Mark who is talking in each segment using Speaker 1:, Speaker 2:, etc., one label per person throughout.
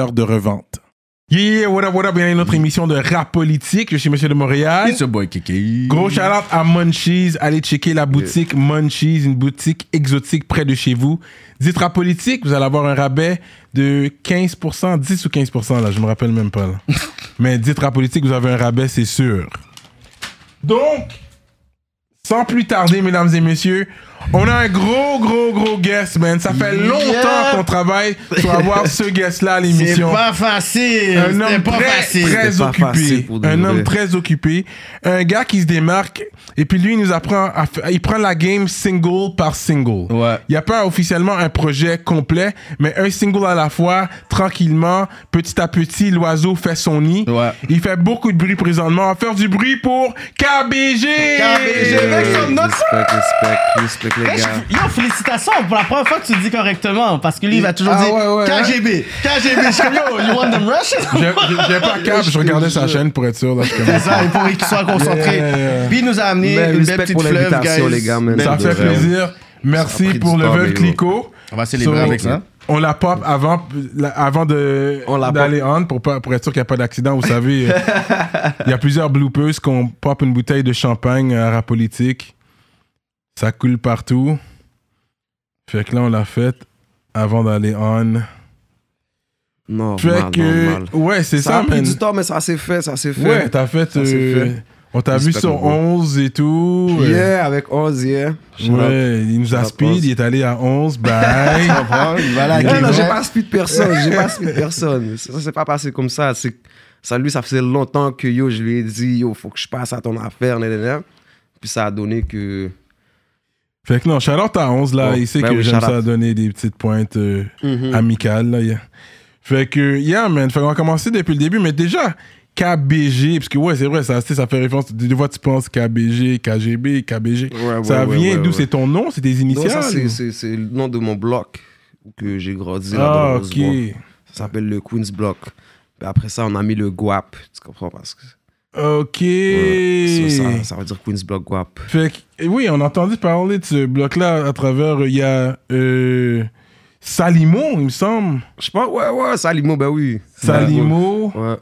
Speaker 1: de revente. Yeah, yeah, what up, what up? Bienvenue à notre émission de rap politique. Je suis Monsieur de Montréal.
Speaker 2: It's your boy Kiki.
Speaker 1: Gros shout à Munchies. Allez checker la boutique Munchies, une boutique exotique près de chez vous. Dites rap politique, vous allez avoir un rabais de 15%, 10 ou 15%, là, je me rappelle même pas. là. Mais dites rap politique, vous avez un rabais, c'est sûr. Donc, sans plus tarder, mesdames et messieurs, on a un gros, gros, gros guest, man. Ça fait
Speaker 3: Yeah.
Speaker 1: longtemps qu'on travaille pour avoir ce guest-là à l'émission.
Speaker 3: C'est pas facile.
Speaker 1: Un
Speaker 3: C'était
Speaker 1: homme
Speaker 3: pas
Speaker 1: très,
Speaker 3: facile.
Speaker 1: très
Speaker 2: C'était pas
Speaker 1: occupé.
Speaker 2: facile pour de
Speaker 1: Un
Speaker 2: vrai.
Speaker 1: homme très occupé. Un gars qui se démarque. Et puis lui, il nous apprend. à fa- il prend la game single par single.
Speaker 2: Ouais.
Speaker 1: Il n'y a pas officiellement un projet complet, mais un single à la fois, tranquillement, petit à petit, l'oiseau fait son nid.
Speaker 2: Ouais.
Speaker 1: Il fait beaucoup de bruit présentement. On va faire du bruit pour KBG.
Speaker 3: KBG. Avec son autre-
Speaker 2: Respect, respect, respect les
Speaker 3: Hey,
Speaker 2: gars.
Speaker 3: Eh, je- Yo, félicitations pour la première fois que tu le dis correctement. Parce que lui, il va toujours
Speaker 1: Ah,
Speaker 3: dire
Speaker 1: ouais, ouais,
Speaker 3: KGB. KGB. Je suis comme yo, you want them Russians?
Speaker 1: J'ai j'ai pas cap, je regardais sa chaîne pour être sûr. Là, je suis comme-
Speaker 3: C'est ça, il faut qu'il soit concentré.
Speaker 1: Yeah, yeah, yeah.
Speaker 3: Puis il nous a amené
Speaker 2: Ben,
Speaker 3: une
Speaker 2: respect
Speaker 3: belle petite
Speaker 2: pour
Speaker 3: fleuve,
Speaker 2: l'invitation,
Speaker 3: guys.
Speaker 2: les gars, man.
Speaker 1: Ça
Speaker 2: Ben,
Speaker 1: fait
Speaker 2: de vrai.
Speaker 1: plaisir.
Speaker 2: Ça a
Speaker 1: Merci
Speaker 2: pris du
Speaker 1: pour le
Speaker 2: temps,
Speaker 1: veuve
Speaker 2: mais
Speaker 1: Clico.
Speaker 3: On va célébrer
Speaker 1: So,
Speaker 3: avec ça.
Speaker 1: On la pop avant, la- avant de
Speaker 2: hein. On la
Speaker 1: d'aller on pour, pas- pour être sûr qu'il n'y a pas d'accident. Vous savez, euh, il y a plusieurs bloopers qu'on pop une bouteille de champagne à la politique. Ça coule partout. Fait que là, on l'a faite avant d'aller on.
Speaker 2: Normal,
Speaker 1: Fait que.
Speaker 2: normal.
Speaker 1: Ouais, c'est
Speaker 2: Ça
Speaker 1: ça,
Speaker 2: a pris
Speaker 1: man.
Speaker 2: du temps, mais ça s'est fait, ça s'est fait.
Speaker 1: Ouais, t'as fait.
Speaker 2: Ça, c'est
Speaker 1: euh,
Speaker 2: fait.
Speaker 1: on t'a vu
Speaker 2: Respect, mon
Speaker 1: sur
Speaker 2: beau.
Speaker 1: 11 et tout. euh,
Speaker 2: Yeah, avec Oz, yeah. Shout out.
Speaker 1: Ouais, il nous
Speaker 2: Shout out,
Speaker 1: aspire,
Speaker 2: Oz.
Speaker 1: il est allé à 11, bye.
Speaker 3: Voilà,
Speaker 2: Ah
Speaker 3: Kevin.
Speaker 2: non, j'ai pas speed personne, j'ai pas speed personne. Ça, ça s'est pas passé comme ça. C'est ça lui, ça faisait longtemps que yo, je lui ai dit yo, faut que je passe à ton affaire, nan, nan, nan. Puis ça a donné que
Speaker 1: Fait que non, Charlotte à 11, là,
Speaker 2: Bon,
Speaker 1: il sait
Speaker 2: ben
Speaker 1: que
Speaker 2: oui,
Speaker 1: j'aime
Speaker 2: shout-out.
Speaker 1: ça donner des petites pointes euh,
Speaker 2: Mhm.
Speaker 1: amicales, là. yeah. Fait que, yeah, man, fait qu'on va commencer depuis le début, mais déjà, KBG, parce que ouais, c'est vrai, ça, tu sais, ça fait référence, des fois tu penses KBG, KGB, KBG.
Speaker 2: Ouais,
Speaker 1: ça
Speaker 2: ouais, ouais,
Speaker 1: vient
Speaker 2: ouais,
Speaker 1: d'où
Speaker 2: ouais.
Speaker 1: C'est ton nom C'est tes
Speaker 2: Non,
Speaker 1: initiales
Speaker 2: ça, c'est-
Speaker 1: ou-
Speaker 2: c'est c'est le nom de mon bloc où que j'ai grandi. là, dans
Speaker 1: Ah,
Speaker 2: le
Speaker 1: ok.
Speaker 2: Rosemont. Ça s'appelle le Queen's Block. Puis après ça, on a mis le Guap. Tu comprends? Parce que
Speaker 1: Ok.
Speaker 2: Ouais. Ça, ça- ça veut dire Queen's Block Guap.
Speaker 1: Fait que, eh oui, on a entendu parler de ce bloc-là à travers, euh, il y a euh, Salimo, il me semble.
Speaker 2: Je pense, ouais, ouais, Salimo, ben oui.
Speaker 1: Salimo,
Speaker 2: Ouais.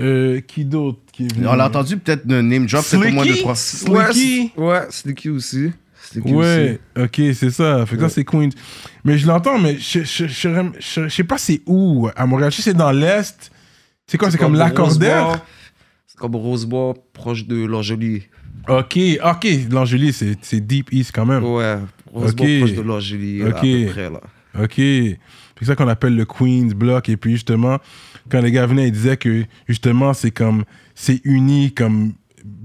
Speaker 1: euh, qui d'autre qui est venu?
Speaker 3: On l'a entendu peut-être de name drop, c'est au moins de
Speaker 1: Slicky?
Speaker 3: trois.
Speaker 2: Ouais,
Speaker 1: Slicky?
Speaker 2: c'est- ouais, Slicky aussi. Slicky
Speaker 1: Ouais, ok, c'est ça. Fait que ça, c'est Queens. Mais je l'entends, mais je, je, je, je- je- je sais pas c'est où à Montréal. Je sais c'est dans l'Est. C'est quoi, c'est comme l'accordaire?
Speaker 2: Rosebois. C'est comme Rosebois, proche de l'Orgelie.
Speaker 1: Ok, ok, l'Angélie, c'est c'est Deep East quand même.
Speaker 2: Ouais, Rosebois,
Speaker 1: Ok.
Speaker 2: proche de l'Orgelie, là, à
Speaker 1: Ok.
Speaker 2: peu près, là.
Speaker 1: Ok. C'est ça qu'on appelle le Queens Block. Et puis justement, quand les gars venaient, ils disaient que justement, c'est comme, c'est uni comme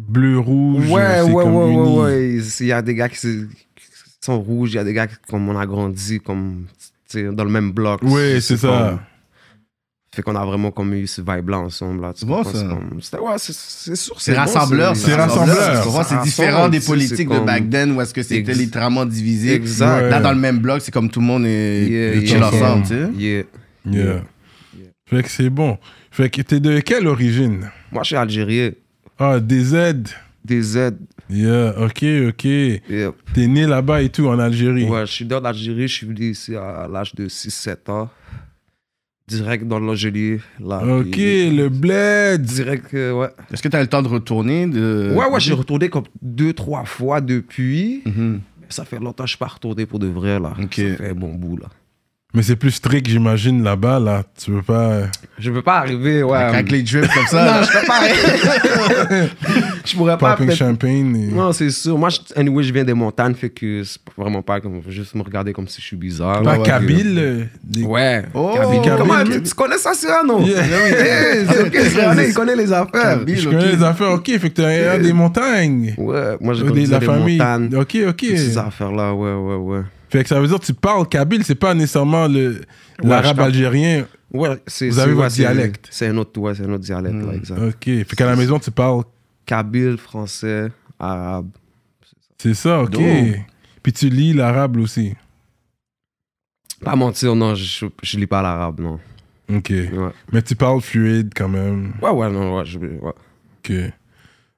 Speaker 1: bleu-rouge.
Speaker 2: Ouais, ouais,
Speaker 1: hein, c'est
Speaker 2: ouais,
Speaker 1: comme
Speaker 2: ouais,
Speaker 1: uni.
Speaker 2: ouais. Il y a des gars qui, se- qui sont rouges, il y a des gars qui, comme on a grandi, comme, tu sais, dans le même bloc.
Speaker 1: Ouais, c'est ça.
Speaker 2: comme- Fait qu'on a vraiment comme eu ce vibe-là ensemble, là. tu
Speaker 3: C'est bon,
Speaker 2: comprends?
Speaker 3: ça.
Speaker 2: C'est comme- c'était- ouais, c'est- c'est sûr.
Speaker 3: C'est
Speaker 2: bon,
Speaker 3: rassembleur,
Speaker 1: C'est rassembleur.
Speaker 3: rassembleur. Tu vois, C'est
Speaker 2: Ça
Speaker 3: différent
Speaker 2: rassemble,
Speaker 3: des
Speaker 2: tu sais, c'est
Speaker 3: politiques de
Speaker 2: comme-
Speaker 3: back then où est-ce que c'était
Speaker 2: Ex-
Speaker 3: littéralement divisé.
Speaker 2: Exact.
Speaker 1: Ouais.
Speaker 3: Là, dans le même bloc, c'est comme tout le monde
Speaker 2: Yeah,
Speaker 3: est chez
Speaker 2: yeah,
Speaker 3: l'ensemble, tu sais.
Speaker 2: Yeah.
Speaker 1: Yeah.
Speaker 2: Yeah.
Speaker 1: Fait que c'est bon. Fait que t'es de quelle origine?
Speaker 2: Moi, je suis algérien.
Speaker 1: Ah, DZ.
Speaker 2: Des aides.
Speaker 1: Yeah, ok, ok.
Speaker 2: Yeah.
Speaker 1: T'es né là-bas et tout, en Algérie.
Speaker 2: Ouais, je suis dans l'Algérie, je suis venu ici à l'âge de 6-7 ans. Direct dans l'Angélier, là.
Speaker 1: ok,
Speaker 2: puis
Speaker 1: le bled.
Speaker 2: Direct, euh, ouais.
Speaker 3: Est-ce que tu as le temps de retourner
Speaker 4: Euh,
Speaker 3: de...
Speaker 2: ouais, ouais, j'ai retourné comme deux, trois fois depuis.
Speaker 3: Mhm.
Speaker 2: Ça fait longtemps que je suis pas retourné pour de vrai, là.
Speaker 3: Ok.
Speaker 2: Ça fait un bon bout, là.
Speaker 1: Mais c'est plus strict, j'imagine, là-bas, là. Tu veux pas.
Speaker 2: Je peux pas arriver, ouais.
Speaker 4: Avec les drips comme
Speaker 2: Euh, Non,
Speaker 4: ça. là.
Speaker 2: je peux pas arriver. je pourrais pas.
Speaker 1: Popping
Speaker 2: peut-être-
Speaker 1: champagne. et-
Speaker 2: Non, c'est sûr. Moi, je, anyway, je viens des montagnes, fait que c'est vraiment pas comme. faut Juste me regarder comme si je suis bizarre.
Speaker 1: Pas
Speaker 2: Ouais,
Speaker 1: Kabyle. euh, des-
Speaker 2: que- Ouais.
Speaker 4: Oh,
Speaker 2: Kabyle. Comment
Speaker 1: Kabyle.
Speaker 2: tu, tu connais ça, Cyrano?
Speaker 1: Yeah.
Speaker 2: Hey, c'est ok, Cyrano, il connaît les affaires.
Speaker 4: Kabyle.
Speaker 1: Je
Speaker 4: ok.
Speaker 1: connais les affaires, ok. Fait que t'as un des montagnes.
Speaker 2: Ouais, moi, je
Speaker 1: Des,
Speaker 2: connais
Speaker 1: la
Speaker 2: des
Speaker 1: famille. Oh,
Speaker 2: montagnes.
Speaker 1: Ok, ok.
Speaker 2: Toutes ces affaires-là, ouais, ouais, ouais.
Speaker 1: Fait que ça veut dire que tu parles kabyle, c'est pas nécessairement le
Speaker 2: je
Speaker 1: l'arabe
Speaker 2: parle-
Speaker 1: algérien.
Speaker 2: Ouais, c'est,
Speaker 1: Vous
Speaker 2: c'est-
Speaker 1: avez votre
Speaker 2: ouais, c'est-
Speaker 1: dialecte. Euh.
Speaker 2: C'est un autre, ouais, c'est un autre dialecte, là, exact.
Speaker 1: Ok. Fait qu'à la maison, tu parles.
Speaker 2: Kabyle, français, arabe.
Speaker 1: C'est ça, ok.
Speaker 2: Oh.
Speaker 1: Puis tu lis l'arabe aussi.
Speaker 2: Pas mentir, non, je, je lis pas l'arabe, non.
Speaker 1: Ok.
Speaker 2: Ouais,
Speaker 1: Mais tu parles fluide quand même.
Speaker 2: ouais, ouais, non, ouais, je- ouais.
Speaker 1: Ok.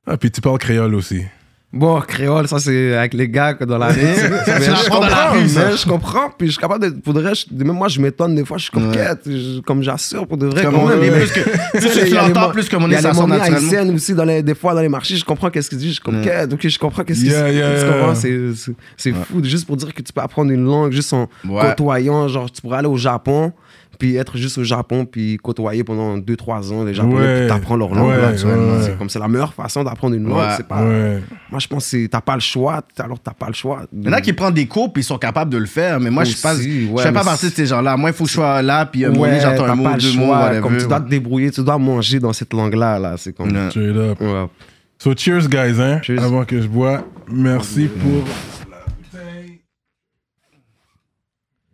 Speaker 1: Ah, puis tu parles créole aussi.
Speaker 2: Bon, créole, ça c'est avec les gars que dans la rue. Mais je
Speaker 3: l'apprends dans la
Speaker 2: comprends,
Speaker 3: rue, ça.
Speaker 2: mais je comprends, puis je suis capable de. Pour de vrai, je- même moi je m'étonne des fois, je suis comme quête, je- comme j'assure pour de vrai.
Speaker 4: Comme
Speaker 2: quand
Speaker 4: on
Speaker 2: même.
Speaker 4: est
Speaker 2: Mais-
Speaker 4: plus que-
Speaker 2: Tu sais,
Speaker 4: plus
Speaker 2: il y
Speaker 4: tu
Speaker 2: a les
Speaker 4: l'entends,
Speaker 2: mo-
Speaker 4: plus que mon
Speaker 2: il y a
Speaker 4: nez, ça
Speaker 2: les
Speaker 4: sort
Speaker 2: momies
Speaker 4: naturellement.
Speaker 2: haïtiennes aussi, dans les, des fois dans les marchés, je comprends qu'est-ce qu'ils disent, je suis comme quête, ok, je comprends qu'est-ce qu'ils
Speaker 1: Yeah, yeah,
Speaker 2: tu
Speaker 1: yeah.
Speaker 2: comprends, c'est- c'est- C'est fou, juste pour dire que tu peux apprendre une langue juste en
Speaker 4: Ouais.
Speaker 2: côtoyant, genre tu pourrais aller au Japon. Puis être juste au Japon, puis côtoyer pendant 2-3 ans les Japonais,
Speaker 1: Ouais.
Speaker 2: puis t'apprends leur langue.
Speaker 1: Ouais,
Speaker 2: naturellement.
Speaker 1: ouais.
Speaker 2: C'est comme c'est la meilleure façon d'apprendre une langue.
Speaker 4: Ouais.
Speaker 2: C'est pas,
Speaker 1: Ouais.
Speaker 2: moi, je pense que c'est- t'as pas le choix, t- alors t'as pas le choix.
Speaker 4: Il y en a qui prennent des cours puis ils sont capables de le faire, mais moi, je
Speaker 2: Aussi,
Speaker 4: ne
Speaker 2: ouais,
Speaker 4: fais
Speaker 2: mais
Speaker 4: pas partie de
Speaker 2: c'est-
Speaker 4: ces gens-là. Moi, il faut que je sois là, puis euh,
Speaker 2: Ouais,
Speaker 4: mon nez, j'entends
Speaker 2: t'as
Speaker 4: un mot,
Speaker 2: pas le
Speaker 4: deux mots,
Speaker 2: choix. Comme
Speaker 4: whatever,
Speaker 2: tu dois
Speaker 4: ouais.
Speaker 2: te débrouiller, tu dois manger dans cette langue-là. Là. C'est comme.
Speaker 4: Ouais.
Speaker 1: Straight up.
Speaker 2: Ouais.
Speaker 1: So cheers, guys, hein.
Speaker 2: Cheers.
Speaker 1: Avant que je bois. Merci pour.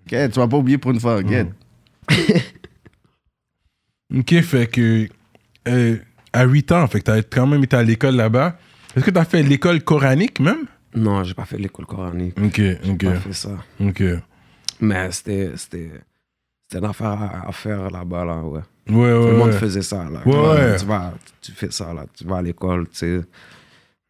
Speaker 4: Ok, tu vas pas oublier pour une
Speaker 2: Mm.
Speaker 4: fois, ok.
Speaker 1: Ok, fait que. euh, à 8 ans, fait que t'as quand même été à l'école là-bas. Est-ce que t'as fait l'école coranique même? Ah,
Speaker 2: Non, j'ai pas fait l'école coranique.
Speaker 1: Ok, ok,
Speaker 2: J'ai pas fait ça.
Speaker 1: ok.
Speaker 2: Mais c'était. C'était, c'était une affaire à, à faire là-bas, là, ouais.
Speaker 1: Ouais, ouais.
Speaker 2: Tout le monde
Speaker 1: ouais.
Speaker 2: faisait ça, là.
Speaker 1: Ouais, ouais.
Speaker 2: Tu, vas, tu fais ça, là. Tu vas à l'école, tu sais.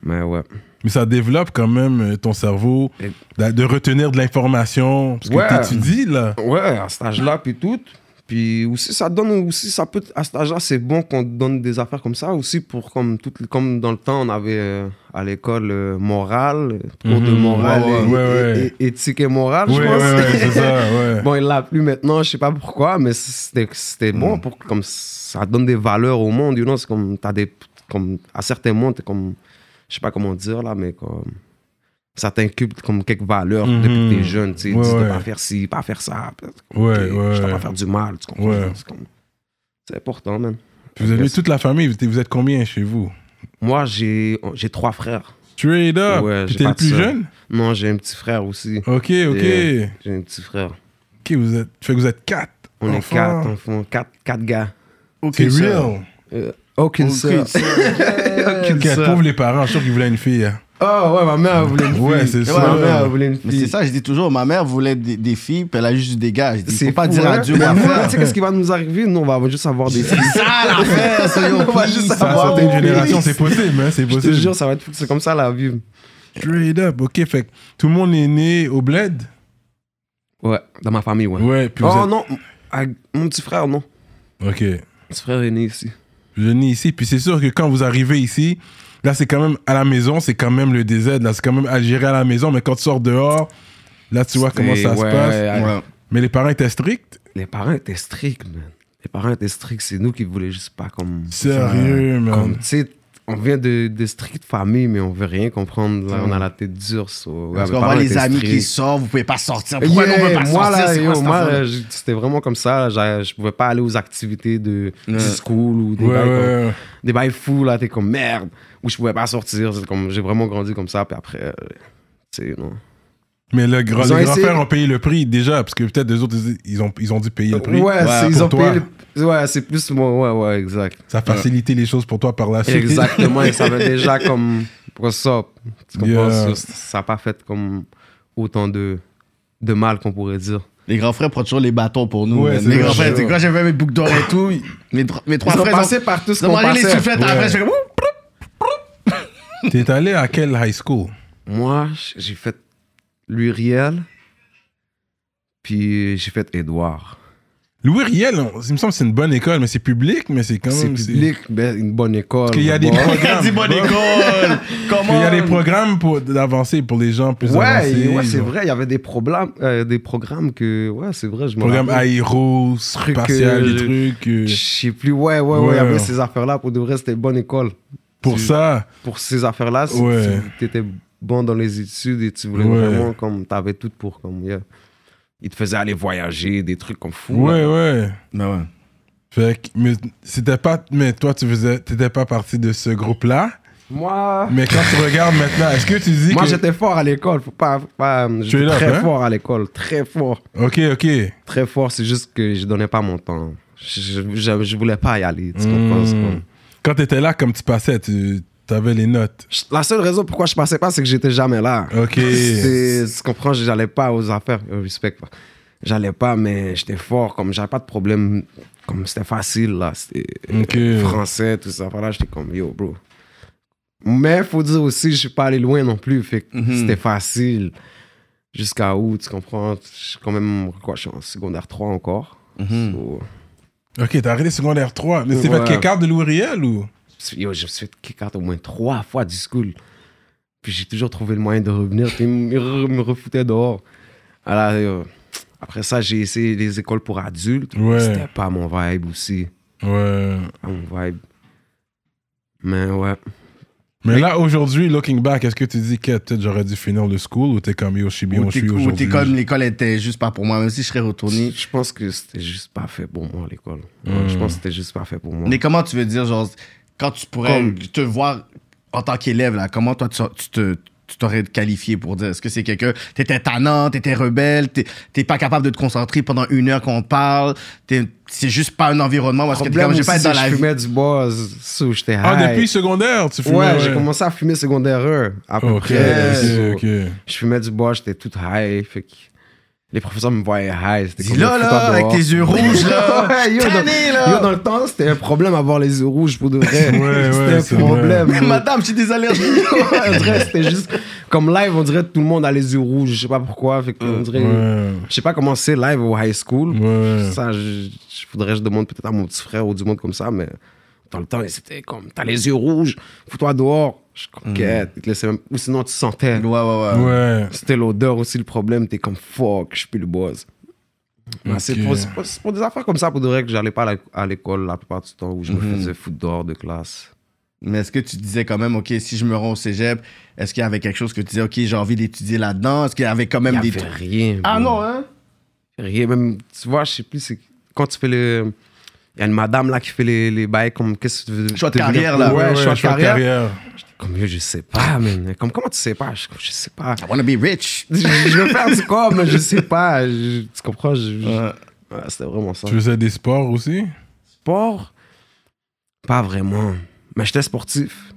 Speaker 2: Mais ouais.
Speaker 1: Mais ça développe quand même euh, ton cerveau
Speaker 2: Et-
Speaker 1: d'a- de retenir de l'information. Parce que
Speaker 2: Ouais.
Speaker 1: t'étudies, là.
Speaker 2: Ouais, à cet âge-là, puis tout. Puis aussi, ça donne aussi, ça peut, à cet âge-là, c'est bon qu'on te donne des affaires comme ça aussi pour, comme, tout, comme dans le temps, on avait euh, à l'école euh, morale, cours de
Speaker 1: Mhm,
Speaker 2: morale,
Speaker 1: ouais,
Speaker 2: et-
Speaker 1: ouais,
Speaker 2: et-
Speaker 1: ouais.
Speaker 2: et- éthique et morale,
Speaker 1: Ouais,
Speaker 2: je
Speaker 1: ouais,
Speaker 2: pense.
Speaker 1: ouais, c'est ça, ouais.
Speaker 2: bon, il l'a plus maintenant, je sais pas pourquoi, mais c'était, c'était
Speaker 1: Hmm.
Speaker 2: bon pour, comme, ça donne des valeurs au monde, you know, c'est comme, t'as des, comme, à certains mondes, t'es comme, je sais pas comment dire, là, mais comme, ça t'inculque comme quelques valeurs depuis
Speaker 1: Mhm.
Speaker 2: que t'es jeune, tu sais,
Speaker 1: Ouais,
Speaker 2: dis de
Speaker 1: ouais.
Speaker 2: pas faire ci, pas faire ça,
Speaker 1: Ouais,
Speaker 2: Ok, Je
Speaker 1: ouais.
Speaker 2: t'en vais faire du mal, tu comprends?
Speaker 1: Ouais.
Speaker 2: C'est comme- C'est important, man.
Speaker 1: Vous avez toute la famille, vous êtes- vous êtes combien chez vous?
Speaker 2: Moi, j'ai j'ai trois frères.
Speaker 1: Straight up.
Speaker 2: Ouais,
Speaker 1: Puis
Speaker 2: j'ai
Speaker 1: t'es
Speaker 2: pas
Speaker 1: le
Speaker 2: de
Speaker 1: plus
Speaker 2: sœur.
Speaker 1: jeune?
Speaker 2: Non, j'ai un petit frère aussi.
Speaker 1: Ok, ok.
Speaker 2: Et- J'ai un petit frère.
Speaker 1: Ok, vous êtes. Fait que vous êtes quatre.
Speaker 2: On est
Speaker 1: enfants.
Speaker 2: quatre enfants, quatre, quatre gars.
Speaker 4: Ok,
Speaker 1: C'est
Speaker 4: ça.
Speaker 1: real.
Speaker 2: Euh, aucune sœur.
Speaker 1: Quel pauvre les parents, je suis sûr qu'ils voulaient une fille. hein.
Speaker 2: Oh, ouais, ma mère elle voulait une fille.
Speaker 1: Ouais, c'est
Speaker 2: Ma mère elle
Speaker 1: ça.
Speaker 2: voulait une
Speaker 4: Mais c'est
Speaker 2: fille.
Speaker 4: ça, je dis toujours, ma mère voulait des, des filles, puis elle a juste des gars. Je dis, faut pas
Speaker 2: fou,
Speaker 4: dire
Speaker 2: hein?
Speaker 4: à Dieu
Speaker 2: Mais
Speaker 4: ma
Speaker 2: nous, là,
Speaker 4: femme.
Speaker 2: Tu sais, qu'est-ce qui va nous arriver? Nous, on va juste avoir des filles.
Speaker 4: Ça, l'affaire, soyons
Speaker 2: On va
Speaker 4: please,
Speaker 2: juste
Speaker 4: ça
Speaker 1: À
Speaker 4: va,
Speaker 2: avoir
Speaker 1: certaines
Speaker 4: oui.
Speaker 2: des
Speaker 1: générations, c'est possible, hein, c'est
Speaker 2: Je te
Speaker 1: possible.
Speaker 2: jure, ça va être fou. C'est comme ça la vie.
Speaker 1: Straight up, ok. Fait que tout le monde est né au bled.
Speaker 2: Ouais, dans ma famille, ouais.
Speaker 1: Ouais, puis vous
Speaker 2: Oh
Speaker 1: êtes-
Speaker 2: non, à- mon petit frère, non.
Speaker 1: Ok.
Speaker 2: Mon petit frère est né ici.
Speaker 1: Je né ici, puis c'est sûr que quand vous arrivez ici, là c'est quand même à la maison, c'est quand même le désert, là c'est quand même Algérie à la maison, mais quand tu sors dehors, là tu vois comment
Speaker 2: Et
Speaker 1: ça se
Speaker 2: ouais,
Speaker 1: passe.
Speaker 2: à-
Speaker 4: Ouais.
Speaker 1: Mais les parents étaient stricts
Speaker 2: Les parents étaient stricts, man. Les parents étaient stricts. C'est nous qui voulaient juste pas comme.
Speaker 1: Sérieux,
Speaker 2: Comme,
Speaker 1: man.
Speaker 2: tu sais, on vient de, de strictes familles, mais on veut rien comprendre. Là, on a la tête dure. so, ouais,
Speaker 4: Parce
Speaker 2: mes
Speaker 4: qu'on
Speaker 2: parents
Speaker 4: voit les
Speaker 2: étaient
Speaker 4: amis qui
Speaker 2: stricts.
Speaker 4: sortent, vous pouvez pas sortir.
Speaker 2: Yeah,
Speaker 4: Pourquoi on peut pas
Speaker 2: moi,
Speaker 4: sortir?
Speaker 2: là,
Speaker 4: C'est
Speaker 2: yo,
Speaker 4: quoi, cette
Speaker 2: moi,
Speaker 4: affaire-là?
Speaker 2: là, j'ai- c'était vraiment comme ça. là, j'ai- Je pouvais pas aller aux activités de, du school ou des
Speaker 1: Ouais,
Speaker 2: bails
Speaker 1: ouais,
Speaker 2: comme-
Speaker 1: ouais.
Speaker 2: des bails fous. Là, t'es comme merde. Ou je pouvais pas sortir. C'est comme, j'ai vraiment grandi comme ça. Puis après, euh, tu sais, non.
Speaker 1: Mais le grand,
Speaker 2: Ils ont
Speaker 1: les grands-pères
Speaker 2: essayé-
Speaker 1: ont payé le prix déjà, parce que peut-être les autres, ils ont, ils ont dû payer le prix.
Speaker 2: Ouais, c'est, ils
Speaker 1: pour
Speaker 2: ont
Speaker 1: toi.
Speaker 2: payé le- Ouais, c'est plus moi. Ouais, ouais, exact.
Speaker 1: Ça facilitait les choses pour toi par la suite.
Speaker 2: Exactement, ils savaient déjà comme what's up. Tu comprends?
Speaker 1: Yeah.
Speaker 2: Ça- Ça n'a pas fait comme autant de, de mal qu'on pourrait dire.
Speaker 4: Les grands frères prennent toujours les bâtons pour nous.
Speaker 1: Ouais,
Speaker 4: man.
Speaker 1: c'est
Speaker 4: les
Speaker 1: vrai,
Speaker 4: grands
Speaker 1: c'est
Speaker 4: frères,
Speaker 1: vrai.
Speaker 4: c'est quand j'avais mes boucles d'or et tout, mes, dro- mes trois
Speaker 2: Ils ont
Speaker 4: frères.
Speaker 2: passé par tout ce
Speaker 4: ils ont
Speaker 2: qu'on
Speaker 4: mangé les
Speaker 2: passait.
Speaker 4: soufflettes
Speaker 1: Ouais.
Speaker 4: après, je fais comme, ouh.
Speaker 1: T'es allé à quel high school
Speaker 2: Moi, j'ai fait L'Uriel, puis j'ai fait Édouard.
Speaker 1: Louis Riel, on- il me semble que c'est une bonne école, mais c'est public, mais c'est quand
Speaker 2: C'est
Speaker 1: même.
Speaker 2: public, ben, une bonne école.
Speaker 1: qu'il y a des
Speaker 2: bon.
Speaker 1: programmes.
Speaker 3: T'as dit bonne école.
Speaker 1: Il
Speaker 3: Comment
Speaker 1: y a des programmes pour d'avancer pour les gens plus avancés.
Speaker 2: Ouais, ouais c'est
Speaker 1: genre.
Speaker 2: vrai, il y avait des problèmes, euh, des programmes que, ouais, c'est vrai, je me
Speaker 1: Programme
Speaker 2: rappelle.
Speaker 1: aéro, spatial,
Speaker 2: euh,
Speaker 1: des trucs. euh,
Speaker 2: Je sais plus, ouais, ouais, ouais, il
Speaker 1: Ouais.
Speaker 2: y avait ces affaires-là. Pour de vrai, c'était une bonne école.
Speaker 1: pour
Speaker 2: tu-
Speaker 1: ça,
Speaker 2: Pour ces affaires-là, si
Speaker 1: Ouais.
Speaker 2: tu étais bon dans les études et tu voulais
Speaker 1: Ouais.
Speaker 2: vraiment, comme, t'avais tout pour, comme, yeah. Ils te faisaient aller voyager, des trucs comme fou. là.
Speaker 1: ouais, ouais.
Speaker 4: Ben ouais.
Speaker 1: Fait que, mais c'était pas, mais toi, tu faisais, t'étais pas parti de ce groupe-là.
Speaker 2: Moi,
Speaker 1: Mais quand tu regardes maintenant, est-ce que tu dis
Speaker 2: moi
Speaker 1: que...
Speaker 2: j'étais fort à l'école. Faut pas, faut pas, euh,
Speaker 1: es
Speaker 2: j'étais
Speaker 1: là,
Speaker 2: très
Speaker 1: hein?
Speaker 2: fort à l'école, très fort.
Speaker 1: Ok, ok.
Speaker 2: Très fort, c'est juste que je donnais pas mon temps. Je, je- je- je voulais pas y aller, tu
Speaker 1: Hmm.
Speaker 2: comprends? c'est comme-
Speaker 1: Quand t'étais là, comme tu passais, tu avais les notes.
Speaker 2: Je- La seule raison pourquoi je passais pas, c'est que j'étais jamais là.
Speaker 1: Ok.
Speaker 2: C'est- Tu comprends, j'allais pas aux affaires. Euh, Respect. J'allais pas, mais j'étais fort. Comme j'avais pas de problème. Comme c'était facile, là. C'était euh,
Speaker 1: Ok.
Speaker 2: français, tout ça. Voilà, j'étais comme yo, bro. Mais faut dire aussi, je suis pas allé loin non plus. Fait que c'était facile. Jusqu'à où, tu comprends? Je suis quand même, quoi, je suis en secondaire 3 encore.
Speaker 4: Mhm.
Speaker 2: So,
Speaker 1: Ok, t'as arrêté secondaire 3. Mais c'est
Speaker 2: Ouais.
Speaker 1: fait kick out de Louis Riel ou
Speaker 2: Yo, je me suis fait kick out au moins trois fois du school. Puis j'ai toujours trouvé le moyen de revenir. Puis ils me re- me refoutaient dehors. Alors, euh, après ça, j'ai essayé les écoles pour adultes.
Speaker 1: Ouais.
Speaker 2: C'était pas mon vibe aussi.
Speaker 1: Ouais.
Speaker 2: Pas mon vibe. Mais ouais.
Speaker 1: Mais là, aujourd'hui, looking back, est-ce que tu dis que peut-être j'aurais dû finir le school ou t'es comme yo, je suis bien où
Speaker 4: Ou
Speaker 1: je
Speaker 4: t'es-
Speaker 1: suis
Speaker 4: ou t'es
Speaker 1: aujourd'hui?
Speaker 4: comme l'école était juste pas pour moi, même si je serais retourné.
Speaker 2: Je pense que c'était juste pas fait pour moi, l'école. Ouais,
Speaker 1: Hmm.
Speaker 2: Je pense que c'était juste pas fait pour moi.
Speaker 4: Mais comment tu veux dire, genre, quand tu pourrais
Speaker 2: Comme-
Speaker 4: te voir en tant qu'élève, là, comment toi tu, tu te tu t'aurais qualifié pour dire est-ce que c'est quelqu'un t'étais tannant t'étais rebelle t'es- t'es pas capable de te concentrer pendant une heure qu'on parle t'es- c'est juste pas un environnement parce que t'es
Speaker 2: Problème
Speaker 4: comme j'ai
Speaker 2: aussi,
Speaker 4: pas être
Speaker 2: c'est
Speaker 4: dans
Speaker 2: que
Speaker 4: la
Speaker 2: Je
Speaker 4: vie
Speaker 2: fumais du bois, sous, j'étais high.
Speaker 1: Ah, depuis secondaire, tu fumais?
Speaker 2: Ouais, j'ai commencé à fumer secondaire 1, à peu
Speaker 1: Ok,
Speaker 2: près. So,
Speaker 1: ok, ok.
Speaker 2: Je fumais du bois, j'étais tout high. Fait que les professeurs me voyaient high. C'était
Speaker 4: dis
Speaker 2: comme,
Speaker 4: là là
Speaker 2: Fous-toi
Speaker 4: avec
Speaker 2: dehors.
Speaker 4: tes yeux rouges là
Speaker 2: Ouais, yo,
Speaker 4: tanné,
Speaker 2: dans,
Speaker 4: là.
Speaker 2: yo, dans le temps, c'était un problème avoir les yeux rouges pour de vrai.
Speaker 1: Ouais, ouais, c'est
Speaker 2: c'était un problème.
Speaker 4: mais madame j'ai des allergies
Speaker 2: On dirait, c'était juste. Comme live, on dirait que tout le monde a les yeux rouges. Je sais pas pourquoi. Fait que on dirait-
Speaker 1: Ouais.
Speaker 2: Je sais pas comment c'est live au high school.
Speaker 1: Ouais.
Speaker 2: Ça, je, je faudrait que je demande peut-être à mon petit frère ou du monde comme ça, mais dans le temps, c'était comme t'as les yeux rouges, fous-toi dehors. Je suis comme, Quête, ils te laissaient même- Ou sinon, tu sentais.
Speaker 4: ouais ouais ouais,
Speaker 1: Ouais.
Speaker 2: C'était l'odeur aussi le problème. T'es comme fuck, je suis le boss. Mais C'est
Speaker 1: Ok.
Speaker 2: pour, c'est pour- c'est pour des affaires comme ça, pour de vrai, que j'allais pas à la- à l'école la plupart du temps où je me faisais foutre dehors de classe.
Speaker 4: mais est-ce que tu disais quand même ok si je me rends au cégep est-ce qu'il y avait quelque chose que tu disais ok j'ai envie d'étudier là-dedans est-ce qu'il y avait quand
Speaker 2: Il
Speaker 4: même
Speaker 2: y
Speaker 4: des
Speaker 2: avait
Speaker 4: trucs
Speaker 2: rien.
Speaker 4: ah
Speaker 2: bro.
Speaker 4: non hein
Speaker 2: Rien. Même, tu vois, je sais plus, c'est quand tu fais le. Il y a une madame là qui fait les, les bails comme. Qu'est-ce que tu veux.
Speaker 4: Choix
Speaker 2: tu
Speaker 4: de
Speaker 2: veux-
Speaker 4: carrière, là.
Speaker 2: Ouais,
Speaker 1: Ouais,
Speaker 2: choix de
Speaker 1: choix de
Speaker 2: carrière.
Speaker 1: carrière.
Speaker 2: Comme yo, je sais pas, man. Comme comment tu sais pas Je, je sais pas.
Speaker 4: I wanna be rich
Speaker 2: Je, je veux faire du corps, mais je sais pas. Je- tu comprends je- je- Ouais, C'était vraiment ça.
Speaker 1: Tu faisais des sports aussi?
Speaker 2: Sport Pas vraiment. Mais j'étais sportif.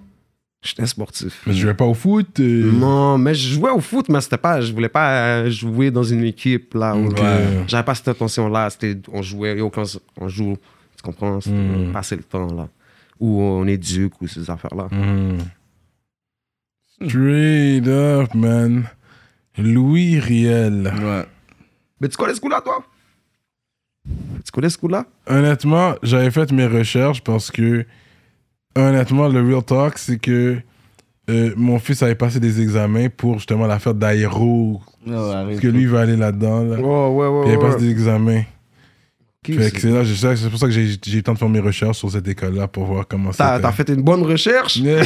Speaker 2: J'étais sportif.
Speaker 1: Mais tu jouais pas au foot? euh,
Speaker 2: Non, mais je jouais au foot, mais c'était pas, je voulais pas euh, jouer dans une équipe là. où-
Speaker 1: Ok.
Speaker 2: Ouais. J'avais pas cette intention-là. C'était, on jouait, yo, quand on joue, tu comprends, c'était
Speaker 1: Mm.
Speaker 2: passer le temps là. Ou on éduque ou ces affaires-là.
Speaker 1: Hmm. Straight up, man. Louis Riel.
Speaker 4: ouais
Speaker 2: Mais tu connais ce coup-là, toi Tu connais ce coup-là
Speaker 1: Honnêtement, j'avais fait mes recherches parce que, honnêtement, le real talk, c'est que euh, mon fils avait passé des examens pour justement la fête d'aéro. Parce que lui, il va aller là-dedans. Là.
Speaker 2: Oh, ouais, ouais.
Speaker 1: Puis il avait
Speaker 2: ouais.
Speaker 1: passé des examens.
Speaker 2: Ok,
Speaker 1: Fait
Speaker 2: c'est-
Speaker 1: que c'est là, je sais- c'est pour ça que j'ai j'ai eu le temps de faire mes recherches sur cette école-là pour voir comment
Speaker 2: T'as,
Speaker 1: ça.
Speaker 2: t'as fait une bonne recherche
Speaker 4: Mais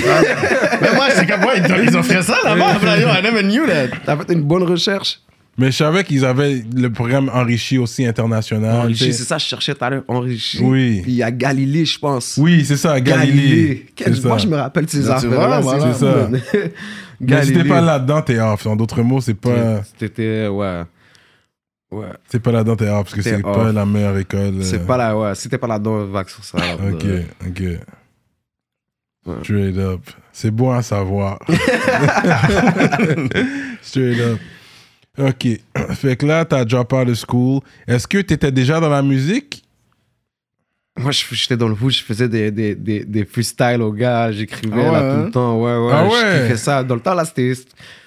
Speaker 4: moi, c'est comme, ouais, ils- ils offraient ça là-bas. Là, yo, I never knew that.
Speaker 2: T'as fait une bonne recherche
Speaker 1: Mais je savais qu'ils avaient le programme enrichi aussi international.
Speaker 2: Enrichi,
Speaker 1: tu sais.
Speaker 2: c'est ça, je cherchais tout à l'heure. Enrichi.
Speaker 1: Ah, Oui.
Speaker 2: Puis il y a Galilée, je pense.
Speaker 1: Oui, c'est ça, Galilée.
Speaker 2: Quel-
Speaker 1: C'est
Speaker 2: Moi,
Speaker 1: ça.
Speaker 2: je me rappelle de ces
Speaker 4: Là, tu
Speaker 2: affaires-là.
Speaker 4: vois,
Speaker 2: c'est-
Speaker 1: voilà. Mais si
Speaker 2: Galilée.
Speaker 1: t'es pas là-dedans, t'es off. En d'autres mots, c'est pas, Euh.
Speaker 2: T'étais, ouais. Ouais.
Speaker 1: c'est pas là-dedans, t'es off parce que
Speaker 2: T'es
Speaker 1: c'est
Speaker 2: off.
Speaker 1: pas la meilleure école. euh,
Speaker 2: C'est pas là, ouais. Si t'es pas là-dedans, vague sur ça. là,
Speaker 1: Ok,
Speaker 2: ouais.
Speaker 1: ok.
Speaker 2: Euh, Ouais.
Speaker 1: Straight up. C'est bon à savoir. Straight up. Ok. Fait que là, t'as drop out of school. Est-ce que t'étais déjà dans la musique?
Speaker 2: Moi, je- j'étais dans le foot, je faisais des, des, des, des freestyles aux gars, j'écrivais là
Speaker 4: Ah ouais,
Speaker 2: tout
Speaker 4: hein?
Speaker 2: le temps. Ouais, ouais.
Speaker 1: Ah ouais?
Speaker 2: Je kiffais ça. Dans le temps, là, c'était.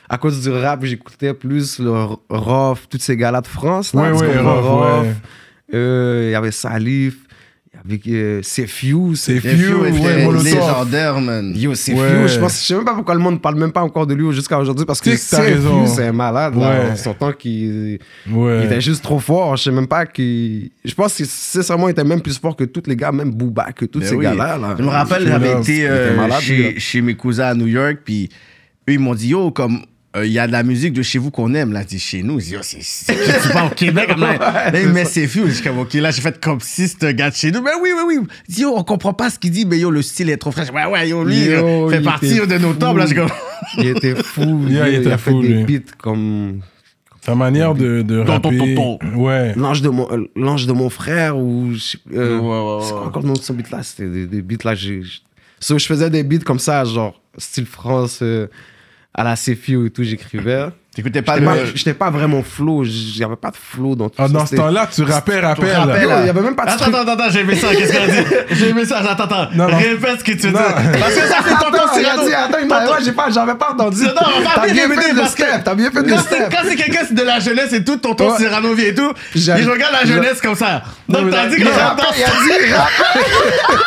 Speaker 2: À cause du rap, j'écoutais plus le R- Rof, tous ces gars-là de France. Là,
Speaker 1: Ouais,
Speaker 2: tu
Speaker 1: ouais,
Speaker 2: comprends,
Speaker 1: Rof, ouais.
Speaker 2: euh, il y avait Salif, il y avait euh, Sefiu.
Speaker 1: Sefiu,
Speaker 2: Sefiu était
Speaker 1: ouais, Molotov.
Speaker 4: légendaire, man.
Speaker 2: Yo, Sefiu,
Speaker 1: Ouais.
Speaker 2: je pense, je sais même pas pourquoi le monde parle même pas encore de lui jusqu'à aujourd'hui parce que
Speaker 1: Tu sais que t'as raison.
Speaker 2: Sefiu, c'est un malade, là,
Speaker 1: Ouais.
Speaker 2: on s'entend qu'il il
Speaker 1: Ouais.
Speaker 2: était juste trop fort, je sais même pas qu'il... Je pense que sincèrement, il était même plus fort que tous les gars, même Booba, que tous
Speaker 4: Ben
Speaker 2: ces
Speaker 4: oui.
Speaker 2: gars-là. là.
Speaker 4: Je me rappelle,
Speaker 2: Celui-là,
Speaker 4: j'avais été
Speaker 2: était
Speaker 4: euh,
Speaker 2: malade, lui,
Speaker 4: chez,
Speaker 2: là.
Speaker 4: chez mes cousins à New York, puis eux, ils m'ont dit, yo, comme. euh, Il y a de la musique de chez vous qu'on aime. Là, dit chez nous. Je dis, Yo, c'est- c'est- tu vas au Québec. comme Là, là il met ses fous. Je suis comme, OK, là, j'ai fait comme si c'était un gars de chez nous. Mais oui, oui, oui. Il dit, yo, on comprend pas ce qu'il dit, mais yo, le style est trop fraîche. Ouais, ouais, yo, lui,
Speaker 2: Yo,
Speaker 4: euh, fait
Speaker 2: il
Speaker 4: partie
Speaker 2: était
Speaker 4: de nos
Speaker 2: fou.
Speaker 4: tables. Là, je suis comme,
Speaker 2: Il était fou,
Speaker 1: Yeah, il
Speaker 2: il,
Speaker 1: était
Speaker 2: a fait
Speaker 1: fou,
Speaker 2: des
Speaker 1: lui.
Speaker 2: beats comme...
Speaker 1: Sa manière de, de
Speaker 4: Ton, ton,
Speaker 1: rapper.
Speaker 4: ton, ton.
Speaker 1: Ouais.
Speaker 2: L'ange de mon, euh, l'ange de mon frère ou. je sais- euh,
Speaker 4: Ouais, ouais, ouais.
Speaker 2: C'est quoi encore le nom de ce beat là C'était des, des beats là. j'ai- j'ai- So, je faisais des beats comme ça, genre style France euh, à la Cefio et tout, j'écrivais.
Speaker 4: T'écoutais pas
Speaker 2: J'étais
Speaker 4: le.
Speaker 2: pas, j'étais pas vraiment flow, j'avais pas de flow dans tout
Speaker 1: ben, Ah,
Speaker 2: ça.
Speaker 1: dans ce
Speaker 2: c'était-
Speaker 1: temps-là, tu rappais, rappais. là.
Speaker 2: rappais,
Speaker 4: rappel,
Speaker 2: là.
Speaker 4: là.
Speaker 2: Il y avait même pas de
Speaker 4: Attends,
Speaker 2: truc.
Speaker 4: attends, attends, j'ai aimé ça. Qu'est-ce qu'elle a dit? J'ai aimé ça. Attends, attends.
Speaker 1: Non, non.
Speaker 4: Répète ce que tu dis.
Speaker 1: Non.
Speaker 4: Parce que ça, c'est ton
Speaker 2: Attends,
Speaker 4: ton
Speaker 2: il a
Speaker 4: Cyrano.
Speaker 2: dit, attends, il m'a
Speaker 4: Tonton-
Speaker 2: ouais, j'ai pas, j'avais pas entendu.
Speaker 4: Non, on va
Speaker 2: T'as
Speaker 4: bien
Speaker 2: bien fait
Speaker 4: répéter
Speaker 2: le
Speaker 4: parce que-
Speaker 2: step, t'as bien fait le
Speaker 4: Quand c'est-
Speaker 2: step.
Speaker 4: quand c'est quelqu'un c'est de la jeunesse et tout, tonton
Speaker 2: Ouais.
Speaker 4: Cyrano vient et tout,
Speaker 2: Puis
Speaker 4: il
Speaker 2: j'avais-
Speaker 4: regarde la
Speaker 2: j'a-
Speaker 4: jeunesse comme ça.
Speaker 2: Non,
Speaker 4: Donc
Speaker 2: mais
Speaker 4: t'as
Speaker 2: il
Speaker 4: dit
Speaker 2: a-
Speaker 4: que
Speaker 2: il a
Speaker 4: dans-
Speaker 2: rappé, il a dit, rappé.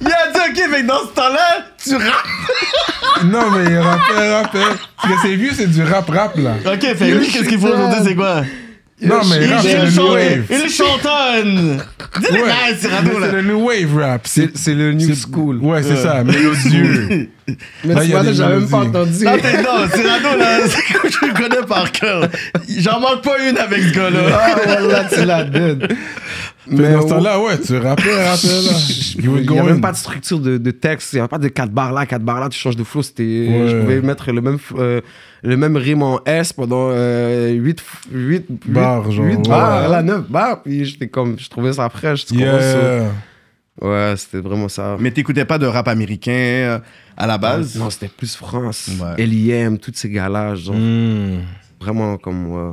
Speaker 4: il a dit ok, mais dans ce temps-là, tu rappes.
Speaker 1: Non, mais il rappait, rappait. Parce que c'est vieux, c'est du rap-rap, là.
Speaker 4: Ok, fait lui, qu'est-ce qu'il faut aujourd'hui, c'est quoi
Speaker 1: Non, mais
Speaker 4: Il
Speaker 1: rap, c'est le new wave.
Speaker 4: il chantonne. Dis-le
Speaker 1: Ouais.
Speaker 4: là, Cyrano
Speaker 1: Mais
Speaker 4: là.
Speaker 1: C'est le new wave rap.
Speaker 2: C'est c'est le new school.
Speaker 1: Ouais, c'est ça, mélodieux.
Speaker 2: Mais
Speaker 1: Là,
Speaker 2: tu
Speaker 1: il y a
Speaker 2: vois, là,
Speaker 1: des
Speaker 2: j'avais même pas entendu.
Speaker 4: Non, t'es non, Cyrano là, c'est comme je le connais par cœur. J'en manque pas une avec ce gars-là.
Speaker 2: Ah, voilà, tu la donnes.
Speaker 1: Mais dans ce
Speaker 2: ouais.
Speaker 1: temps-là, ouais, tu rappais, rappais, là. You were
Speaker 2: Il n'y
Speaker 1: going.
Speaker 2: avait même pas de structure de, de texte, il n'y avait pas de 4 barres là, 4 barres là, tu changes de flow. C'était,
Speaker 1: Ouais.
Speaker 2: Je pouvais mettre le même, f- euh, le même rime en S pendant euh, 8, 8,
Speaker 1: Barres, genre, ouais.
Speaker 2: barres, là, 9 barres. Puis j'étais comme, je trouvais ça fraîche. tu comprends, ça?
Speaker 1: Yeah.
Speaker 2: Ouais, c'était vraiment ça.
Speaker 4: Mais t'écoutais pas de rap américain euh, à la base
Speaker 2: Non, c'était plus France,
Speaker 4: Ouais.
Speaker 2: L.I.M., tous ces gars-là, genre,
Speaker 1: Hmm.
Speaker 2: vraiment comme. ouais.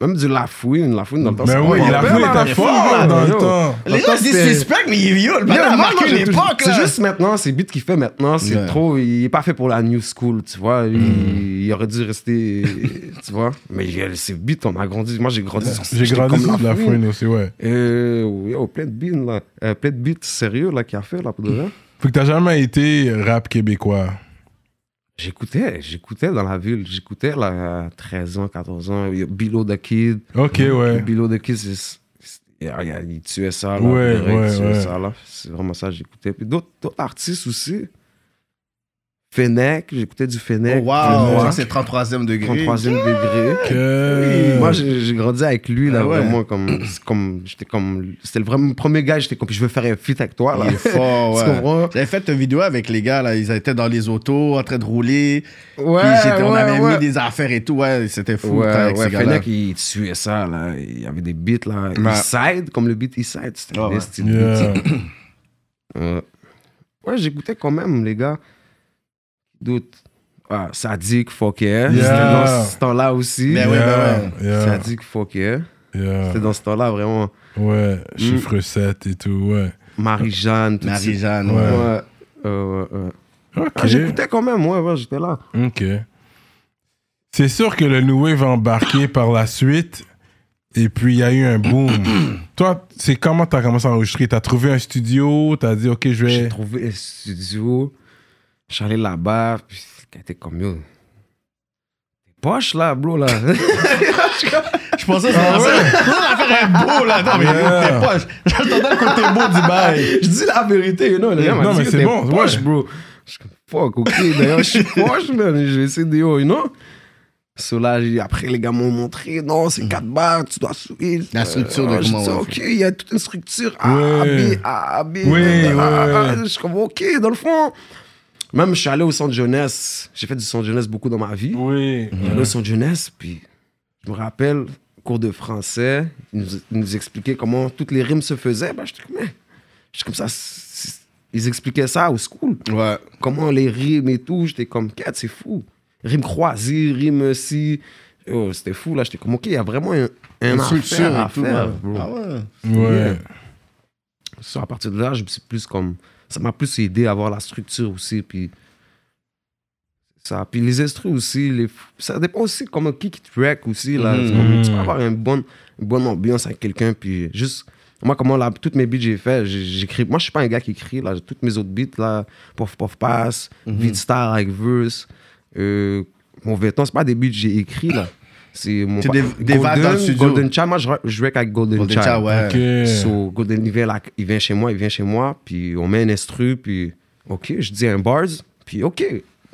Speaker 2: Même du Lafouine, Lafouine dans le temps.
Speaker 1: Mais
Speaker 2: c'était
Speaker 1: Ben oui,
Speaker 2: pas
Speaker 1: la
Speaker 2: mauvais,
Speaker 1: foule
Speaker 2: là,
Speaker 1: était
Speaker 2: Lafouine,
Speaker 1: fort
Speaker 2: là,
Speaker 1: dans le
Speaker 2: yo.
Speaker 1: temps.
Speaker 2: Dans
Speaker 4: Les
Speaker 2: le
Speaker 4: gens
Speaker 2: temps,
Speaker 4: se
Speaker 2: c'était-
Speaker 4: disrespectent, mais il yo, le
Speaker 2: Yo,
Speaker 4: gars a
Speaker 2: moi,
Speaker 4: marqué
Speaker 2: non,
Speaker 4: une
Speaker 2: j'ai toujours-
Speaker 4: époque, là.
Speaker 2: C'est juste maintenant, ces beats qu'il fait maintenant, c'est
Speaker 4: Ouais. Hmm.
Speaker 2: trop. Il est pas fait pour la new school, tu vois. Il, il aurait dû rester, tu vois. Mais il y a- ces beats, on a grandi. Moi, j'ai grandi sur
Speaker 1: J'ai
Speaker 2: j'étais
Speaker 1: grandi
Speaker 2: comme
Speaker 1: sur la
Speaker 2: fouine.
Speaker 1: fouine aussi, ouais.
Speaker 2: Euh, yo, plein de beats, là. Euh, plein de beats sérieux, là, qu'il a fait, là, pour de vrai.
Speaker 1: Fait que t'as jamais été rap québécois.
Speaker 2: J'écoutais, j'écoutais dans la ville. J'écoutais, là, à 13 ans, 14 ans. Il y a Bilo the Kid.
Speaker 1: Ok,
Speaker 2: Mm.
Speaker 1: ouais.
Speaker 2: Bilo the Kid, c'est. c'est- Il, y a- il tuait ça, là. pour
Speaker 1: Ouais,
Speaker 2: de vrai,
Speaker 1: ouais,
Speaker 2: il tuait
Speaker 1: ouais.
Speaker 2: ça, là. C'est vraiment ça que j'écoutais. Puis d'autres d'autres artistes aussi. Fennec, j'écoutais du Fennec.
Speaker 4: Oh, wow,
Speaker 2: Fennec,
Speaker 4: ça, c'est 33e degré.
Speaker 2: 33e degré.
Speaker 1: Que-
Speaker 2: Oui, Moi, j'ai j'ai grandi avec lui, là,
Speaker 4: Ah ouais.
Speaker 2: vraiment, comme, c'est comme, j'étais comme, c'était le vraiment premier gars, j'étais comme, je veux faire un feat avec toi, là.
Speaker 4: Il est fort,
Speaker 2: Tu
Speaker 4: ouais.
Speaker 2: comprends?
Speaker 4: J'avais fait une vidéo avec les gars, là. Ils étaient dans les autos, en train de rouler.
Speaker 2: Ouais,
Speaker 4: puis j'étais- on
Speaker 2: ouais,
Speaker 4: avait
Speaker 2: ouais.
Speaker 4: mis des affaires et tout. Ouais, c'était fou. de travailler
Speaker 2: Ouais,
Speaker 4: avec
Speaker 2: ouais,
Speaker 4: ces gars-là.
Speaker 2: Fennec, il tuait ça, là. Il y avait des beats, là. Eastside, comme le beat Eastside, c'était
Speaker 4: Ah
Speaker 2: un
Speaker 4: ouais.
Speaker 2: style beat.
Speaker 1: Yeah.
Speaker 2: Ouais, Ouais, j'écoutais quand même, les gars. D'autres. Ah, Sadik, fuck yeah.
Speaker 1: Yeah.
Speaker 2: C'était dans ce temps-là aussi.
Speaker 4: Ben oui,
Speaker 1: Yeah,
Speaker 4: ben
Speaker 1: yeah,
Speaker 2: Sadik, fuck yeah.
Speaker 1: yeah.
Speaker 2: C'était dans ce temps-là, vraiment.
Speaker 1: Ouais,
Speaker 2: Mm.
Speaker 1: chiffre 7 et tout, ouais.
Speaker 2: Marie-Jeanne, tout ça.
Speaker 4: Marie-Jeanne,
Speaker 2: Ouais.
Speaker 4: ouais.
Speaker 2: ouais. Euh, ouais, ouais. Ah,
Speaker 1: Ok,
Speaker 2: j'écoutais quand même, ouais, ouais, j'étais là.
Speaker 1: ok. C'est sûr que le New Wave a embarqué par la suite et puis il y a eu un boom. Toi, c'est comment t'as commencé à enregistrer T'as trouvé un studio, t'as dit ok, je
Speaker 2: J'ai
Speaker 1: vais.
Speaker 2: trouvé un studio. Je suis allé là-bas. Puis, le gars était comme, yo. T'es poche, là, bro, là.
Speaker 4: Je pensais que c'était ça. l'affaire est beau, là. Non, mais
Speaker 1: Yeah.
Speaker 4: t'es poche. J'entendais le côté beau du bail.
Speaker 2: je dis la vérité, you know, le gars m'a
Speaker 1: Non,
Speaker 2: dit,
Speaker 1: mais
Speaker 2: yo,
Speaker 1: c'est
Speaker 2: t'es
Speaker 1: bon,
Speaker 2: poche,
Speaker 1: ouais.
Speaker 2: bro. Je suis comme, fuck, ok, d'ailleurs, je suis poche, man, je vais essayer de, yo, you know. So là, j'ai- après, les gars m'ont montré, non,
Speaker 1: Hmm.
Speaker 2: c'est 4 barres, tu dois souiller. Euh,
Speaker 4: La structure de
Speaker 2: je
Speaker 4: comment
Speaker 2: dis,
Speaker 4: on
Speaker 2: ok, il y a toute une structure. Ah, A,
Speaker 1: Ouais.
Speaker 2: B, A, B.
Speaker 1: Oui,
Speaker 2: nanana,
Speaker 1: ouais, ouais.
Speaker 2: Ah, Je suis comme, ok, dans le fond. Même, je suis allé au centre jeunesse. J'ai fait du centre jeunesse beaucoup dans ma vie.
Speaker 1: Oui.
Speaker 2: Il y en a son jeunesse, puis je me rappelle, cours de français, ils nous, ils nous expliquaient comment toutes les rimes se faisaient. Ben, j'étais comme, Hein. J'étais comme ça. c'est- c'est- Ils expliquaient ça au school.
Speaker 4: Ouais.
Speaker 2: Comment les rimes et tout. J'étais comme, quête, c'est fou. Rimes croisées, rimes si. Oh, c'était fou, là. J'étais comme, OK, il y a vraiment un, un
Speaker 4: Une
Speaker 2: affaire
Speaker 4: structure
Speaker 2: à
Speaker 4: et tout.
Speaker 2: faire,
Speaker 4: ouais.
Speaker 2: bro.
Speaker 4: Ah ouais.
Speaker 1: Ouais.
Speaker 2: So, à partir de là, je me suis plus comme. Ça m'a plus aidé à avoir la structure aussi, puis. ça. Puis les instrus aussi, les... ça dépend aussi comme qui qui track aussi.
Speaker 4: Mm.
Speaker 2: Là. C'est comme, tu peux avoir une bonne, une bonne ambiance avec quelqu'un, puis juste. Moi, comment là, toutes mes beats j'ai fait, j'ai- j'écris. Moi, je suis pas un gars qui écrit, là. Toutes mes autres beats, là, Pof Pof Pass,
Speaker 4: Mm-hmm.
Speaker 2: Vite Star avec Verse, euh, Mauvais Temps, c'est pas des beats que j'ai écrits, là. C'est mon
Speaker 4: C'est
Speaker 2: pa-
Speaker 4: des- des vibes dans le studio.
Speaker 2: Golden Child, moi, je, je jouais avec Golden,
Speaker 4: Golden
Speaker 2: Child.
Speaker 4: Child, ouais.
Speaker 1: Ok.
Speaker 2: So, Golden, il vient, là- il vient chez moi, il vient chez moi, puis on met un instru, puis OK, je dis un bars, puis OK.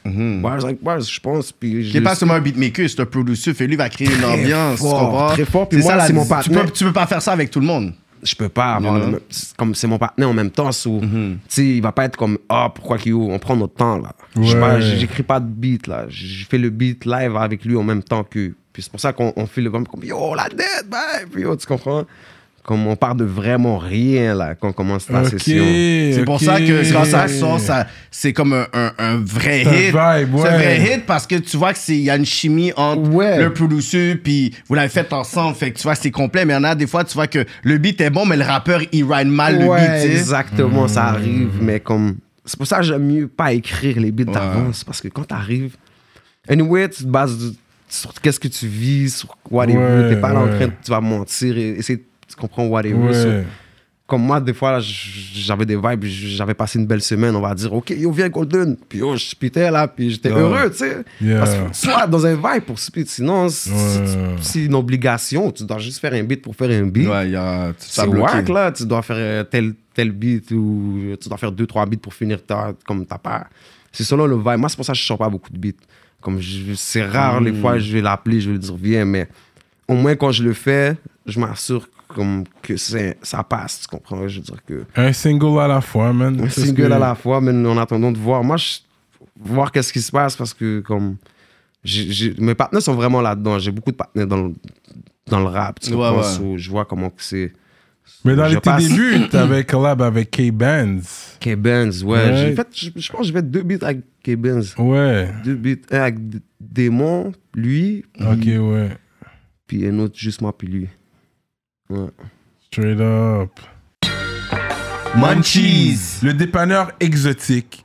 Speaker 2: Bars like bars, je pense, puis je
Speaker 4: Mhm. Qui n'est
Speaker 2: le-
Speaker 4: pas seulement un beatmaker, c'est un producer. Fait lui, il va créer une ambiance. tu
Speaker 2: fort,
Speaker 4: comprends?
Speaker 2: très fort, puis moi,
Speaker 4: ça, la-
Speaker 2: c'est mon
Speaker 4: tu peux,
Speaker 2: partenaire.
Speaker 4: tu peux pas faire ça avec tout le monde.
Speaker 2: je peux pas avoir
Speaker 4: Mhm.
Speaker 2: le même- c'est comme c'est mon partenaire en même temps so, tu sais il va pas être comme ah pourquoi qu'il on prend notre temps là Je sais pas,
Speaker 1: Ouais.
Speaker 2: j'écris pas de beat là je fais le beat live avec lui en même temps que puis c'est pour ça qu'on on fait le comme yo la dette ben puis yo, tu comprends comme on part de vraiment rien là quand on commence la session
Speaker 4: C'est pour ça que quand ça sort, ça- c'est comme un, un- un vrai
Speaker 1: un
Speaker 4: hit.
Speaker 1: vibe, ouais.
Speaker 4: C'est un vrai hit parce que tu vois qu'il y a une chimie entre
Speaker 2: Ouais.
Speaker 4: le producer puis vous l'avez fait ensemble. Fait que tu vois, c'est complet. Mais il y en a des fois, tu vois que le beat est bon, mais le rappeur, il ride mal Ah, le hein?
Speaker 2: Ouais,
Speaker 4: beat. tu sais.
Speaker 2: exactement ça
Speaker 1: Hmm.
Speaker 2: arrive mais comme c'est pour ça que j'aime mieux pas écrire les beats d'avance parce que quand t'arrives anyway tu te bases du- sur qu'est-ce que tu vis sur whatever
Speaker 1: Ouais,
Speaker 2: t'es pas là en
Speaker 1: ouais.
Speaker 2: train de- tu vas mentir et essayer de- tu comprends whatever So,
Speaker 1: Ouais.
Speaker 2: comme moi des fois là, j- j'avais des vibes j'avais passé une belle semaine on va dire ok yo viens Golden puis yo je spitais là puis j'étais heureux tu sais
Speaker 1: Yeah.
Speaker 2: parce que soit dans un vibe pour spit sinon c'est-
Speaker 1: Ouais.
Speaker 2: c'est une obligation tu dois juste faire un beat pour faire un beat
Speaker 4: Ouais, il y a. tu te
Speaker 2: c'est
Speaker 4: sens bloqué.
Speaker 2: wack, là. Tu dois faire euh, tel, tel beat ou euh, tu dois faire deux, trois beats pour finir ta, comme t'as pas. C'est selon le vibe. Moi, c'est pour ça que je sors pas beaucoup de beats. Comme je- c'est rare les fois je vais l'appeler, je vais lui dire viens, mais au moins quand je le fais, je m'assure comme que c'est- ça passe, tu comprends? Je veux dire que
Speaker 1: Un single à la fois, man.
Speaker 2: un
Speaker 1: Parce
Speaker 2: single
Speaker 1: que-
Speaker 2: à la fois, mais en attendant de voir. Moi, je, voir qu'est-ce qui se passe parce que comme j'ai- j'ai- mes partenaires sont vraiment là-dedans. J'ai beaucoup de partenaires dans le, dans le rap. Tu
Speaker 4: Ouais,
Speaker 2: comprends?
Speaker 4: ouais.
Speaker 2: So, je vois comment que c'est.
Speaker 1: Mais dans les
Speaker 2: Je
Speaker 1: tes
Speaker 2: passe-
Speaker 1: débuts, t'avais collab avec K-Benz.
Speaker 2: K-Benz, ouais.
Speaker 1: Ouais.
Speaker 2: J'ai fait, je, je pense que j'ai fait deux beats avec K-Benz.
Speaker 1: Ouais.
Speaker 2: Deux beats, un avec D- Démon, lui,
Speaker 1: Ok, ouais.
Speaker 2: puis un autre juste moi, puis lui.
Speaker 1: Straight up.
Speaker 4: Munchies.
Speaker 1: Le dépanneur exotique.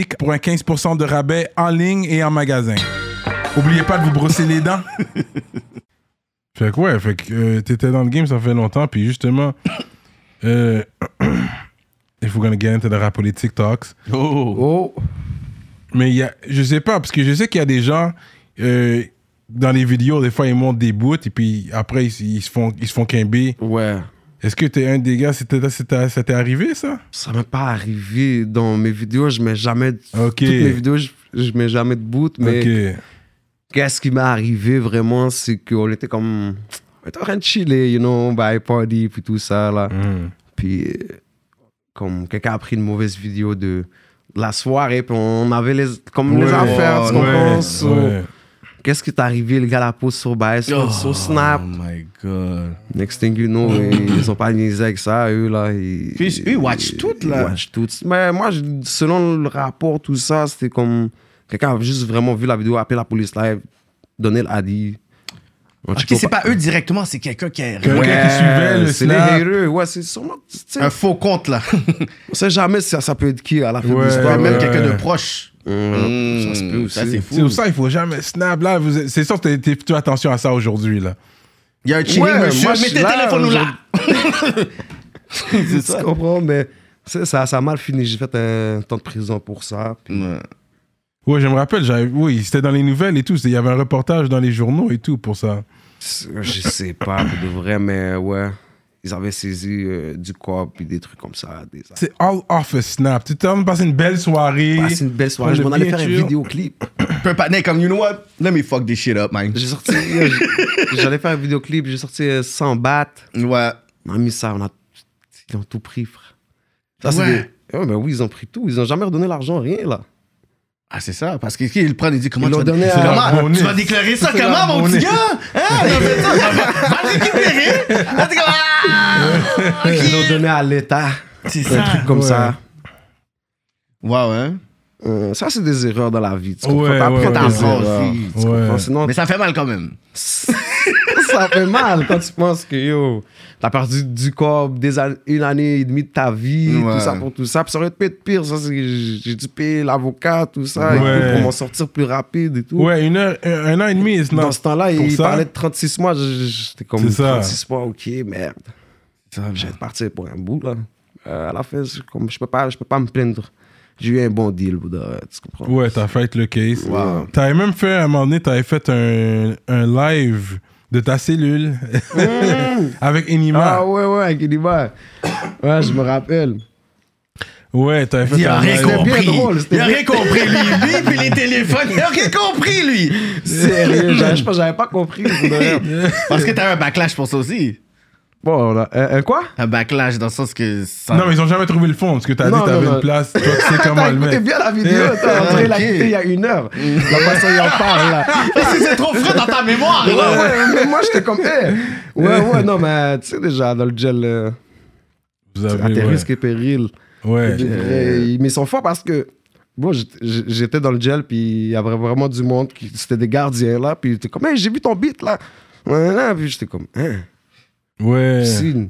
Speaker 1: pour un 15% de rabais en ligne et en magasin. Oubliez pas de vous brosser les dents. Fait que ouais, fait que euh, t'étais dans le game ça fait longtemps, puis justement, euh, if we're gonna get into the rap politique talks,
Speaker 2: Oh,
Speaker 1: mais il y a, je sais pas, parce que je sais qu'il y a des gens euh, dans les vidéos, des fois ils montent des bouts et puis après ils, ils se font ils se font quimber.
Speaker 2: ouais.
Speaker 1: Est-ce que t'es un des gars, c'était, c'était, ça t'est arrivé ça
Speaker 2: Ça m'est pas arrivé dans mes vidéos, je mets jamais. de-
Speaker 1: Ok.
Speaker 2: Toutes mes vidéos, je, je mets jamais de boot, mais
Speaker 1: Ok.
Speaker 2: qu'est-ce qui m'est arrivé vraiment, c'est qu'on était comme. On était en train de chiller, you know, by party, puis tout ça, là.
Speaker 1: Hmm.
Speaker 2: Puis, euh, comme quelqu'un a pris une mauvaise vidéo de la soirée, puis on avait les, comme les
Speaker 1: Ouais.
Speaker 2: affaires, tu
Speaker 4: Ouais,
Speaker 2: comprends?
Speaker 1: Ouais,
Speaker 2: So,
Speaker 1: ouais.
Speaker 2: Qu'est-ce qui t'est arrivé? Le gars la pose sur Bass, sur Snap.
Speaker 4: Oh my god.
Speaker 2: Next thing you know, ils ont pas niaisé avec ça, eux, là. Ils,
Speaker 4: Puis, eux, ils watchent tout, là.
Speaker 2: Ils watchent tout. Mais moi, je- selon le rapport, tout ça, c'était comme... Quelqu'un a juste vraiment vu la vidéo, appelé la police live, donné l'adi. On
Speaker 4: Ok,
Speaker 2: check au
Speaker 4: c'est
Speaker 2: pa-
Speaker 4: pas eux directement, c'est quelqu'un qui a
Speaker 1: Quelqu'un
Speaker 2: Ouais,
Speaker 1: qui suivait le
Speaker 2: c'est les
Speaker 1: Snap.
Speaker 2: haters. Ouais, c'est sûrement... tu sais,
Speaker 4: un faux compte là.
Speaker 2: On sait jamais si ça, ça peut être qui à la fin
Speaker 1: Ouais,
Speaker 2: de l'histoire.
Speaker 1: ouais.
Speaker 4: Même quelqu'un de proche.
Speaker 2: Mmh,
Speaker 4: Mmh,
Speaker 2: ça se peut
Speaker 4: ça,
Speaker 2: aussi.
Speaker 4: c'est
Speaker 1: C'est
Speaker 4: fou.
Speaker 1: pour ça il faut jamais snap là. vous êtes- c'est sûr que t'es, t'es plutôt attention à ça aujourd'hui là.
Speaker 4: Il y a un chilling,
Speaker 2: Ouais,
Speaker 4: monsieur,
Speaker 2: moi, je
Speaker 4: mets
Speaker 2: suis
Speaker 4: tes
Speaker 2: là,
Speaker 4: téléphones nous
Speaker 2: je-
Speaker 4: là.
Speaker 2: Tu comprends, mais ça, ça, ça a mal fini. J'ai fait un temps de prison pour ça. puis-
Speaker 1: Ouais, je me rappelle, j'avais, oui, c'était dans les nouvelles et tout. c'est- Il y avait un reportage dans les journaux et tout pour ça.
Speaker 2: Je sais pas, pour de vrai, mais ouais. Ils avaient saisi euh, du corps puis des trucs comme ça. Des...
Speaker 1: C'est all off a snap. Tu t'es en train de passer une belle soirée.
Speaker 2: Passé une belle soirée. Je
Speaker 1: Prendre
Speaker 2: m'en
Speaker 1: le
Speaker 2: allais faire un
Speaker 1: bien sûr.
Speaker 2: vidéoclip.
Speaker 4: Peu patiné comme, you know what? Let me fuck this shit up, man.
Speaker 2: J'ai sorti. euh, j- J'allais faire un vidéoclip. J'ai sorti euh, 100 battes.
Speaker 4: Ouais.
Speaker 2: On a mis ça. On a... Ils ont tout pris, frère. Ça, c'est
Speaker 4: Ouais.
Speaker 2: des- Ouais, ben oui, ils ont pris tout. Ils ont jamais redonné l'argent, rien, là.
Speaker 4: Ah, c'est ça. Parce qu'il prend et dit comment
Speaker 2: Ils
Speaker 4: tu vas,
Speaker 2: l'ont donné
Speaker 4: tu
Speaker 2: à-
Speaker 4: vas-
Speaker 2: à
Speaker 4: comment,
Speaker 1: Monnet.
Speaker 4: tu vas déclarer ça
Speaker 1: C'est
Speaker 4: comment,
Speaker 1: la
Speaker 4: mon petit
Speaker 1: Monnet.
Speaker 4: gars? Hein? On a fait ça. Va va le récupérer. Là, t'es comme, ah!
Speaker 2: Ils l'ont
Speaker 4: Ok.
Speaker 2: donné à l'État.
Speaker 3: C'est
Speaker 2: Un
Speaker 3: ça.
Speaker 2: truc comme
Speaker 1: Ouais.
Speaker 2: ça.
Speaker 4: Wow, hein?
Speaker 2: Euh, ça, c'est des erreurs dans la vie. Tu
Speaker 1: Ouais,
Speaker 2: comprends?
Speaker 1: ouais,
Speaker 2: T'apprends
Speaker 1: ouais,
Speaker 2: tes
Speaker 4: ouais.
Speaker 2: erreurs.
Speaker 4: Ouais.
Speaker 2: Tu comprends? Sinon,
Speaker 4: Mais ça fait mal quand même.
Speaker 2: ça fait mal quand tu penses que yo, t'as perdu du corps des an- une année et demie de ta vie,
Speaker 4: Ouais.
Speaker 2: tout ça pour tout ça. Puis ça aurait pu être pire. Ça, c'est que j'ai j'ai dû payer l'avocat, tout ça, et
Speaker 1: Ouais.
Speaker 2: tout, pour m'en sortir plus rapide et tout.
Speaker 1: Ouais, une heure, euh, un un an et demi, c'est
Speaker 2: Dans
Speaker 1: non.
Speaker 2: ce temps-là,
Speaker 1: Pour
Speaker 2: il
Speaker 1: ça-
Speaker 2: parlait de 36 mois. je- je- J'étais comme
Speaker 1: C'est ça.
Speaker 2: 36 mois, ok, merde. Je vais partir pour un bout, là. Euh, à la fin, je- comme, je peux pas, je peux pas me plaindre. J'ai eu un bon deal, Bouddha, euh, tu comprends?
Speaker 1: Ouais, t'as fait le case.
Speaker 2: Wow.
Speaker 1: T'avais même fait, à un moment donné, t'avais fait un, un live de ta cellule avec Enima.
Speaker 2: Ah ouais, ouais, avec Eliba. Ouais, je me rappelle.
Speaker 1: Ouais, t'avais fait
Speaker 4: Il a
Speaker 1: un
Speaker 4: rien
Speaker 1: live.
Speaker 2: c'était bien
Speaker 4: compris.
Speaker 2: drôle, c'était
Speaker 4: il a
Speaker 2: bien-
Speaker 4: rien compris, lui. Lui, puis les téléphones. Il a rien compris, lui.
Speaker 2: Sérieux, j'avais- je pense que j'avais pas compris. pour de vrai.
Speaker 4: Parce que t'as un backlash pour ça aussi.
Speaker 2: Bon, là, un, un quoi?
Speaker 4: Un backlash dans le sens que ça.
Speaker 1: Non, mais ils ont jamais trouvé le fond parce que t'as dit
Speaker 2: Non,
Speaker 1: que t'avais
Speaker 2: non, non.
Speaker 1: une place. Toi, tu sais comment
Speaker 2: T'as
Speaker 1: le
Speaker 2: écouté
Speaker 1: mettre.
Speaker 2: bien la vidéo, t'as entré la
Speaker 4: Ok.
Speaker 2: vidéo il y a une heure. La façon dont il en parle, là.
Speaker 4: Parce que c'est trop frais dans ta mémoire,
Speaker 2: Ouais,
Speaker 4: là.
Speaker 2: ouais, mais moi, j'étais comme, hey. Ouais, ouais, non, mais tu sais, déjà, dans le gel, euh,
Speaker 1: Vous avez,
Speaker 2: à tes
Speaker 1: ouais.
Speaker 2: risques et périls.
Speaker 1: Ouais.
Speaker 2: Puis, euh, ils- Mais ils sont forts parce que, bon, j'étais- j'étais dans le gel, puis il y avait vraiment du monde, qui- c'était des gardiens, là, puis t'es comme, hey, j'ai vu ton beat, là. Ouais, là, Puis j'étais comme, hein,
Speaker 1: Ouais.
Speaker 2: piscine.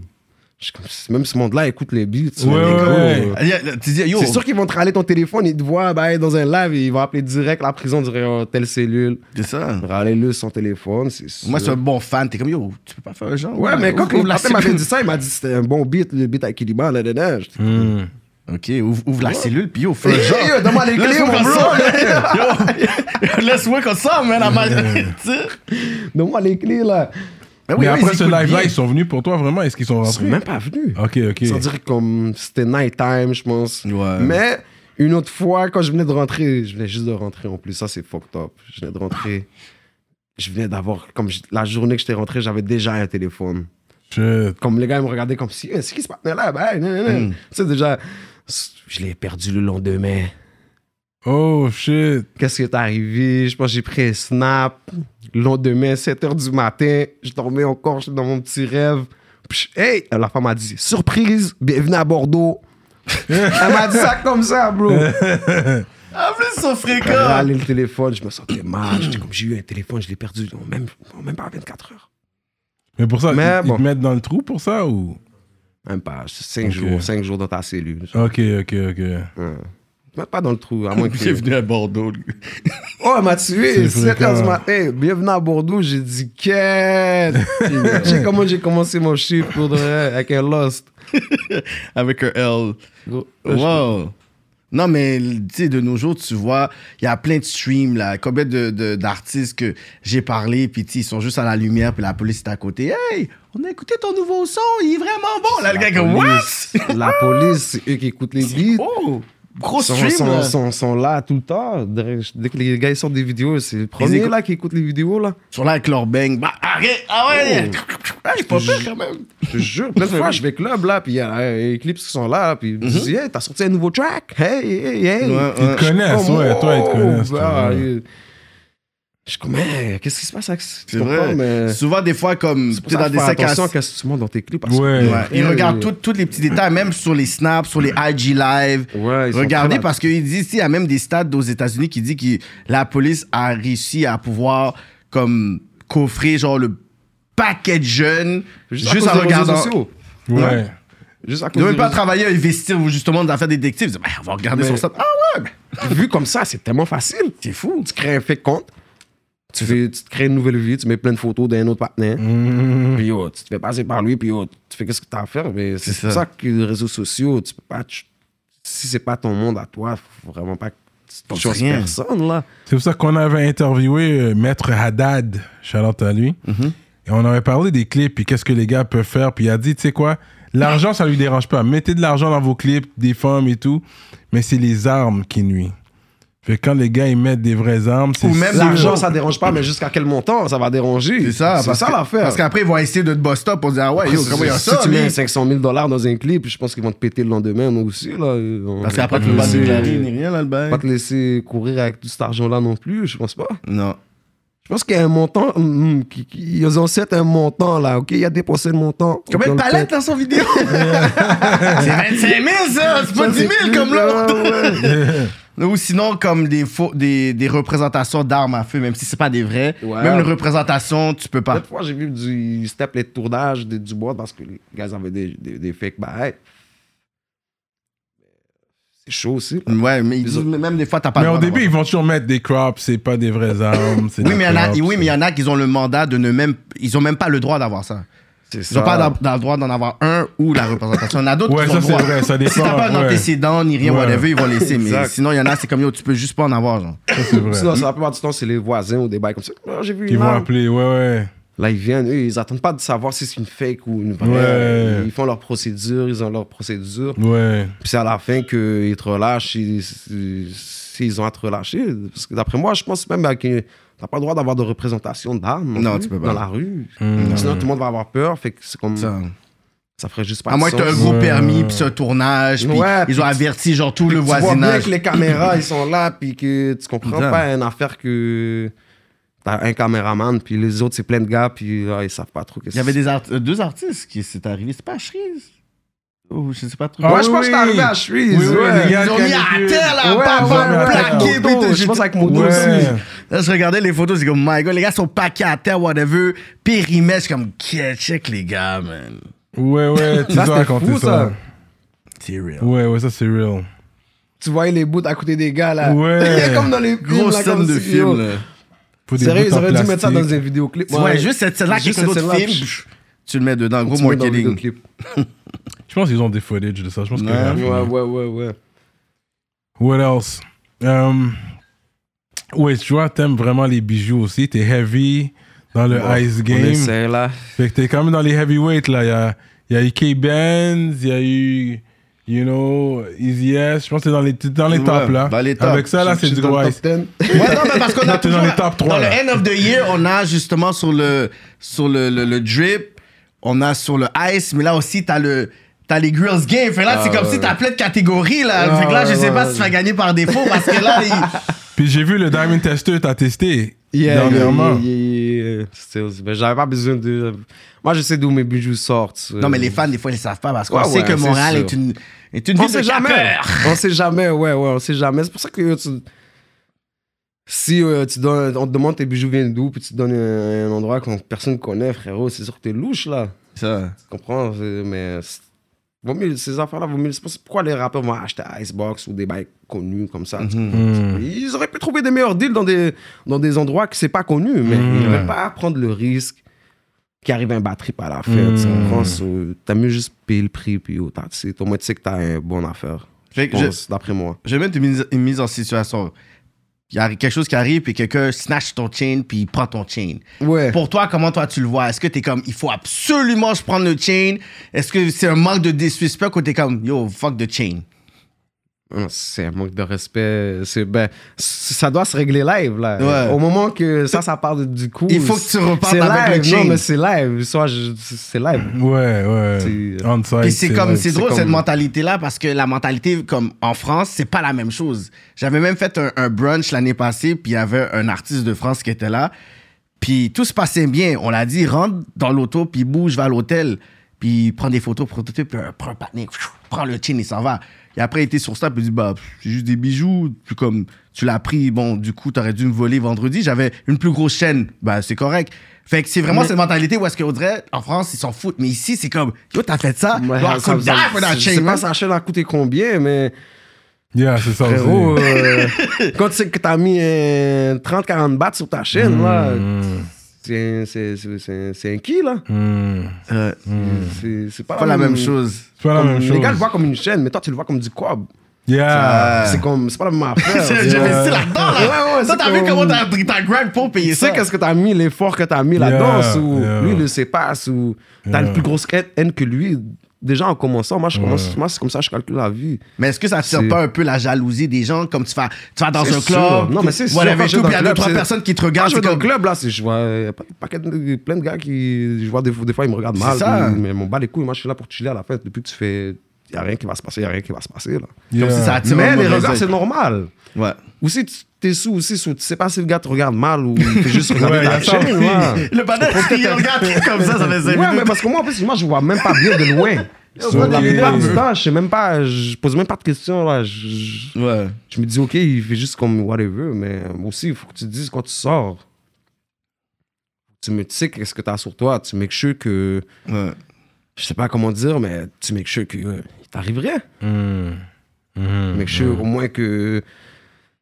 Speaker 2: Je suis comme, Même ce monde-là écoute les beats.
Speaker 1: Ouais,
Speaker 2: les gars,
Speaker 1: ouais.
Speaker 2: euh,
Speaker 4: Il y a- Tu dis, yo.
Speaker 2: C'est sûr qu'ils vont te râler ton téléphone, ils te voient bah, dans un live, et ils vont appeler direct la prison, dire oh, telle cellule.
Speaker 4: C'est ça.
Speaker 2: Râler-le son téléphone, c'est sûr.
Speaker 4: Moi, c'est un bon fan. T'es comme, yo, tu peux pas faire un genre.
Speaker 2: Ouais, mais quand
Speaker 4: ouvre- ouvre
Speaker 2: la
Speaker 4: cellule.
Speaker 2: m'avait dit ça, il m'a dit c'était un bon beat, le beat avec Kiliban, là, là, là. J'étais-
Speaker 1: Hmm.
Speaker 4: Ok, ouvre, ouvre la cellule, puis yo, fais
Speaker 2: Hey,
Speaker 4: un genre.
Speaker 2: yo, Donne-moi les
Speaker 4: Let's
Speaker 2: clés,
Speaker 4: work
Speaker 2: mon
Speaker 4: on
Speaker 2: bro.
Speaker 4: ça, Yo, let's work on ça, man. I'm like, tu sais.
Speaker 2: Donne-moi les clés, là.
Speaker 4: Ben oui,
Speaker 1: Mais
Speaker 4: oui,
Speaker 1: après
Speaker 4: ils
Speaker 1: ce
Speaker 4: écoutent
Speaker 1: live-là,
Speaker 4: bien.
Speaker 1: ils sont venus pour toi vraiment Est-ce qu'ils sont
Speaker 2: Ils sont
Speaker 1: rentrés
Speaker 2: même pas venus.
Speaker 1: Ok, ok.
Speaker 2: Sans dire comme c'était night time, je pense.
Speaker 4: Ouais.
Speaker 2: Mais une autre fois, quand je venais de rentrer, je venais juste de rentrer en plus, ça c'est fucked up. Je venais de rentrer. Je venais d'avoir, comme je- la journée que j'étais rentré, j'avais déjà un téléphone.
Speaker 1: Shit.
Speaker 2: comme les gars ils me regardaient comme si Eh, c'est qui ce partenaire là ben, nan, nan, nan. tu sais déjà je l'ai perdu le lendemain
Speaker 1: Oh shit.
Speaker 2: qu'est-ce qui est arrivé je pense que j'ai pris un snap le lendemain 7h du matin je dormais encore j'étais dans mon petit rêve Puis je- hey la femme m'a dit surprise bienvenue à Bordeaux elle m'a dit ça comme ça bro
Speaker 4: En plus, ils sont
Speaker 2: j'ai
Speaker 4: fréquents.
Speaker 2: râlé le téléphone je me sentais mal j'étais comme j'ai eu un téléphone je l'ai perdu en même, en même pas 24 heures
Speaker 1: Mais pour ça,
Speaker 2: Mais
Speaker 1: ils, ils
Speaker 2: bon.
Speaker 1: te mettent dans le trou pour ça ou
Speaker 2: même pas 5
Speaker 1: Ok.
Speaker 2: jours 5 jours dans ta cellule
Speaker 1: Ok, ok, ok.
Speaker 2: Ouais. Même pas dans le trou à moins que
Speaker 4: venu à Bordeaux, lui.
Speaker 2: Oh, elle m'a tué,
Speaker 1: C'est vrai,
Speaker 2: 7 h du
Speaker 1: hein.
Speaker 2: matin. Bienvenue à Bordeaux. J'ai dit, qu'est-ce Tu sais comment j'ai commencé mon chiffre pour de vrai, avec un Lost.
Speaker 4: Avec un L.
Speaker 2: Gros, là, je-
Speaker 4: Wow. Non, mais tu sais, de nos jours, tu vois, il y a plein de streams, là. Combien d'artistes de, d'artistes que j'ai parlé, puis tu sais, ils sont juste à la lumière, puis la police est à côté. Hey, on a écouté ton nouveau son, il est vraiment bon. Là, le
Speaker 2: La
Speaker 4: gars, comme, what?
Speaker 2: police- La police, c'est eux qui écoutent les beats.
Speaker 4: Oh, gros
Speaker 2: Ils sont,
Speaker 4: stream.
Speaker 2: sont-
Speaker 4: là.
Speaker 2: sont- sont là tout le temps. Dès dès que les gars ils sortent des vidéos, c'est le premier
Speaker 4: écoutent.
Speaker 2: là qui écoute les vidéos. là.
Speaker 4: Ils sont là avec leur bang. Bah, arrête, ah ouais.
Speaker 2: Oh.
Speaker 4: Ah, il est pas pire quand même.
Speaker 2: Je te jure, plein de fois, je vais club là, puis il y a euh, les clips qui sont là, puis ils me disent, hey, t'as sorti un nouveau track. Hey, hey, hey.
Speaker 4: Ouais,
Speaker 1: Ils
Speaker 4: ouais.
Speaker 1: te connaissent,
Speaker 2: Comme,
Speaker 1: ouais. Toi, ils te
Speaker 2: oh,
Speaker 1: connaissent. toi,
Speaker 2: bah,
Speaker 1: ouais.
Speaker 2: euh, Je suis comme, Hey, qu'est-ce qui se passe avec ça?
Speaker 4: C'est vrai. Souvent, des fois, comme, tu
Speaker 2: Tu
Speaker 4: sais, dans des
Speaker 2: attention à
Speaker 4: séquences.
Speaker 2: ce que tu montes dans tes clips. Parce
Speaker 1: Ouais.
Speaker 4: Ouais, ils regardent tout- tous les petits détails, même sur les snaps, sur les IG live.
Speaker 2: Que... Ouais, ils sont
Speaker 4: Regardez
Speaker 2: très là-
Speaker 4: parce qu'ils disent, il y a même des stats aux États-Unis qui dit que la police a réussi à pouvoir comme coffrer genre le paquet de jeunes juste,
Speaker 2: Juste, à
Speaker 4: en
Speaker 2: cause des réseaux
Speaker 4: regardant.
Speaker 2: sociaux.
Speaker 1: Ouais.
Speaker 2: Juste à
Speaker 4: Ils
Speaker 2: cause
Speaker 4: n'ont même
Speaker 2: des
Speaker 4: pas
Speaker 2: réseaux-
Speaker 4: travaillé à investir ou justement dans faire des détectives. Ils disent, Ben, on va regarder
Speaker 2: Mais-
Speaker 4: sur ça. Ah ouais, ben,
Speaker 2: Vu comme ça, c'est tellement facile.
Speaker 4: c'est fou.
Speaker 2: Tu crées un fake compte. Tu, fais, tu te crées une nouvelle vie, tu mets plein de photos d'un autre partenaire. Puis yo, tu te fais passer par lui, puis yo, tu fais qu'est-ce que t'as à faire. Mais c'est
Speaker 4: Mm. C'est
Speaker 2: pour
Speaker 4: ça.
Speaker 2: ça que les réseaux sociaux, tu peux pas. tu- si c'est pas ton monde à toi, faut vraiment pas que tu
Speaker 4: Pense
Speaker 2: choses
Speaker 4: rien.
Speaker 2: personne, là.
Speaker 1: C'est pour ça qu'on avait interviewé euh, Maître Haddad, Charlotte à lui.
Speaker 4: Mm-hmm.
Speaker 1: Et on avait parlé des clips, puis qu'est-ce que les gars peuvent faire. Puis il a dit, tu sais quoi, l'argent, ça lui dérange pas. Mettez de l'argent dans vos clips, des femmes et tout. Mais c'est les armes qui nuisent. Fait que quand les gars, ils mettent des vraies armes, c'est
Speaker 2: Ou même
Speaker 1: sûr.
Speaker 2: l'argent, ça dérange pas, mais jusqu'à quel montant ça va déranger
Speaker 4: C'est ça,
Speaker 2: c'est
Speaker 4: parce
Speaker 2: ça
Speaker 4: que-
Speaker 2: l'affaire.
Speaker 4: Parce qu'après, ils vont essayer de te bust up pour dire, ah ouais, yo,
Speaker 2: Si-
Speaker 4: comment il y a
Speaker 2: si
Speaker 4: ça,
Speaker 2: tu mets
Speaker 4: lui?
Speaker 2: 500 000 dollars dans un clip, je pense qu'ils vont te péter le lendemain, nous aussi. Là. euh, on-
Speaker 4: Parce qu'après,
Speaker 2: on
Speaker 4: tu peux
Speaker 2: va
Speaker 4: pas
Speaker 2: te
Speaker 4: déclarer
Speaker 2: laisser-
Speaker 4: ni rien, là, le
Speaker 2: on
Speaker 4: bail.
Speaker 2: va pas te laisser courir avec tout cet argent-là non plus, je pense pas.
Speaker 4: Non.
Speaker 2: Je pense qu'il y a un montant, hum, hum, qui- qui- ils ont set un montant là, ok? Il y a dépensé le montant.
Speaker 4: Combien
Speaker 2: Dans
Speaker 4: de
Speaker 2: le
Speaker 4: palettes
Speaker 2: tête.
Speaker 4: dans son vidéo? c'est 25 000, ça! C'est pas 10 000 comme là!
Speaker 2: Ouais, ouais.
Speaker 4: Ou sinon, comme des, faux, des, des représentations d'armes à feu, même si c'est pas des vrais.
Speaker 2: Ouais.
Speaker 4: Même une représentation, tu peux pas.
Speaker 2: L'autre Bah, fois, j'ai vu du step les tournages de- du bois parce que les gars avaient des, des, des fake bails. C'est chaud aussi.
Speaker 4: Ouais, mais ils disent- même des fois, t'as pas
Speaker 1: Mais
Speaker 4: le
Speaker 1: au
Speaker 4: droit
Speaker 1: début, ils vont toujours mettre des crops, c'est pas des vraies armes. c'est
Speaker 4: Oui
Speaker 1: des
Speaker 4: mais, il y en a,
Speaker 1: crops,
Speaker 4: oui, mais il y en a qui ont le mandat de ne même. Ils ont même pas le droit d'avoir ça.
Speaker 2: C'est
Speaker 4: Ils ont pas d'a- d'a- le droit d'en avoir un ou la représentation. Il y en a d'autres
Speaker 1: Ouais,
Speaker 4: qui ont
Speaker 1: ça,
Speaker 4: le
Speaker 1: c'est
Speaker 4: droit.
Speaker 1: vrai, ça
Speaker 4: Si t'as
Speaker 1: dépend,
Speaker 4: pas
Speaker 1: ouais.
Speaker 4: d'antécédent ni rien,
Speaker 1: Ouais.
Speaker 4: whatever, ils vont laisser. mais
Speaker 2: Exact.
Speaker 4: sinon, il y en a, c'est comme yo, tu peux juste pas en avoir. Genre.
Speaker 1: ça, c'est vrai.
Speaker 2: Sinon, c'est la plupart du temps, c'est les voisins ou des bails comme ça. Oh, j'ai vu
Speaker 1: Ils
Speaker 2: une
Speaker 1: vont
Speaker 2: arme.
Speaker 1: appeler, ouais, ouais.
Speaker 2: Là, ils viennent, eux, ils attendent pas de savoir si c'est une fake ou une vraie.
Speaker 1: Ouais.
Speaker 2: Ils font leur procédure, ils ont leur procédure.
Speaker 1: Ouais.
Speaker 2: Puis c'est à la fin qu'ils te relâchent, s'ils ont à te relâcher. Parce que d'après moi, je pense même bah, que t'as pas le droit d'avoir de représentation d'armes
Speaker 4: Non,
Speaker 2: plus
Speaker 4: tu peux pas.
Speaker 2: dans la rue.
Speaker 1: Hmm.
Speaker 2: Sinon, tout le monde va avoir peur. Fait que c'est comme.
Speaker 4: Ça.
Speaker 2: Ça ferait juste pas
Speaker 4: À
Speaker 2: de
Speaker 4: moins que
Speaker 2: sens.
Speaker 4: t'aies un gros
Speaker 1: Ouais.
Speaker 4: permis, puis c'est un tournage, puis
Speaker 2: Ouais,
Speaker 4: ils ont averti genre tout le
Speaker 2: Tu vois bien
Speaker 4: voisinage.
Speaker 2: que les caméras, ils sont là, puis que tu comprends
Speaker 4: Putain.
Speaker 2: pas une affaire que t'as un caméraman, puis les autres, c'est plein de gars, puis ah, ils savent pas trop qu'est-ce
Speaker 4: Il y avait
Speaker 2: que
Speaker 4: des art- euh, deux artistes qui s'étaient arrivés. C'est pas à Cherise Ou je sais pas trop.
Speaker 1: Ah
Speaker 2: c'est. Ouais,
Speaker 1: oui,
Speaker 2: je pense
Speaker 1: oui.
Speaker 2: que t'es arrivé à Suisse.
Speaker 1: Oui, oui,
Speaker 2: ouais.
Speaker 1: les gars,
Speaker 4: Ils ont mis à
Speaker 1: qualifiés.
Speaker 4: terre, là,
Speaker 2: Ouais,
Speaker 4: pas
Speaker 2: ouais,
Speaker 4: pas
Speaker 2: ouais,
Speaker 4: plaqué,
Speaker 2: ouais.
Speaker 4: puis tout.
Speaker 2: Moto,
Speaker 4: J'ai-
Speaker 2: je pense avec mon dos aussi.
Speaker 1: Ouais.
Speaker 4: Là, je regardais les photos, j'ai comme, my god, les gars sont paqués à terre, whatever. Périmètre, je suis comme, Yeah, check les gars, man.
Speaker 1: Ouais, ouais, tu
Speaker 2: Ça,
Speaker 1: dois
Speaker 2: c'était
Speaker 1: raconter
Speaker 2: fou,
Speaker 1: ça.
Speaker 2: ça.
Speaker 4: C'est real.
Speaker 1: Ouais, ouais, ça c'est real.
Speaker 2: Tu voyais les bouts à côté des gars, là.
Speaker 1: Ouais.
Speaker 2: comme dans les films,
Speaker 4: Grosse
Speaker 2: là,
Speaker 4: scène
Speaker 2: comme
Speaker 4: de
Speaker 2: si, yo.
Speaker 4: film, là.
Speaker 1: Faut des
Speaker 2: Sérieux,
Speaker 1: bouts
Speaker 2: ils
Speaker 1: en
Speaker 2: auraient dû mettre ça dans
Speaker 1: plastique.
Speaker 2: un vidéoclip.
Speaker 4: Ouais, juste cette scène-là,
Speaker 2: Juste
Speaker 4: quelqu'un d'autre
Speaker 2: cette scène-là,
Speaker 4: film,
Speaker 2: pff,
Speaker 4: tu le mets dedans, gros
Speaker 2: tu mets dans le
Speaker 4: marketing.
Speaker 2: vidéoclip.
Speaker 1: Je pense qu'ils ont des footage de ça. Je pense
Speaker 4: Ouais.
Speaker 1: que.
Speaker 2: Ouais, ouais, ouais, ouais.
Speaker 1: What else? Um, ouais, tu vois, t'aimes vraiment les bijoux aussi. T'es heavy dans le ice
Speaker 2: On
Speaker 1: game.
Speaker 2: essaie, là.
Speaker 1: Fait que t'es quand même dans les heavyweights là. Il y a, il y a Ike Benz, il y a eu, you know, Easy S. Je pense que t'es dans les, t'es dans les
Speaker 4: Ouais,
Speaker 1: tops là.
Speaker 4: dans les tops.
Speaker 1: Avec ça là,
Speaker 2: bah, Je-
Speaker 1: c'est
Speaker 2: je
Speaker 1: du
Speaker 2: suis dans
Speaker 1: gros
Speaker 2: le
Speaker 1: ice.
Speaker 2: top 10.
Speaker 4: Ouais, non, mais parce qu'on a
Speaker 1: T'es dans
Speaker 4: toujours...
Speaker 1: les top trois,
Speaker 4: Dans le
Speaker 1: là.
Speaker 4: end of the year, on a justement sur le, sur le, le, le drip, on a sur le ice, mais là aussi, t'as le... T'as les Girls Game. Fait là,
Speaker 2: Ah,
Speaker 4: c'est comme si t'as plein de catégories, là. fait que là, je sais pas si tu vas gagner par défaut, parce que là, il-
Speaker 1: Puis j'ai vu le Diamond Tester, t'as testé
Speaker 2: Yeah,
Speaker 1: dernièrement.
Speaker 2: yeah, yeah, yeah, yeah. Still, ben, J'avais pas besoin de. Moi, je sais d'où mes bijoux sortent.
Speaker 4: Non, mais les fans, des fois, ils savent pas, parce qu'on
Speaker 2: Ouais,
Speaker 4: sait
Speaker 2: Ah, ouais,
Speaker 4: que
Speaker 2: c'est
Speaker 4: Montréal
Speaker 2: sûr.
Speaker 4: est une, est une
Speaker 2: On
Speaker 4: ville de
Speaker 2: sait jamais.
Speaker 4: capeurs.
Speaker 2: On sait jamais, ouais, ouais, on sait jamais. C'est pour ça que euh, tu- si euh, tu donnes, on te demande tes bijoux viennent d'où, puis tu donnes un, un endroit que personne connaît, frérot, c'est sûr que t'es louche, là.
Speaker 4: Ça.
Speaker 2: Tu comprends? C'est- Mais c'est- vaut mieux, ces affaires-là, vaut mieux. C'est pour ça- pourquoi les rappeurs vont acheter Icebox ou des bails connus comme ça. tu
Speaker 1: Hmm.
Speaker 2: Ils auraient pu trouver des meilleurs deals dans des, dans des endroits que c'est pas connu, mais ils ne veulent pas prendre le risque qu'il arrive un batterie par la fin. Tu comprends? So, T'as mieux juste payer le prix, puis au t'as- c'est- au moins tu sais que t'as une bonne affaire.
Speaker 4: Fait
Speaker 2: Je
Speaker 4: que je-
Speaker 2: pense, D'après moi.
Speaker 4: Je vais mettre une mise, une mise en situation. Il y a quelque chose qui arrive, puis quelqu'un snatch ton chain, puis il prend ton chain.
Speaker 2: Ouais.
Speaker 4: Pour toi, comment toi tu le vois? Est-ce que t'es comme, il faut absolument je prendre le chain? Est-ce que c'est un manque de disrespect ou t'es comme, yo, fuck the chain?
Speaker 2: Non, Oh, C'est un manque de respect. C'est ben, c- ça doit se régler live là.
Speaker 4: Ouais.
Speaker 2: Au moment que ça, ça part de- du coup.
Speaker 4: Il faut que tu repartes
Speaker 2: c'est live.
Speaker 4: avec le chain.
Speaker 2: Non, mais c'est live. Soit je- c'est live.
Speaker 1: Ouais, ouais.
Speaker 2: C'est-
Speaker 1: On site.
Speaker 4: Puis c'est comme, c'est
Speaker 2: c'est
Speaker 4: drôle
Speaker 2: comme-
Speaker 4: cette mentalité-là parce que la mentalité comme en France, c'est pas la même chose. J'avais même fait un, un brunch l'année passée, puis il y avait un artiste de France qui était là, puis tout se passait bien. On l'a dit, rentre dans l'auto, puis bouge, va à l'hôtel, puis prends des photos, prototypes, puis euh, prends un panier, prends le chin, il s'en va. Et après, il était sur ça, puis il dit, bah, pff, c'est juste des bijoux, puis comme tu l'as pris, bon, du coup, t'aurais dû me voler vendredi, j'avais une plus grosse chaîne, bah, c'est correct. Fait que c'est vraiment cette mentalité où est-ce qu'on dirait, en France, ils s'en foutent, mais ici, c'est comme, yo, t'as fait ça,
Speaker 2: Ouais,
Speaker 4: Yo, I
Speaker 2: ça-
Speaker 4: could
Speaker 2: ça-
Speaker 4: die for that hein?
Speaker 2: je
Speaker 4: chain,
Speaker 2: sais pas,
Speaker 4: man.
Speaker 2: ça chaîne a coûté combien, mais
Speaker 1: Yeah, c'est ça
Speaker 2: frérot,
Speaker 1: aussi.
Speaker 2: euh, quand tu sais que t'as mis euh, 30-40 bahts sur ta chaîne, là, c'est- c'est- c'est c'est- c'est un qui là
Speaker 1: Hmm.
Speaker 4: Euh,
Speaker 2: C'est c'est pas,
Speaker 4: Pas la même chose.
Speaker 1: C'est pas la
Speaker 2: comme-
Speaker 1: même chose.
Speaker 2: Les gars le voient comme une chaîne, mais toi tu le vois comme du cob.
Speaker 1: Yeah.
Speaker 4: Ah.
Speaker 2: C'est comme, c'est pas la même affaire.
Speaker 4: J'ai
Speaker 2: tu
Speaker 4: investi
Speaker 2: vois.
Speaker 4: là-dedans, là.
Speaker 2: Ouais, ouais,
Speaker 4: Toi,
Speaker 2: c'est
Speaker 4: t'as vu
Speaker 2: comme-
Speaker 4: comment t'as t'as grind Ah, pour payer
Speaker 2: Tu
Speaker 4: ça.
Speaker 2: sais qu'est-ce que t'as mis, l'effort que t'as mis
Speaker 1: Yeah,
Speaker 2: là-dedans, ou
Speaker 1: yeah.
Speaker 2: lui il le sait pas, ou t'as
Speaker 1: Yeah.
Speaker 2: une plus grosse haine haine que lui. déjà en commençant, moi, je commence,
Speaker 1: Ouais.
Speaker 2: moi c'est comme ça que je calcule la vie.
Speaker 4: Mais est-ce que ça
Speaker 2: C'est-
Speaker 4: tire pas un peu la jalousie des gens comme tu vas, tu vas dans
Speaker 2: C'est
Speaker 4: un
Speaker 2: sûr.
Speaker 4: club?
Speaker 2: Non, mais c'est sûr,
Speaker 4: voilà,
Speaker 2: quand
Speaker 4: avec
Speaker 2: je vais
Speaker 4: tout,
Speaker 2: dans
Speaker 4: puis il y a
Speaker 2: le
Speaker 4: deux,
Speaker 2: club,
Speaker 4: trois
Speaker 2: c'est-
Speaker 4: personnes qui te
Speaker 2: Quand
Speaker 4: regardent.
Speaker 2: je vais
Speaker 4: c'est
Speaker 2: dans le
Speaker 4: comme-
Speaker 2: club, là, c'est- je vois euh, pas- pas- pas- plein de gars qui. Je vois des, des fois, ils me regardent
Speaker 4: C'est
Speaker 2: mal,
Speaker 4: ça.
Speaker 2: mais ils m'en bat les couilles. Moi, je suis là pour chiller à la fête. Depuis que tu fais. Il a rien qui va se passer, il a rien qui va se passer. Là.
Speaker 4: Comme si ça attire
Speaker 2: Mais
Speaker 4: un
Speaker 2: les
Speaker 4: mauvais
Speaker 2: regards,
Speaker 4: œil.
Speaker 2: c'est normal.
Speaker 4: Ouais.
Speaker 2: Ou si tu t'es sous, aussi, sous, tu sais pas si le gars te regarde mal ou t'es juste regardé
Speaker 1: Ouais,
Speaker 2: ta
Speaker 1: il y a ça
Speaker 2: chaîne.
Speaker 1: aussi.
Speaker 2: ouais.
Speaker 4: Le panel, il regarde comme ça, ça fait
Speaker 2: Ouais,
Speaker 4: cinq
Speaker 2: mais
Speaker 4: minutes.
Speaker 2: parce que moi, en plus, moi, je vois même pas bien de loin.
Speaker 1: Ok.
Speaker 2: Moi, La plupart du temps, je sais même pas, je pose même pas de questions, là. Je, je-
Speaker 4: Ouais.
Speaker 2: je me dis, OK, il fait juste comme whatever, mais aussi, il faut que tu te dises quand tu sors. Tu me tu sais qu'est-ce que t'as sur toi, tu make sure que,
Speaker 4: Ouais.
Speaker 2: je sais pas comment dire, mais tu make sure que euh, il t'arriverait. Make sure au moins que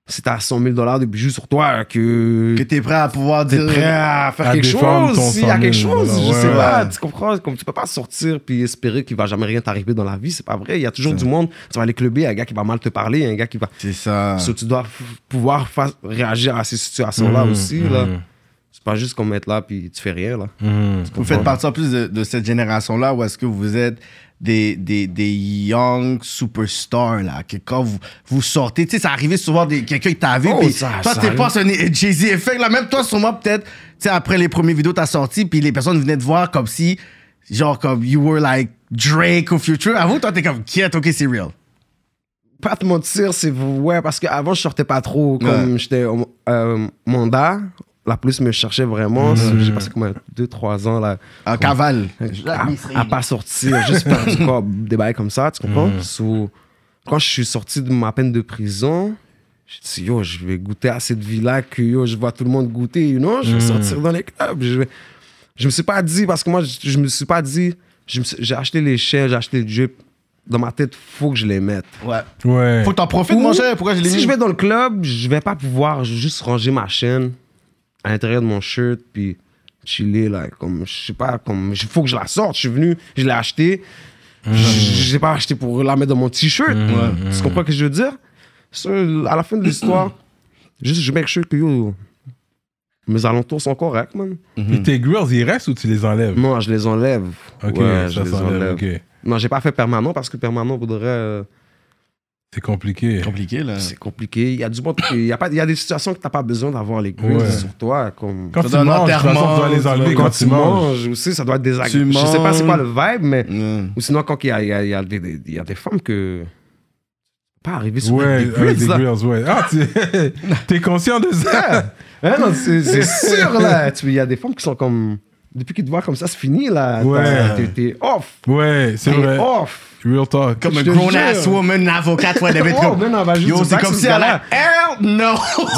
Speaker 2: si t'as 100 000 dollars de bijoux sur toi, que
Speaker 4: Que t'es prêt à pouvoir
Speaker 2: t'es
Speaker 4: dire.
Speaker 2: prêt à faire
Speaker 1: À
Speaker 2: quelque
Speaker 1: défendre
Speaker 2: chose,
Speaker 1: ton
Speaker 2: s'il y a
Speaker 1: 100 000,
Speaker 2: quelque chose,
Speaker 1: voilà,
Speaker 2: je
Speaker 1: ouais,
Speaker 2: sais
Speaker 1: ouais.
Speaker 2: pas, tu comprends, comme tu peux pas sortir puis espérer qu'il va jamais rien t'arriver dans la vie, c'est pas vrai, il y a toujours du monde, tu vas aller clubber, il y a un gars qui va mal te parler, il y a un gars qui va...
Speaker 4: C'est ça.
Speaker 2: So, tu dois f- pouvoir fa- réagir à ces situations-là aussi, là. C'est pas juste comme être là puis tu fais rien, là.
Speaker 4: Vous faites partie en plus de, de cette génération-là où est-ce que vous êtes des, des, des young superstars, là, que quand vous, vous sortez, tu sais, ça arrivait souvent, des, quelqu'un qui t'a vu,
Speaker 2: Oh,
Speaker 4: puis
Speaker 2: ça-
Speaker 4: toi,
Speaker 2: ça
Speaker 4: t'es
Speaker 2: arrive.
Speaker 4: pas sur un Jay-Z effect, là, même toi, sûrement, peut-être, tu sais, après les premiers vidéos, t'as sorti, puis les personnes venaient te voir comme si, genre, comme you were like Drake ou Future. Avoue, toi, t'es comme, quiet, ok, c'est real.
Speaker 2: Pas te mentir, c'est... Ouais, parce qu'avant, je sortais pas trop, comme j'étais au- euh, mandat, la police me cherchait vraiment, j'ai passé comme 2-3 ans, là.
Speaker 4: En cavale. ah,
Speaker 2: à, à pas sortir, juste par du corps, des bails comme ça, tu comprends? So, quand je suis sorti de ma peine de prison, j'ai dit, yo, je vais goûter à cette vie-là que yo, je vois tout le monde goûter, you know? Je vais sortir dans les clubs. Je, vais... je me suis pas dit, parce que moi, je, je me suis pas dit, je me suis- j'ai acheté les chaînes, j'ai acheté le Jeep. Dans ma tête, faut que je les mette.
Speaker 4: Ouais.
Speaker 1: Ouais.
Speaker 4: Faut que t'en profites,
Speaker 2: Ou,
Speaker 4: mon cher, pourquoi je l'ai
Speaker 2: si
Speaker 4: mis?
Speaker 2: je vais dans le club, je vais pas pouvoir juste ranger ma chaîne à l'intérieur de mon shirt puis chiller là comme je sais pas comme il faut que je la sorte, je suis venu, je l'ai acheté. Je- Je l'ai pas acheté pour la mettre dans mon t-shirt.
Speaker 1: Mm-hmm.
Speaker 2: Ouais. Tu comprends ce que je veux dire So, à la fin de l'histoire, juste je make sure que yo, mes alentours sont corrects, man.
Speaker 1: Puis tes grills, ils restent ou tu les enlèves
Speaker 2: Non, je les enlève.
Speaker 1: Ok,
Speaker 2: Ouais, je
Speaker 1: ça
Speaker 2: les
Speaker 1: s'enlève.
Speaker 2: enlève.
Speaker 1: Ok.
Speaker 2: Non, j'ai pas fait permanent parce que permanent voudrait euh,
Speaker 1: C'est compliqué.
Speaker 4: compliqué, là.
Speaker 2: C'est compliqué. Il y a du monde qui- il y a pas, il y a des situations que t'as pas besoin d'avoir les grilles
Speaker 1: Ouais.
Speaker 2: sur toi. Comme
Speaker 1: Quand
Speaker 4: Ça
Speaker 1: tu
Speaker 4: donne
Speaker 1: manges, de toute façon, tu dois les
Speaker 4: enterrement,
Speaker 1: enlever
Speaker 2: quand tu manges aussi, ça doit être désagréable.
Speaker 4: Tu
Speaker 2: Je sais pas c'est quoi
Speaker 4: manges.
Speaker 2: le vibe, mais
Speaker 4: Ouais.
Speaker 2: ou sinon quand il y a, il y a- il y a des, des- il y a des femmes que pas arriver sur
Speaker 1: Ouais,
Speaker 2: des
Speaker 1: avec des
Speaker 2: grilles là.
Speaker 1: grills, ouais. Ah, tu es conscient de ça
Speaker 2: Hein, non, c'est c'est sûr là. Tu- Il y a des femmes qui sont comme depuis qu'ils te voient comme ça, c'est fini là.
Speaker 1: Ouais.
Speaker 2: T'as- T'es t'es off.
Speaker 1: Ouais, c'est
Speaker 2: T'es
Speaker 1: vrai.
Speaker 2: off.
Speaker 1: Real talk.
Speaker 4: oh. Comme un
Speaker 2: Je te
Speaker 4: grown ass
Speaker 2: jure.
Speaker 4: woman, avocate, ouais,
Speaker 2: Oh, non, non, va juste
Speaker 4: Yo,
Speaker 2: dire
Speaker 4: c'est
Speaker 2: que
Speaker 4: Eh ben, comme
Speaker 2: ce
Speaker 4: si elle
Speaker 2: gars-là-
Speaker 4: a. Hell no!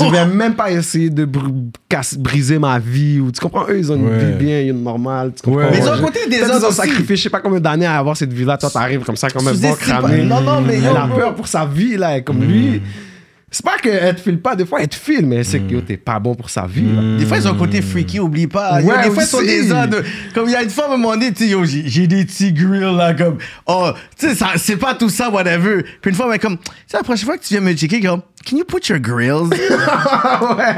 Speaker 2: Je vais même pas essayer de br- casse- briser ma vie. Ou, tu comprends? Eux, ils ont une
Speaker 1: Ouais.
Speaker 2: vie bien, une normale. Tu comprends?
Speaker 1: Ouais. Mais ils ont
Speaker 2: Ouais,
Speaker 1: un
Speaker 2: je-
Speaker 4: côté des
Speaker 2: Peut-être
Speaker 4: autres
Speaker 2: Ils ont
Speaker 4: aussi.
Speaker 2: sacrifié, je sais pas combien d'années à avoir cette vie-là. Toi, t'arrives comme ça, comme un bon
Speaker 4: Sous-estime pas.
Speaker 2: cramé.
Speaker 4: Non, non, mais yo,
Speaker 2: Elle a
Speaker 4: bro.
Speaker 2: peur pour sa vie, là. Comme
Speaker 1: Mm.
Speaker 2: lui. C'est pas qu'elle te file pas. Des fois, elle te file, mais c'est que yo, t'es pas bon pour sa vie, là.
Speaker 1: Mm.
Speaker 4: Des fois, ils ont un côté freaky, oublie pas. Yo,
Speaker 2: Hmm. Ouais,
Speaker 4: des fois, ils sont
Speaker 2: aussi.
Speaker 4: des hommes. de- Comme il y a une fois, à un moment donné, tu sais, yo, j'ai j'ai des petits grills là, comme. Oh, tu sais, ça- c'est pas tout ça, whatever. Puis une fois, mais comme. Tu sais, la prochaine fois que tu viens me checker, comme. Can you put your grills?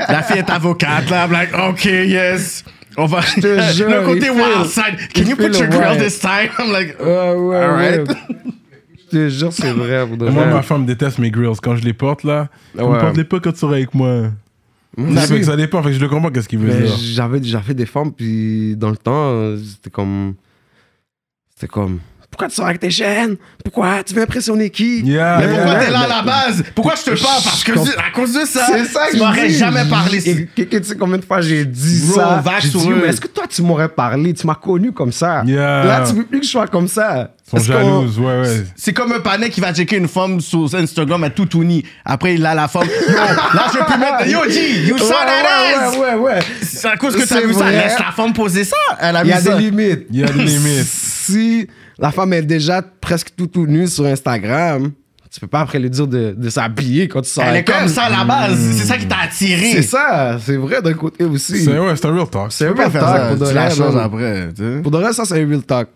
Speaker 4: La fille est avocate, là. I'm like, OK, yes. On va.
Speaker 2: te jure,
Speaker 4: le côté
Speaker 2: il
Speaker 4: wild
Speaker 2: file.
Speaker 4: side.
Speaker 2: Il
Speaker 4: Can you put
Speaker 2: file
Speaker 4: your
Speaker 2: wild.
Speaker 4: grills this time? I'm like,
Speaker 2: Ouais, ouais,
Speaker 4: Alright.
Speaker 2: ouais. Je te jure, c'est vrai. pour de
Speaker 1: Moi,
Speaker 2: vrai.
Speaker 1: ma femme déteste mes grills. Quand je les porte, là, elle me
Speaker 2: Ouais.
Speaker 1: porte les pas quand tu seras avec moi.
Speaker 2: Moi
Speaker 1: Ça fait que
Speaker 2: aussi.
Speaker 1: ça dépend, fait que je le comprends, qu'est-ce qu'il veut
Speaker 2: Mais
Speaker 1: dire.
Speaker 2: j'avais déjà fait des femmes, puis dans le temps, euh, c'était comme. C'était comme. Pourquoi tu sors avec tes chaînes Pourquoi Tu veux impressionner qui
Speaker 1: Yeah,
Speaker 4: Mais
Speaker 1: yeah,
Speaker 4: pourquoi
Speaker 1: yeah.
Speaker 4: t'es là à la base Pourquoi je te parle Parce que
Speaker 2: Je
Speaker 4: c'est- à cause de ça,
Speaker 2: C'est ça que
Speaker 4: tu
Speaker 2: je
Speaker 4: m'aurais
Speaker 2: dis.
Speaker 4: jamais parlé.
Speaker 2: Et que- que- tu sais combien de fois j'ai dit
Speaker 4: Bro,
Speaker 2: ça.
Speaker 4: vague
Speaker 2: J'ai dit,
Speaker 4: sur eux.
Speaker 2: mais est-ce que toi, tu m'aurais parlé Tu m'as connu comme ça.
Speaker 1: Yeah.
Speaker 2: Là, tu veux plus que je sois comme ça.
Speaker 1: Ils sont
Speaker 2: Est-ce qu'on-
Speaker 1: jalouses, ouais, ouais.
Speaker 4: C'est comme un panais qui va checker une femme sur Instagram à tout tout nu. Après, il a la femme. Yo, là, je peux mettre. Yo, G, you
Speaker 2: Ouais,
Speaker 4: saw that ass!
Speaker 2: ouais, ouais, ouais, ouais.
Speaker 4: C'est à cause que t'as
Speaker 2: C'est
Speaker 4: vu ça.
Speaker 2: vrai.
Speaker 4: Laisse la femme poser ça. Elle a
Speaker 2: Il y a
Speaker 4: vu ça.
Speaker 2: des limites.
Speaker 1: Il y a des limites.
Speaker 2: Si la femme est déjà presque tout, tout nue sur Instagram, tu peux pas après lui dire de, de s'habiller quand tu sors
Speaker 4: Elle est
Speaker 2: avec
Speaker 4: comme ça à la base. C'est ça qui t'a attiré.
Speaker 2: C'est ça, c'est vrai d'un côté aussi.
Speaker 1: C'est ouais, c'est un real talk.
Speaker 2: C'est un
Speaker 4: Tu peux
Speaker 2: real
Speaker 4: faire
Speaker 2: talk.
Speaker 4: ça.
Speaker 2: Pour de
Speaker 4: Tu la
Speaker 2: vrai,
Speaker 4: choses
Speaker 2: man.
Speaker 4: après. tu sais.
Speaker 2: Pour de vrai, ça, c'est un real talk.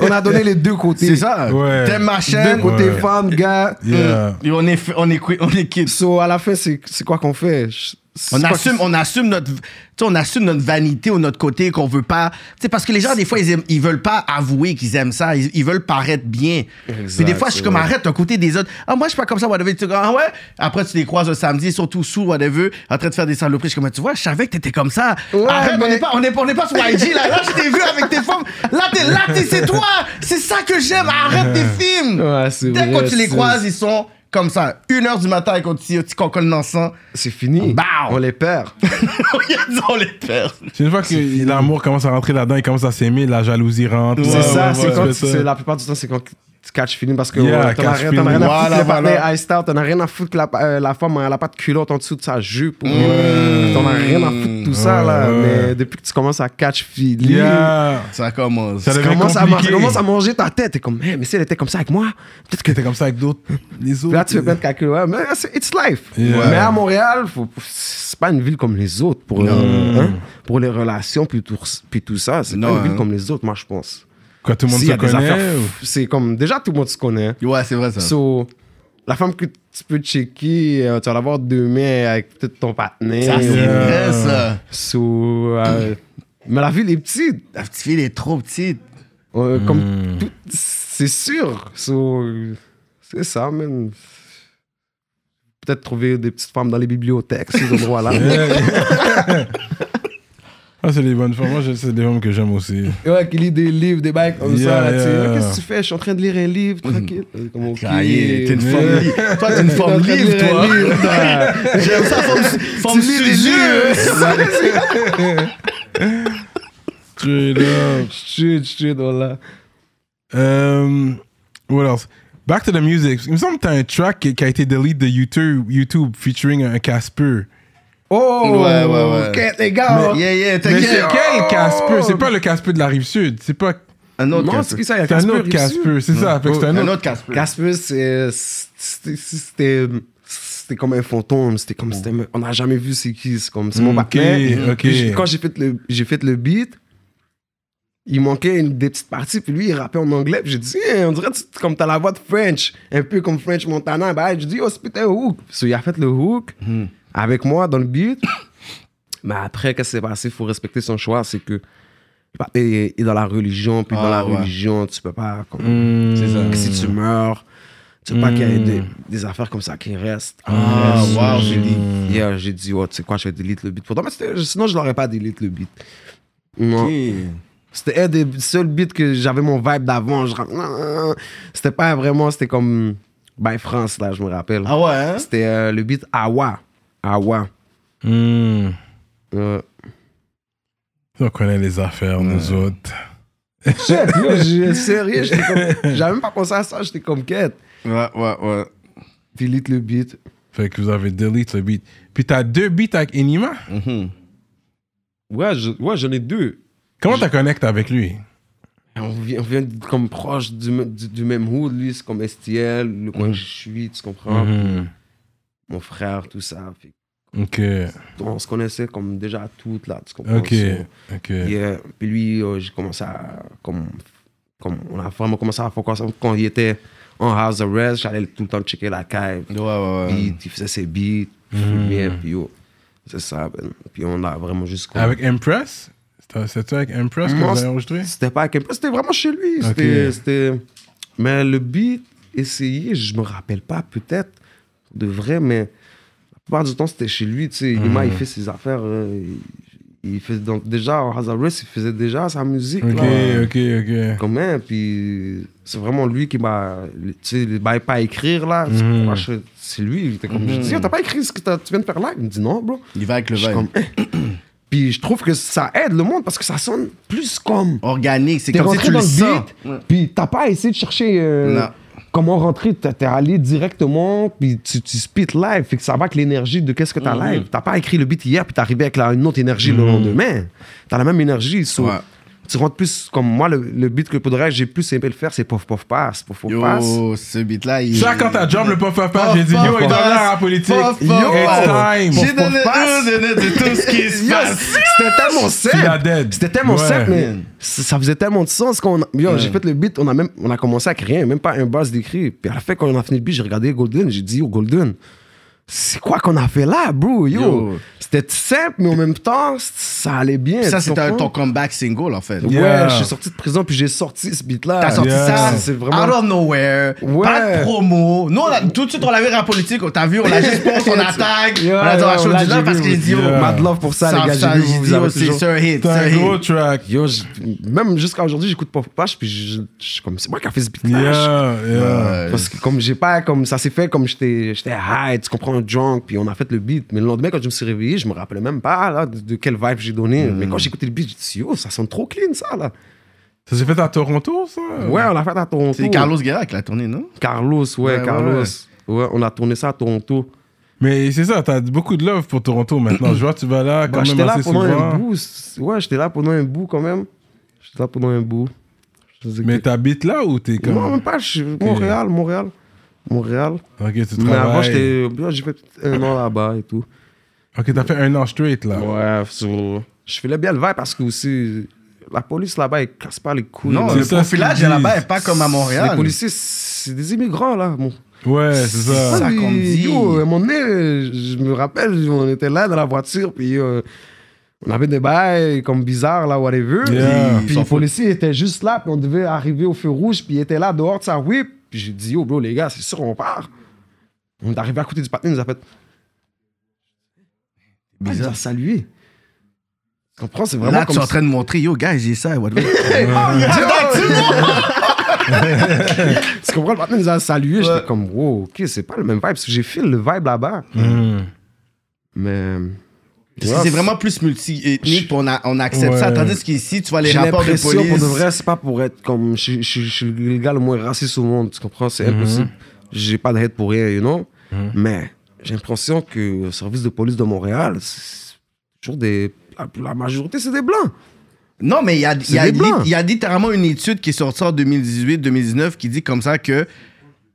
Speaker 2: On a donné les deux côtés.
Speaker 4: C'est ça.
Speaker 1: Ouais.
Speaker 4: T'aimes ma
Speaker 2: Deux
Speaker 4: chaîne.
Speaker 2: côtés
Speaker 1: Ouais.
Speaker 2: femmes, gars.
Speaker 1: Yeah.
Speaker 4: Et on est, on est, qui- on est kids.
Speaker 2: So, à la fin, c'est c'est quoi qu'on fait? Je-
Speaker 4: On
Speaker 2: pas-
Speaker 4: assume, on assume notre, tu sais, on assume notre vanité ou notre côté qu'on veut pas. Tu sais, parce que les gens des fois ils, aiment- ils veulent pas avouer qu'ils aiment ça, ils, ils veulent paraître bien. Puis des fois je suis comme
Speaker 2: ouais.
Speaker 4: arrête un côté des autres. Ah moi je suis pas comme ça whatever. Tu dis, ah ouais. Après tu les croises le samedi, surtout sous whatever, en train de faire des saloperies. Je suis comme tu vois, je savais que t'étais comme ça.
Speaker 2: Ouais,
Speaker 4: arrête, on
Speaker 2: mais-
Speaker 4: n'est pas, on est, on est pas sur YG là. Là je t'ai vu avec tes femmes. Là t'es là t'es- c'est toi. C'est ça que j'aime. Arrête tes films.
Speaker 2: Ouais, c'est
Speaker 4: Dès
Speaker 2: vrai,
Speaker 4: que tu les
Speaker 2: c'est-
Speaker 4: croises ils sont comme ça. Une heure du matin avec un petit un petit concole dans le sang.
Speaker 2: C'est fini.
Speaker 4: Bow.
Speaker 2: On les perd.
Speaker 4: on les perd.
Speaker 1: C'est une fois que l'amour commence à rentrer là-dedans, il commence à s'aimer, la jalousie rentre.
Speaker 2: c'est
Speaker 1: Ouais,
Speaker 2: ça,
Speaker 1: ouais,
Speaker 2: c'est
Speaker 1: ouais,
Speaker 2: quand
Speaker 1: tu fais ça.
Speaker 2: c'est la plupart du temps, c'est quand tu catch feeling parce que
Speaker 1: Yeah,
Speaker 2: ouais, t'en as
Speaker 1: catch
Speaker 2: rien t'en as rien
Speaker 1: feeling.
Speaker 2: à foutre
Speaker 4: Voilà,
Speaker 2: que
Speaker 4: voilà.
Speaker 2: les partenaires ice out, t'en as rien à foutre que la, euh, la femme, elle a pas de culotte en dessous de sa jupe. ou- T'en as rien à foutre de tout ça, là.
Speaker 1: Ouais, ouais.
Speaker 2: Mais depuis que tu commences à catch feeling,
Speaker 1: Yeah.
Speaker 4: Ça commence.
Speaker 1: Ça
Speaker 2: tu
Speaker 1: devient
Speaker 2: commences à, ma- tu
Speaker 1: compliqué.
Speaker 2: commences à manger ta tête. T'es comme, Hey, mais si elle était comme ça avec moi, peut-être que
Speaker 1: T'es comme ça avec d'autres. Les autres.
Speaker 2: Là, tu fais plein de calculs. Ouais, mais c'est- it's life.
Speaker 1: Yeah.
Speaker 2: Mais à Montréal, faut- c'est pas une ville comme les autres pour, euh, hein, pour les relations puis tout, puis tout ça. C'est pas
Speaker 4: Non,
Speaker 2: une ville
Speaker 4: hein.
Speaker 2: comme les autres, moi, je pense.
Speaker 1: Quand tout le monde
Speaker 2: S'il y
Speaker 1: se
Speaker 2: a des
Speaker 1: connaît.
Speaker 2: affaires,
Speaker 1: ou-
Speaker 2: c'est comme déjà tout le monde se connaît.
Speaker 4: Ouais, c'est vrai ça.
Speaker 2: So, la femme que tu peux checker, euh, tu vas l'avoir demain avec peut-être ton
Speaker 4: ça,
Speaker 2: partenaire.
Speaker 4: c'est vrai ça.
Speaker 2: So, euh, mais la ville est petite.
Speaker 4: La petite fille est trop petite.
Speaker 2: Euh,
Speaker 4: Hmm.
Speaker 2: Comme tout- c'est sûr. So, euh, c'est ça, même. Peut-être trouver des petites femmes dans les bibliothèques, ces endroits-là.
Speaker 1: Ah, c'est des bonnes femmes. Moi, je- c'est des hommes que j'aime aussi.
Speaker 2: ouais, qui lit des livres, des bacs comme
Speaker 1: Yeah,
Speaker 2: ça. là, tu sais.
Speaker 1: yeah.
Speaker 2: Ah, Qu'est-ce que tu fais? Je suis en train de lire un livre, tranquille. Euh, Comme, ok.
Speaker 4: Cahier, Hmm. t'es une
Speaker 2: Ouais.
Speaker 4: forme libre. Toi, t'es une
Speaker 2: T'es en train
Speaker 4: forme
Speaker 2: de
Speaker 4: libre,
Speaker 2: lire un
Speaker 4: toi.
Speaker 2: livre, là.
Speaker 4: J'aime ça, forme, forme
Speaker 2: Tu lis des
Speaker 4: studieux.
Speaker 1: Straight up.
Speaker 2: Chut, chut, voilà.
Speaker 1: Um, what else? Back to the music. Il me semble que t'as un track qui qui a été delete de YouTube, YouTube featuring un Casper.
Speaker 2: Oh!
Speaker 4: Ouais, ouais, ouais.
Speaker 2: ok, les gars!
Speaker 4: Yeah, yeah,
Speaker 1: Mais c'est
Speaker 4: t'inquiète.
Speaker 1: quel Casper? C'est pas le Casper de la rive sud. C'est pas.
Speaker 4: Un autre
Speaker 2: Non, c'est
Speaker 4: Casper.
Speaker 2: qui ça? Il y a
Speaker 1: C'est un autre
Speaker 2: Casper.
Speaker 1: Casper. C'est ça. Fait que c'est un
Speaker 4: Un
Speaker 1: autre.
Speaker 4: autre Casper.
Speaker 2: Casper, c'est- c'était. C'était c'était comme un fantôme. C'était comme. c'était- On n'a jamais vu c'est qui. C'est comme. C'est mon
Speaker 1: Mm,
Speaker 2: partenaire.
Speaker 1: ok, ok.
Speaker 2: Puis j'ai- Quand j'ai fait, le- j'ai fait le beat, il manquait une, des petites parties. Puis lui, il rappait en anglais. Puis j'ai dit, Hey, on dirait que tu- comme t'as la voix de French. Un peu comme French Montana. Bah, j'ai dit, oh, c'est putain hook. So, il a fait le hook
Speaker 1: Hmm.
Speaker 2: avec moi dans le beat. Mais après, qu'est-ce qui s'est passé? Il faut respecter son choix. C'est que. Et, et dans la religion, puis dans
Speaker 4: Ah,
Speaker 2: la
Speaker 4: ouais.
Speaker 2: religion, tu peux pas. comme-
Speaker 1: Mm.
Speaker 2: c'est ça. Si tu meurs, tu sais pas qu'il y a des, des affaires comme ça qui restent.
Speaker 4: Ah,
Speaker 2: Restent.
Speaker 4: wow.
Speaker 2: J'ai dit, hier, j'ai dit, oh, tu sais quoi, je vais delete le beat pour toi. Mais c'était- sinon, je l'aurais pas delete le beat. Non. C'était un des seuls beats que j'avais mon vibe d'avant. Je rentre- C'était pas vraiment, c'était comme By France, là, je me rappelle.
Speaker 4: Ah ouais, hein?
Speaker 2: C'était euh, le beat Awa. Awa.
Speaker 1: Mm.
Speaker 2: Euh,
Speaker 1: On connaît les affaires, nous autres.
Speaker 2: je- sérieux, j'étais comme- j'avais même pas pensé à ça, j'étais comme quête.
Speaker 4: Ouais, ouais, ouais.
Speaker 2: Delete le beat.
Speaker 1: Fait que vous avez delete le beat. Puis t'as deux beats avec Enima.
Speaker 4: Mm-hmm.
Speaker 2: Ouais, je- ouais, j'en ai deux.
Speaker 1: Comment t'as connecté avec lui?
Speaker 2: On vient, on vient comme proche du, m- du- du même hood, lui, c'est comme STL, le coin que je suis, tu comprends?
Speaker 1: Mhm.
Speaker 2: Mon frère, tout ça. Fait
Speaker 1: Ok,
Speaker 2: que on se connaissait comme déjà toutes, là, tu comprends?
Speaker 1: ok,
Speaker 2: Oh, So,
Speaker 1: ok.
Speaker 2: yeah. Puis lui, euh, j'ai commencé à. Comme, comme, on a vraiment commencé à faire quoi ça quand il était en house arrest, j'allais tout le temps checker la caille.
Speaker 4: Ouais, ouais, ouais.
Speaker 2: Beat, il faisait ses beats, fumait, puis yo. C'est ça, ben. Puis on a vraiment juste. comme-
Speaker 1: Avec Empress? C'était- C'était avec Empress que
Speaker 2: Non,
Speaker 1: vous avez
Speaker 2: c'est-
Speaker 1: enregistré?
Speaker 2: C'était pas à quel point, c'était vraiment chez lui.
Speaker 1: Ok.
Speaker 2: C'était- C'était. Mais le beat, essayé, je me rappelle pas, peut-être, de vrai, mais la plupart du temps, c'était chez lui. Tu sais, Lima,
Speaker 1: Mm.
Speaker 2: il fait ses affaires. euh, il, il fait, donc, déjà, en Hazarus, il faisait déjà sa musique.
Speaker 1: Ok,
Speaker 2: là,
Speaker 1: ok, ok.
Speaker 2: quand même. Puis c'est vraiment lui qui m'a. Tu sais, il bail pas à écrire, là. c'est-
Speaker 1: Mhm.
Speaker 2: moi, je- C'est lui. Il était comme, Je
Speaker 1: Mm.
Speaker 2: dis, Yo, t'as pas écrit ce que t'as- tu viens de faire là Il me dit, non, bro.
Speaker 4: Il va avec le
Speaker 2: Je suis
Speaker 4: vibe.
Speaker 2: comme, eh. Puis je trouve que ça aide le monde parce que ça sonne plus comme
Speaker 4: Organique, c'est
Speaker 2: t'es
Speaker 4: comme si
Speaker 2: rentré
Speaker 4: tu
Speaker 2: dans
Speaker 4: le
Speaker 2: le
Speaker 4: sens.
Speaker 2: beat, puis t'as pas essayé de chercher euh,
Speaker 4: Non.
Speaker 2: comment rentrer, t'es t'es allé directement, puis tu, tu spit live, fait que ça va avec l'énergie de qu'est-ce que t'as
Speaker 4: Mhm.
Speaker 2: live. T'as pas écrit le beat hier, puis t'es arrivé avec la- une autre énergie le lendemain. T'as la même énergie, so,
Speaker 4: Ouais.
Speaker 2: tu rentres plus, comme moi, le, le beat que pour de vrai, j'ai plus aimé le faire, c'est pof pof passe, pof pof passe.
Speaker 4: Yo, ce beat-là, il.
Speaker 1: Ça, quand t'as job le pop up
Speaker 4: Puff,
Speaker 1: j'ai dit yo,
Speaker 4: puff,
Speaker 1: il doit
Speaker 4: puff,
Speaker 1: aller à la politique.
Speaker 4: puff, puff,
Speaker 1: Yo, it's
Speaker 4: puff.
Speaker 1: time.
Speaker 4: J'ai donné un donné de tout ce qui se
Speaker 2: Yo,
Speaker 4: passe.
Speaker 2: C'était tellement
Speaker 1: la
Speaker 2: simple.
Speaker 1: dead.
Speaker 2: C'était tellement
Speaker 1: Ouais.
Speaker 2: simple, mais c- ça faisait tellement de sens qu'on. Yo, j'ai fait le beat, on a même, on a commencé avec rien, même pas un buzz d'écrit. Puis à la fin, quand on a fini le beat, j'ai regardé Golden, j'ai dit, yo, Golden, c'est quoi qu'on a fait là, bro? Yo,
Speaker 4: Yo.
Speaker 2: C'était simple, mais en même temps, ça allait bien.
Speaker 4: Ça,
Speaker 2: tu
Speaker 4: c'était un-
Speaker 2: comprends?
Speaker 4: ton comeback single, en fait.
Speaker 1: Yeah.
Speaker 2: Ouais, je suis sorti de prison, puis j'ai sorti ce beat-là.
Speaker 4: T'as sorti
Speaker 1: Yeah.
Speaker 4: ça,
Speaker 2: Ah, C'est vraiment...
Speaker 4: out of nowhere,
Speaker 2: Ouais.
Speaker 4: pas de promo. Nous, on a- tout de suite, on l'a vu à la politique, t'as vu, on l'a juste pour son attaque,
Speaker 2: Yeah,
Speaker 4: on a dit, on
Speaker 2: yeah,
Speaker 4: va chaud
Speaker 2: là,
Speaker 4: du
Speaker 2: j'ai
Speaker 4: là parce
Speaker 2: vu,
Speaker 4: qu'il dit,
Speaker 1: yeah.
Speaker 4: oh,
Speaker 2: Mad love pour ça, les gars, j'ai vu,
Speaker 4: j'ai
Speaker 2: vous
Speaker 4: dit,
Speaker 2: avez
Speaker 4: oh, c'est
Speaker 2: toujours-
Speaker 4: c'est un hit, c'est
Speaker 1: C'est
Speaker 4: un
Speaker 1: un
Speaker 4: hit.
Speaker 1: gros track.
Speaker 2: Yo, j'- même jusqu'à aujourd'hui, j'écoute Pop Flash, puis je je suis comme, c'est moi qui a fait ce beat-là.
Speaker 1: Yeah, yeah.
Speaker 2: Je- Parce que comme j'ai pas, comme ça s'est fait, comme j'étais j'étais high, tu comprends, drunk, puis on a fait le beat. Mais le lendemain, quand je me suis réveillé, je me rappelais même pas là, de, de quelle vibe j'ai donné.
Speaker 1: Mm.
Speaker 2: Mais quand j'ai écouté le beat, j'ai dit, yo, ça sonne trop clean, ça, là.
Speaker 1: Ça s'est fait à Toronto, ça?
Speaker 2: Ouais, on l'a fait à Toronto.
Speaker 4: C'est Carlos Guerra qui l'a tourné, non?
Speaker 2: Carlos, ouais,
Speaker 1: Ouais,
Speaker 2: Carlos. Ouais, on a tourné ça à Toronto.
Speaker 1: Mais c'est ça, t'as beaucoup de love pour Toronto maintenant. Je vois, tu vas là quand
Speaker 2: Bah, j'étais
Speaker 1: même
Speaker 2: là
Speaker 1: assez
Speaker 2: pendant un
Speaker 1: souvent.
Speaker 2: bout. Ouais, j'étais là pendant un bout quand même. J'étais là pendant un bout. Je faisais
Speaker 1: Mais
Speaker 2: que-
Speaker 1: t'habites là ou t'es comme.
Speaker 2: Non, même pas. Je suis Montréal, Montréal. Montréal.
Speaker 1: Ok, tu
Speaker 2: Mais avant,
Speaker 1: travailles.
Speaker 2: j'étais. ouais, J'ai fait un an là-bas et tout.
Speaker 1: Ok, t'as fait un an straight là.
Speaker 2: Ouais, sur- je filais bien le vibe parce que aussi, la police là-bas, elle casse pas les couilles.
Speaker 4: Non,
Speaker 2: là.
Speaker 1: c'est
Speaker 4: le
Speaker 1: ça,
Speaker 4: profilage
Speaker 1: ce qu'ils
Speaker 4: là-bas
Speaker 1: disent.
Speaker 4: est pas comme à
Speaker 2: Les
Speaker 4: Montréal.
Speaker 2: policiers, c'est des immigrants, là. Bon.
Speaker 1: Ouais, c'est ça.
Speaker 4: ça qu'on
Speaker 2: puis,
Speaker 4: dit.
Speaker 2: yo, à un moment donné, euh, je me rappelle, on était là dans la voiture, puis euh, on avait des bails comme bizarres, là, whatever.
Speaker 1: Yeah.
Speaker 2: Puis, puis le policier était juste là, puis on devait arriver au feu rouge, puis il était là dehors de sa whip. Puis j'ai dit, yo, bro, les gars, c'est sûr, on part. On est arrivé à côté du patin, il nous a fait. Ah, il nous a salué. Tu comprends? C'est vraiment
Speaker 4: Là, tu
Speaker 2: comme
Speaker 4: es en
Speaker 2: ça.
Speaker 4: train de montrer, yo, guys, j'ai ça. what the-
Speaker 2: Tu comprends? Le partenaire nous a salués. J'étais comme, wow, ok, c'est pas le même vibe. Parce que j'ai feel le vibe là-bas.
Speaker 1: Hmm.
Speaker 2: Mais.
Speaker 4: Parce que C'est vraiment plus multi-ethnique, puis on, a- on accepte
Speaker 1: Ouais.
Speaker 4: ça. Tandis qu'ici, tu vois les
Speaker 2: J'ai
Speaker 4: rapports de
Speaker 2: l'impression, pour
Speaker 4: police.
Speaker 2: de vrai, c'est pas pour être comme. Je je- je- je suis le gars le moins raciste au monde. Tu comprends?
Speaker 4: Mhm.
Speaker 2: C'est impossible. J'ai pas de hate pour rien, you know? Mais j'ai l'impression que le service de police de Montréal, c'est toujours des. La, la majorité, c'est des blancs.
Speaker 4: Non, mais il y a, il y a
Speaker 2: des
Speaker 4: lit-
Speaker 2: blancs.
Speaker 4: il y a littéralement une étude qui est sortie en 2018-2019 qui dit comme ça que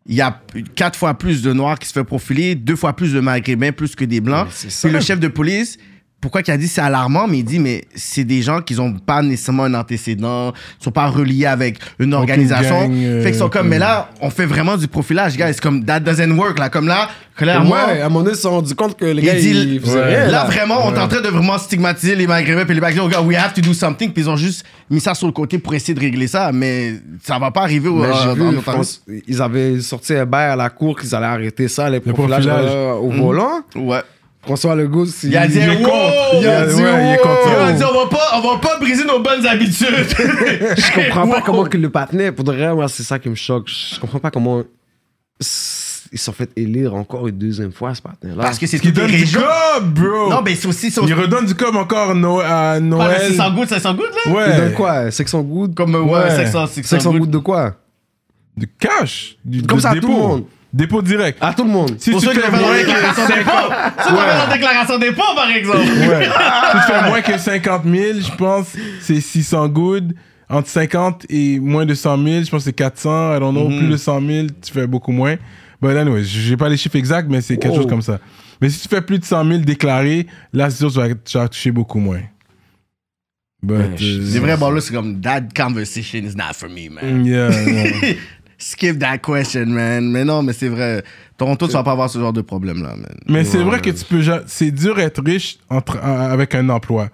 Speaker 4: il y a p- quatre fois plus de Noirs qui se fait profiler, deux fois plus de Maghrébins, plus que des Blancs.
Speaker 2: Mais c'est ça.
Speaker 4: Puis le chef de police, pourquoi qu'il a dit c'est alarmant, mais il dit mais c'est des gens qui n'ont pas nécessairement un antécédent, sont pas reliés avec une organisation.
Speaker 1: gang, euh,
Speaker 4: fait qu'ils sont comme, mais là, on fait vraiment du profilage, guys. Comme, that doesn't work, là. Comme là, clairement,
Speaker 2: Ouais, à mon avis, ils se sont rendus compte que les
Speaker 4: Ah, il
Speaker 2: gars,
Speaker 4: dit,
Speaker 2: ils faisaient
Speaker 4: Ouais.
Speaker 2: rien,
Speaker 4: là, vraiment, on est en train de vraiment stigmatiser les Maghrébins puis les Maghrébins. Regarde, we have to do something. Puis ils ont juste mis ça sur le côté pour essayer de régler ça, mais ça va pas arriver au.
Speaker 2: Mais j'ai
Speaker 4: en-
Speaker 2: vu,
Speaker 4: en-
Speaker 2: je pense, ils avaient sorti un bail à la cour qu'ils allaient arrêter ça, les profilages
Speaker 1: profilage.
Speaker 2: euh, au
Speaker 4: Mhm.
Speaker 2: volant.
Speaker 4: Ouais.
Speaker 2: François Legault, s'il-
Speaker 4: Il a dit,
Speaker 1: est
Speaker 4: wow!
Speaker 1: contre.
Speaker 4: Il a dit,
Speaker 1: Ouais, il est
Speaker 4: wow!
Speaker 1: contre.
Speaker 4: Il a dit, on va pas, on va pas briser nos bonnes habitudes.
Speaker 2: je comprends pas
Speaker 4: Wow.
Speaker 2: comment que le patinet, pour de vrai, moi, c'est ça qui me choque. Je comprends pas comment s- ils se sont fait élire encore une deuxième fois, ce patinet-là.
Speaker 4: Parce que c'est
Speaker 1: Ce qui
Speaker 4: toutes
Speaker 1: donne
Speaker 4: les
Speaker 1: du
Speaker 4: régions.
Speaker 1: cob, bro!
Speaker 4: Non, mais c'est aussi. c'est
Speaker 1: Il
Speaker 4: aussi-
Speaker 1: redonne du cob encore no- à
Speaker 4: Pas le
Speaker 1: Noël.
Speaker 4: 600 gouttes, 500 gouttes, là?
Speaker 2: Ils
Speaker 1: Ouais.
Speaker 2: donnent quoi 500 gouttes
Speaker 4: Comme, euh,
Speaker 1: Ouais.
Speaker 4: ouais, 500,
Speaker 2: 500
Speaker 4: 600
Speaker 2: gouttes
Speaker 4: gouttes.
Speaker 2: de quoi
Speaker 1: Du cash. Du,
Speaker 2: Comme
Speaker 1: de
Speaker 2: ça à tout
Speaker 1: dépôt.
Speaker 2: le monde.
Speaker 1: Dépôt direct.
Speaker 2: À tout le monde.
Speaker 1: Si
Speaker 4: Pour
Speaker 1: tu
Speaker 4: ceux
Speaker 1: te
Speaker 4: qui
Speaker 1: fais
Speaker 4: avaient dans la
Speaker 1: moins que
Speaker 4: déclaration d'impôt.
Speaker 1: 50
Speaker 4: Ceux qui avaient dans la déclaration d'impôt, par exemple.
Speaker 1: Ouais. si tu fais moins que 50 000, je pense c'est 600 good. Entre 50 et moins de 100 000, je pense c'est 400. I don't know. Plus de 100 000, tu fais beaucoup moins. But anyway, j'ai pas les chiffres exacts, mais c'est quelque chose comme ça. Mais si tu fais plus de 100 000 déclarés, là, c'est sûr, tu vas, tu vas toucher beaucoup moins. But, euh,
Speaker 4: C'est vrai, bon, là, c'est comme, that conversation is not for me, man.
Speaker 1: Yeah, yeah.
Speaker 4: Skip that question, man. Mais non, mais c'est vrai. Toronto, tu vas pas avoir ce genre de problème-là, man.
Speaker 1: Mais c'est vrai que tu peux. ja- C'est dur d'être riche entre, a- avec un emploi.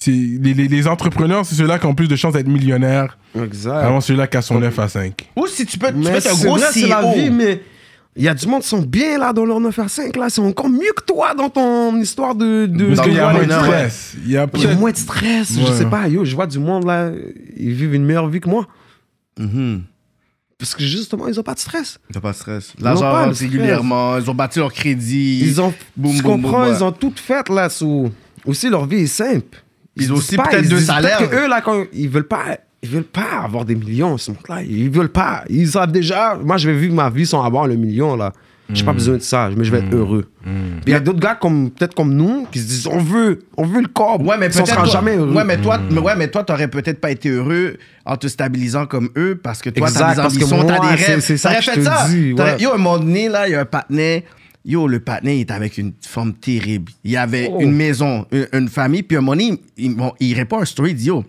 Speaker 1: C'est- Les, les, les entrepreneurs, c'est ceux-là qui ont plus de chances d'être millionnaires
Speaker 2: Exact.
Speaker 1: avant celui-là qui a son 9 à 5.
Speaker 4: Ou si tu peux, tu peux
Speaker 2: Mais
Speaker 4: être un
Speaker 2: c'est
Speaker 4: gros E
Speaker 2: vrai, c'est la
Speaker 4: CEO.
Speaker 2: vie, mais il y a du monde qui sont bien là dans leur 9 à 5, là. C'est encore mieux que toi dans ton histoire de. de
Speaker 1: Parce
Speaker 2: de
Speaker 1: qu'il y a
Speaker 2: droit
Speaker 1: moins de
Speaker 2: d'être-
Speaker 1: stress. Il y a
Speaker 2: J'ai
Speaker 1: peut-être.
Speaker 2: moins de stress, je
Speaker 1: Ouais.
Speaker 2: sais pas. Yo, je vois du monde là, ils vivent une meilleure vie que moi.
Speaker 4: Mhm.
Speaker 2: Parce que justement, ils ont pas de stress.
Speaker 4: T'as pas de stress.
Speaker 2: Ils ont
Speaker 4: L'argent
Speaker 2: pas le
Speaker 4: rentre régulièrement. Ils ont battu leur crédit.
Speaker 2: Ils ont,
Speaker 4: Boum,
Speaker 2: tu
Speaker 4: boum, boum,
Speaker 2: comprends,
Speaker 4: ouais.
Speaker 2: ils ont tout fait là. Sous... Aussi, leur vie est simple.
Speaker 4: Ils
Speaker 2: se
Speaker 4: ont
Speaker 2: disent
Speaker 4: aussi
Speaker 2: pas,
Speaker 4: peut-être
Speaker 2: ils se
Speaker 4: deux
Speaker 2: disent pas
Speaker 4: salaires.
Speaker 2: que eux là, quand ils veulent pas, ils veulent pas avoir des millions. Ce monde-là, ils veulent pas. Ils savent déjà. Moi, je vais vivre ma vie sans avoir le million là. J'ai
Speaker 4: Hmm.
Speaker 2: pas besoin de ça, mais je vais être heureux. Puis Il y a d'autres gars comme peut-être comme nous qui se disent on veut, on veut le corps.
Speaker 4: Ouais, mais
Speaker 2: Ça, on
Speaker 4: peut-être.
Speaker 2: sera
Speaker 4: toi-
Speaker 2: jamais heureux. Mm.
Speaker 4: Ouais, mais toi, mais ouais, mais toi, t'aurais peut-être pas été heureux en te stabilisant comme eux parce que toi, t'as
Speaker 2: Exact,
Speaker 4: des
Speaker 2: parce que
Speaker 4: ambitions, t'as
Speaker 2: moi,
Speaker 4: des rêves.
Speaker 2: c'est- c'est ça
Speaker 4: T'aurais
Speaker 2: que je
Speaker 4: fait
Speaker 2: te
Speaker 4: ça.
Speaker 2: dis,
Speaker 4: T'aurais-
Speaker 2: ouais.
Speaker 4: Yo, à un moment donné, là, il y a un patinet. Yo, le patinet, il est avec une forme terrible. Il y avait
Speaker 2: Oh.
Speaker 4: une maison, une, une famille, puis à un moment donné, il, il, bon, il répond à un story, il dit, yo,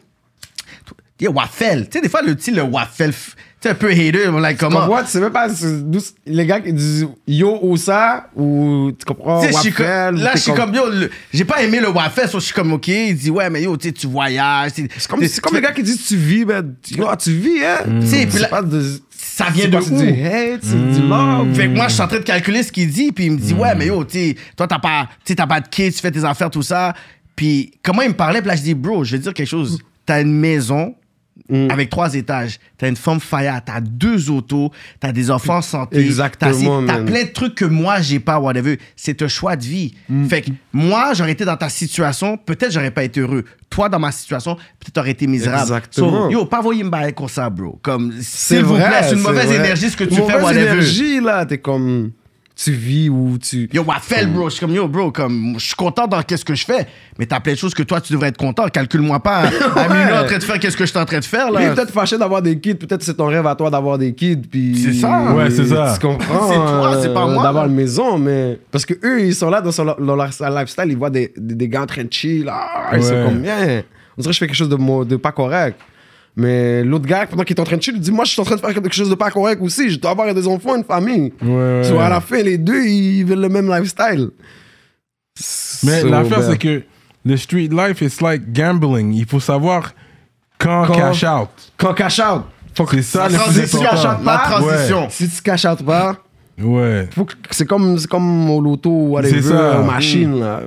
Speaker 4: Yeah, waffle. Tu sais, des fois, le style, le waffle, f- tu sais, un peu hater, like,
Speaker 2: Tu
Speaker 4: comment.
Speaker 2: comprends? Tu sais même pas c'est- d'où- les gars qui disent yo ou ça, ou tu comprends?
Speaker 4: Tu sais, je suis
Speaker 2: Waffle,
Speaker 4: comme-
Speaker 2: ou
Speaker 4: là,
Speaker 2: t'es
Speaker 4: je suis comme, yo, le- j'ai pas aimé le waffle, so je suis comme, ok, il dit, ouais, mais yo, tu sais, tu voyages. C'est
Speaker 2: C'est comme, c'est comme les gars qui disent tu vis, ben, tu, oh, tu vis, hein?
Speaker 4: sais, puis là-
Speaker 2: pas de.
Speaker 4: Ça vient
Speaker 2: c'est
Speaker 4: de
Speaker 2: pas-
Speaker 4: où? Mm.
Speaker 2: C'est du hate, c'est du love.
Speaker 4: Fait que moi, je suis en train de calculer ce qu'il dit, puis il me dit,
Speaker 2: Hmm.
Speaker 4: ouais, mais yo, tu sais, toi, t'as pas, tu sais, t'as pas de kids, tu fais tes affaires, tout ça. Puis comment il me parlait, puis là, je dis, bro, je vais te dire quelque chose. T'as une maison
Speaker 2: Hmm.
Speaker 4: avec trois étages, t'as une femme faillite, t'as deux autos, t'as des enfants en santé,
Speaker 2: Exactement,
Speaker 4: t'as ci, t'as
Speaker 2: man.
Speaker 4: plein de trucs que moi, j'ai pas, whatever. C'est un choix de vie.
Speaker 2: Hmm.
Speaker 4: Fait que moi, j'aurais été dans ta situation, peut-être j'aurais pas été heureux. Toi, dans ma situation, peut-être t'aurais été misérable.
Speaker 2: Exactement.
Speaker 4: So, yo, pas voyer me bailler comme ça, bro. Comme,
Speaker 2: C'est
Speaker 4: s'il vous
Speaker 2: vrai,
Speaker 4: plaît, c'est une mauvaise
Speaker 2: vrai.
Speaker 4: énergie ce que tu
Speaker 2: Mauvaise
Speaker 4: fais, whatever.
Speaker 2: énergie, là, t'es comme. Tu vis ou tu.
Speaker 4: Yo, Waffel, bro. Je suis comme, yo, bro, comme, je suis content dans qu'est-ce que je fais, mais t'as plein de choses que toi, tu devrais être content. Calcule-moi pas à, à minuit en train de faire qu'est-ce que je suis en train de faire,
Speaker 2: Il est
Speaker 4: là.
Speaker 2: peut-être fâché d'avoir des kids, peut-être c'est ton rêve à toi d'avoir des kids, puis.
Speaker 4: C'est ça.
Speaker 1: Ouais, c'est ça.
Speaker 2: Tu comprends.
Speaker 4: C'est toi, c'est pas
Speaker 2: euh,
Speaker 4: moi.
Speaker 2: D'avoir une maison, mais. Parce que eux, ils sont là dans, son- dans leur sa- lifestyle, ils voient des, des, des gars en train de chill, ah, ils
Speaker 1: Ouais.
Speaker 2: sont comme, bien. On dirait que je fais quelque chose de, mo- de pas correct. Mais l'autre gars, pendant qu'il est en train de chill, il dit, moi, je suis en train de faire quelque chose de pas correct aussi, je dois avoir des enfants, une famille.
Speaker 1: Ouais,
Speaker 2: So,
Speaker 1: ouais.
Speaker 2: à la fin, les deux, ils veulent le même lifestyle.
Speaker 1: Mais
Speaker 2: So,
Speaker 1: l'affaire,
Speaker 2: ben,
Speaker 1: c'est que le street life, it's like gambling. Il faut savoir quand,
Speaker 2: Quand-
Speaker 1: cash out.
Speaker 2: Quand cash out,
Speaker 1: C'est ça le
Speaker 2: Ça,
Speaker 1: plus
Speaker 2: c'est si cash
Speaker 1: important.
Speaker 2: out pas,
Speaker 4: La transition.
Speaker 2: si tu cash out pas,
Speaker 1: Ouais.
Speaker 2: faut que- c'est comme c'est comme au loto ou whatever,
Speaker 1: C'est ça.
Speaker 2: aux machines là.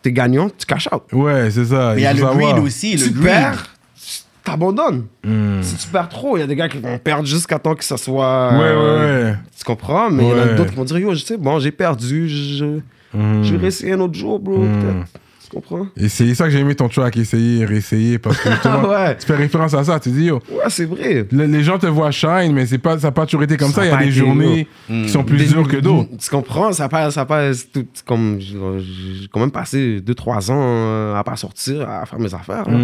Speaker 2: T'es gagnant, tu cash out.
Speaker 1: Ouais, c'est ça.
Speaker 4: Mais il y a le
Speaker 1: faut savoir.
Speaker 4: greed aussi, le
Speaker 2: tu
Speaker 4: greed.
Speaker 2: perds, tu t'abandonnes. Si tu perds trop, il y a des gars qui vont perdre jusqu'à temps que ça soit.
Speaker 1: Hmm. Ouais,
Speaker 2: euh,
Speaker 1: ouais, ouais.
Speaker 2: Tu comprends, mais il y en a
Speaker 1: Ouais. Hmm.
Speaker 2: d'autres qui vont dire Yo, je sais, bon, j'ai perdu, je, je vais réessayer un autre jour, bro, peut-être. Tu comprends
Speaker 1: Et c'est ça que j'ai aimé ton track, essayer, réessayer, parce que justement,
Speaker 2: Ouais.
Speaker 1: tu fais référence à ça. Tu dis, yo,
Speaker 2: Ouais, c'est vrai.
Speaker 1: le- les gens te voient shine, mais c'est pas, ça n'a pas toujours été comme ça.
Speaker 2: Ça a
Speaker 1: Il y a
Speaker 2: pas
Speaker 1: des
Speaker 2: été, Hmm.
Speaker 1: journées qui sont plus
Speaker 2: Des-
Speaker 1: dures que d'autres.
Speaker 2: Tu comprends, ça passe, ça passe tout, comme j'ai j'ai quand même passé 2-3 ans euh, à pas sortir, à faire mes affaires. là.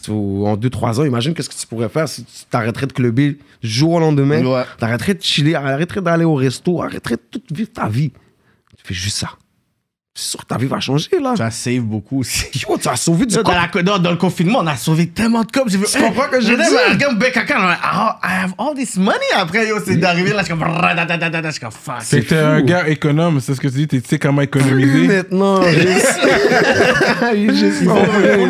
Speaker 2: So, En 2-3 ans, imagine qu'est-ce que tu pourrais faire si tu t'arrêterais de clubber du jour au lendemain,
Speaker 4: Ouais.
Speaker 2: t'arrêterais de chiller, arrêterais d'aller au resto, arrêterais de tout vivre ta vie. Tu fais juste ça. C'est sûr que ta vie va changer là.
Speaker 4: Tu as save beaucoup aussi.
Speaker 2: Yo, tu as sauvé du
Speaker 4: Dans,
Speaker 2: couple.
Speaker 4: la, dans, dans le confinement, on a sauvé tellement de copes. J'ai vu. Tu
Speaker 2: comprends que je dis?
Speaker 4: Regarde, ben, caca, on a- ah, I have all this money après, yo, c'est d'arriver là, je suis comme, radadadadada, je suis comme, fuck.
Speaker 1: C'est que t'es un gars économe, c'est ce que tu dis, t'es- tu sais comment économiser.
Speaker 2: Maintenant, j'ai j'ai sombré.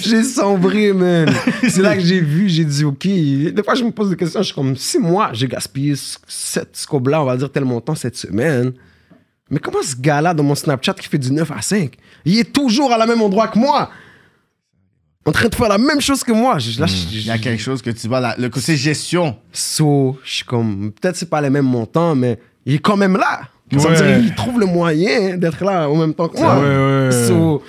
Speaker 2: J'ai sombré, man. C'est là que j'ai vu, j'ai dit, OK. Des fois, je me pose des questions, je suis comme, si moi, j'ai gaspillé 7 scoblas, on va dire tel montant cette semaine, mais comment ce gars-là dans mon Snapchat qui fait du 9 à 5, il est toujours à la même endroit que moi? En train de faire la même chose que moi. Je- Là, je-
Speaker 4: Hmm. Il y a quelque chose que tu vois, là, le côté gestion.
Speaker 2: So, je suis comme, peut-être c'est pas les mêmes montants, mais il est quand même là. Ça veut
Speaker 1: Ouais.
Speaker 2: dire qu'il trouve le moyen d'être là en même temps que moi.
Speaker 1: Ouais, ouais.
Speaker 2: So,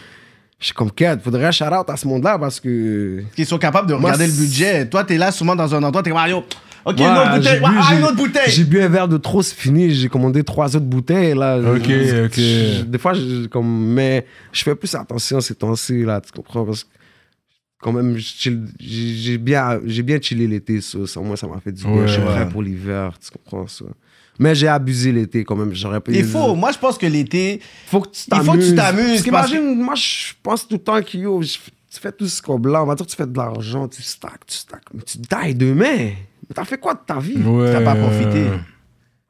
Speaker 2: je suis comme, quête, faudrait shout out à ce monde-là parce que.
Speaker 4: Qu'ils sont capables de regarder
Speaker 2: c'est-
Speaker 4: le budget. Toi, t'es là souvent dans un endroit, t'es comme, ah, yo, ok,
Speaker 2: Ouais,
Speaker 4: une autre
Speaker 2: j'ai
Speaker 4: bouteille,
Speaker 2: bu-
Speaker 4: ouais, ah,
Speaker 2: j'ai-
Speaker 4: une autre bouteille.
Speaker 2: J'ai bu un verre de trop, c'est fini. J'ai commandé trois autres bouteilles, là.
Speaker 1: Ok,
Speaker 2: Je-
Speaker 1: ok.
Speaker 2: je- des fois, je, comme, mais je fais plus attention ces temps-ci, là, tu comprends? Parce que, quand même, je chill- j'ai j'ai bien, j'ai bien chillé l'été, ça. ça, Moi, ça m'a fait du bien.
Speaker 1: Ouais.
Speaker 2: je suis prêt pour l'hiver, tu comprends, ça. Mais j'ai abusé l'été, quand même. J'aurais pas
Speaker 4: Il faut, moi, je pense que l'été,
Speaker 2: faut que tu
Speaker 4: Il
Speaker 2: t'amuses.
Speaker 4: faut que tu t'amuses,
Speaker 2: Parce
Speaker 4: parce
Speaker 2: qu'imagine, moi, je pense tout le temps que yo, je- tu fais tout ce qu'on blanc. On va dire que tu fais de l'argent, tu stacks, tu stacks. Mais tu die demain. Mais t'as fait quoi de ta vie?
Speaker 1: Ouais.
Speaker 4: t'as pas profité.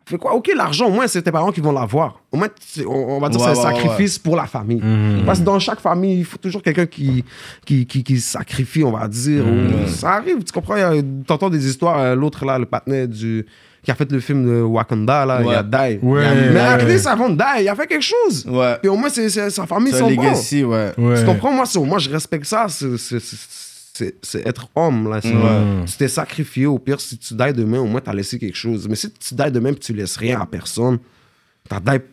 Speaker 2: T'as fait quoi? Ok, l'argent, au moins, c'est tes parents qui vont l'avoir. Au moins, tu- on, on va dire que
Speaker 4: Ouais,
Speaker 2: c'est un
Speaker 4: ouais, Mhm.
Speaker 2: sacrifice pour la famille. Parce que dans chaque famille, il faut toujours quelqu'un qui, qui, qui, qui se sacrifie, on va dire.
Speaker 4: Mhm.
Speaker 2: Ou- Ça arrive, tu comprends? il y a- T'entends des histoires. euh, L'autre, là, le partenaire du qui a fait le film de Wakanda, là, il y a Die.
Speaker 1: Ouais.
Speaker 2: Mais à
Speaker 1: Ouais.
Speaker 2: Chris, avant de Die, il a fait quelque chose.
Speaker 4: Ouais.
Speaker 2: Et au moins, c'est c'est- sa famille,
Speaker 4: C'est
Speaker 2: son
Speaker 4: un legacy, ouais.
Speaker 1: Ouais.
Speaker 2: Tu comprends? Moi, c'est- moi, je respecte ça. C'est- c'est- C'est c'est être homme. Là. C'est- Tu t'es sacrifié. Au pire, si tu die demain, au moins, t'as laissé quelque chose. Mais si tu die demain et tu laisses rien à personne, t'as die-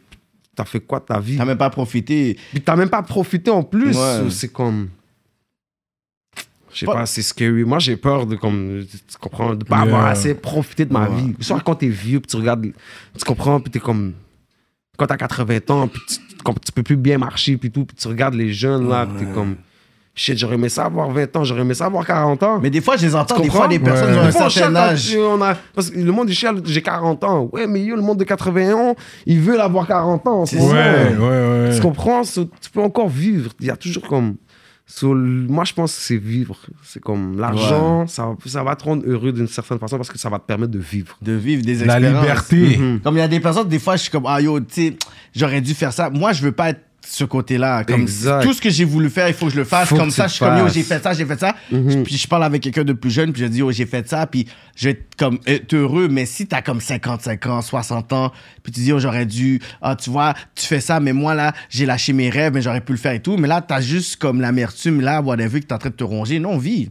Speaker 2: t'as fait quoi de ta vie?
Speaker 4: T'as même pas profité.
Speaker 2: Puis t'as même pas profité en plus.
Speaker 4: Ouais.
Speaker 2: C'est comme. Je sais pas, c'est scary. Moi, j'ai peur de comme. Tu comprends? De pas
Speaker 1: Yeah.
Speaker 2: avoir assez profité de ma
Speaker 4: Ouais.
Speaker 2: vie. Soit quand t'es vieux, puis tu regardes. Tu comprends? Puis t'es comme. Quand t'as 80 ans, puis tu, comme tu peux plus bien marcher, puis tout. Puis tu regardes les jeunes, là, puis t'es comme. Shit, j'aurais aimé ça avoir 20 ans, j'aurais aimé ça avoir 40 ans.
Speaker 4: Mais des fois, je les entends,
Speaker 2: Tu
Speaker 4: des fois, des
Speaker 2: comprends?
Speaker 4: personnes
Speaker 1: Ouais.
Speaker 4: ont
Speaker 2: Des
Speaker 4: un
Speaker 2: fois, on
Speaker 4: certain
Speaker 2: chiale quand
Speaker 4: âge.
Speaker 2: tu- on a- parce que le monde du chien, j'ai 40 ans. Ouais, mais yo, le monde de 81, ils veulent avoir 40 ans. en ce
Speaker 1: Ouais,
Speaker 2: moment.
Speaker 4: Hmm.
Speaker 1: ouais, ouais.
Speaker 2: Tu comprends? ce- Tu peux encore vivre. Il y a toujours comme. So, l- moi, je pense que c'est vivre. C'est comme l'argent, ça, ça va te rendre heureux d'une certaine façon parce que ça va te permettre de vivre.
Speaker 4: de vivre des
Speaker 1: La
Speaker 4: expériences.
Speaker 1: liberté.
Speaker 2: Mhm.
Speaker 4: Comme il y a des personnes, des fois, je suis comme, ah yo, tu sais, j'aurais dû faire ça. Moi, je veux pas être ce côté-là. Comme
Speaker 2: Exact.
Speaker 4: tout ce que j'ai voulu faire, il faut que je le fasse.
Speaker 2: Faut
Speaker 4: comme
Speaker 2: que
Speaker 4: ça,
Speaker 2: tu
Speaker 4: je suis comme, yo,
Speaker 2: fasses. Mhm.
Speaker 4: j'ai fait ça, j'ai fait ça. Puis je parle avec quelqu'un de plus jeune, puis je dis, yo, j'ai fait ça, puis je vais être comme être heureux. Mais si t'as comme 55 ans, 60 ans, puis tu dis, yo, j'aurais dû, ah, tu vois, tu fais ça, mais moi, là, j'ai lâché mes rêves, mais j'aurais pu le faire et tout. Mais là, t'as juste comme l'amertume, là, whatever, que t'es en train de te ronger. Non, vis.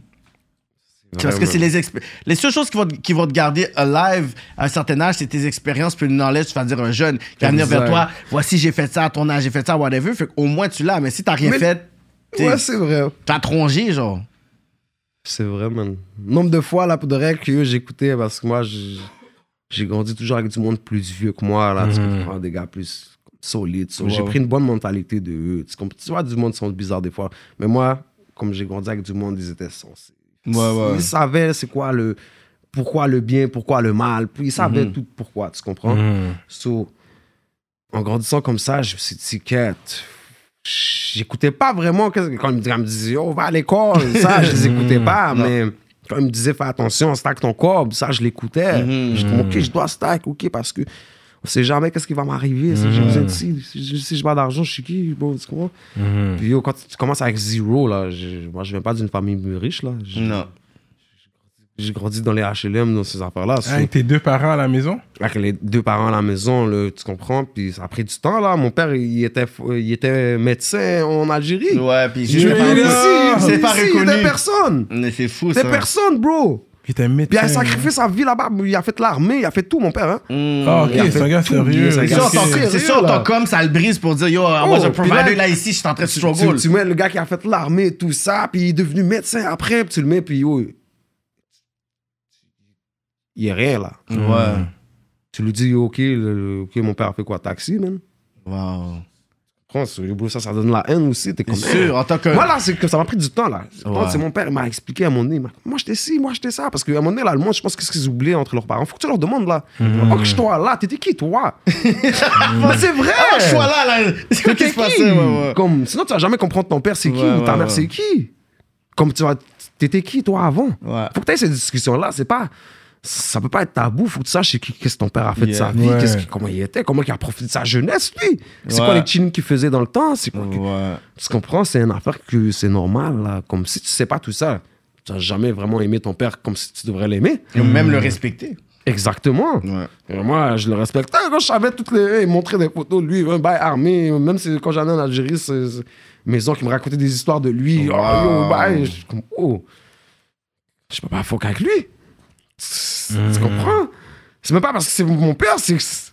Speaker 4: Parce que c'est les, expé- les seules choses qui vont, te- qui vont te garder alive à un certain âge, c'est tes expériences, puis une knowledge, tu vas dire un jeune qui va venir vers
Speaker 2: Exact.
Speaker 4: toi, voici j'ai fait ça à ton âge, j'ai fait ça, whatever, fait au moins tu l'as, mais si t'as rien
Speaker 2: Mais-
Speaker 4: fait, t'es-
Speaker 2: Ouais, c'est vrai.
Speaker 4: t'as trongé, genre.
Speaker 2: C'est vrai, man. Nombre de fois, là, pour de vrai, que j'écoutais, parce que moi, j'ai j'ai grandi toujours avec du monde plus vieux que moi, là. Tu
Speaker 4: Hmm.
Speaker 2: comprends, des gars plus solides. so, J'ai pris une bonne mentalité de eux. Tu, comprends, tu vois, du monde, ils sont bizarres des fois. Mais moi, comme j'ai grandi avec du monde, ils étaient sensés.
Speaker 4: ouais.
Speaker 2: Ils savaient c'est quoi le... Pourquoi le bien, pourquoi le mal. Puis ils savaient
Speaker 4: Mhm.
Speaker 2: tout pourquoi, tu comprends? So, en grandissant comme ça, je me suis dit, quête. J'écoutais pas vraiment qu'est-ce que- quand ils me disaient- ils me disaient, oh, va à l'école, ça, je les écoutais pas, mais quand ils me disaient, fais attention, stack ton corps, ça, je l'écoutais.
Speaker 4: Mhm.
Speaker 2: J'étais comme, ok, je dois stack, ok, parce que on sait jamais qu'est-ce qui va m'arriver. Si
Speaker 4: Mhm.
Speaker 2: j'ai besoin de ci, si je- si j'ai pas d'argent, je suis qui, bon, tu comprends?
Speaker 4: Mhm.
Speaker 2: Puis yo, quand tu commences avec zéro, là, je- moi, je viens pas d'une famille riche, là. J'ai-
Speaker 4: Non.
Speaker 2: J'ai grandi dans les HLM, dans ces affaires-là. so-
Speaker 1: Avec Hein, tes deux parents à la maison?
Speaker 2: avec les deux parents à la maison, là, tu comprends? Puis ça a pris du temps, là. Mon père, il était, il était médecin en Algérie.
Speaker 4: Ouais, puis
Speaker 2: Il est
Speaker 1: pas-
Speaker 2: venu
Speaker 1: là,
Speaker 2: ici,
Speaker 4: c'est
Speaker 2: il
Speaker 4: pas
Speaker 2: pas ici, il était
Speaker 4: reconnu.
Speaker 2: personne.
Speaker 4: Mais c'est fou,
Speaker 2: Il
Speaker 4: ça.
Speaker 2: était personne, bro.
Speaker 1: Puis t'es
Speaker 2: Puis il
Speaker 1: médecin.
Speaker 2: a sacrifié sa vie là-bas. Il a fait l'armée, il a fait tout, mon père. Hein.
Speaker 4: Mm.
Speaker 1: Ah, ok,
Speaker 2: Il a
Speaker 1: c'est un
Speaker 2: fait
Speaker 1: gars
Speaker 2: tout,
Speaker 1: sérieux.
Speaker 2: il a
Speaker 4: C'est sûr, en tant que-
Speaker 2: Sérieux,
Speaker 4: c'est sûr, en
Speaker 2: là.
Speaker 4: tant qu'homme, ça le brise pour dire, yo, I was a
Speaker 2: Oh, puis là-
Speaker 4: provider, là, ici, je suis en train de struggle.
Speaker 2: Tu, tu mets le gars qui a fait l'armée et tout ça, puis il est devenu médecin après, puis tu le mets, puis yo, il est rien, là.
Speaker 4: Ouais.
Speaker 2: Tu lui dis, yo, OK, le- le- ok, mon père a fait quoi, taxi, man?
Speaker 4: Wow.
Speaker 2: Prends ça, yo, bro, ça, ça donne la haine aussi. T'es comme,
Speaker 4: C'est sûr, en tant que.
Speaker 2: Moi, là, c'est que ça m'a pris du temps, là. Je pense que C'est
Speaker 4: Ouais.
Speaker 2: mon père, il m'a expliqué à mon nez. il m'a dit, Moi, j'étais ci, moi, j'étais ça. Parce qu'à un moment donné, là, le monde, je pense qu'est-ce qu'ils oublient entre leurs parents. Faut que tu leur demandes, là.
Speaker 4: Mhm.
Speaker 2: Oh, que je toi, là, t'étais qui, toi Mais C'est vrai
Speaker 4: Ah, je suis là, là. C'est ce qui
Speaker 2: T'étais
Speaker 4: se
Speaker 2: qui
Speaker 4: passait, ouais, ouais.
Speaker 2: Comme, Sinon, tu vas jamais comprendre ton père, c'est qui,
Speaker 4: Ouais,
Speaker 2: ou ta
Speaker 4: ouais,
Speaker 2: mère,
Speaker 4: ouais.
Speaker 2: c'est qui. Comme tu vas. T'étais qui, toi, avant
Speaker 4: Ouais.
Speaker 2: Faut que tu aies cette discussion-là. C'est pas. Ça peut pas être tabou, faut que tu saches c'est qui- qu'est-ce que ton père a fait de
Speaker 4: Yeah.
Speaker 2: sa vie,
Speaker 1: Ouais.
Speaker 2: qu'est-ce qu'il- comment il était, comment il a profité de sa jeunesse, lui. C'est quoi
Speaker 4: Ouais.
Speaker 2: les chillings qu'il faisait dans le temps, c'est quoi que-
Speaker 4: Ouais.
Speaker 2: tu comprends, c'est une affaire que c'est normal. Là. Comme si tu sais pas tout ça, tu n'as jamais vraiment aimé ton père comme si tu devrais l'aimer.
Speaker 4: Même le respecter.
Speaker 2: Exactement.
Speaker 4: Ouais.
Speaker 2: Et moi, je le respectais. Quand je savais toutes les. Il montrait des photos de lui, un bail armé. Même si, quand j'allais en Algérie, c'est c'est mes oncles qui me racontaient des histoires de lui.
Speaker 4: Wow.
Speaker 2: Oh, yo, bail. Je suis comme, oh. Je peux pas fuck avec lui. Tu tu comprends? C'est même pas parce que c'est mon père, c'est. c'est-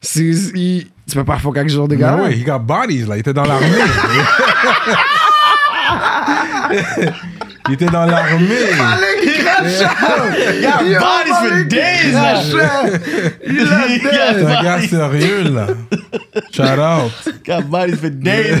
Speaker 2: c'est- il- Tu peux pas fuck avec ce genre de gars.
Speaker 1: Ah ouais, il got bodies, là. Il était dans l'armée. il était dans l'armée.
Speaker 4: Il a bodies for days, là. Il a
Speaker 1: C'est un gars
Speaker 4: bodies-
Speaker 1: sérieux, là. Shout out.
Speaker 4: il a bodies for days, man.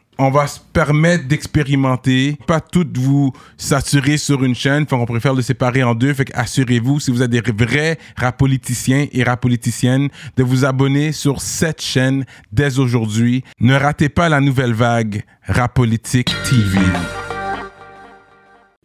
Speaker 1: On va se permettre d'expérimenter, pas toutes vous saturer sur une chaîne. Fait qu'on préfère le séparer en deux. Fait assurez-vous, si vous êtes des vrais rapoliticiens et rapoliticiennes, de vous abonner sur cette chaîne dès aujourd'hui. Ne ratez pas la nouvelle vague Rapolitique TV.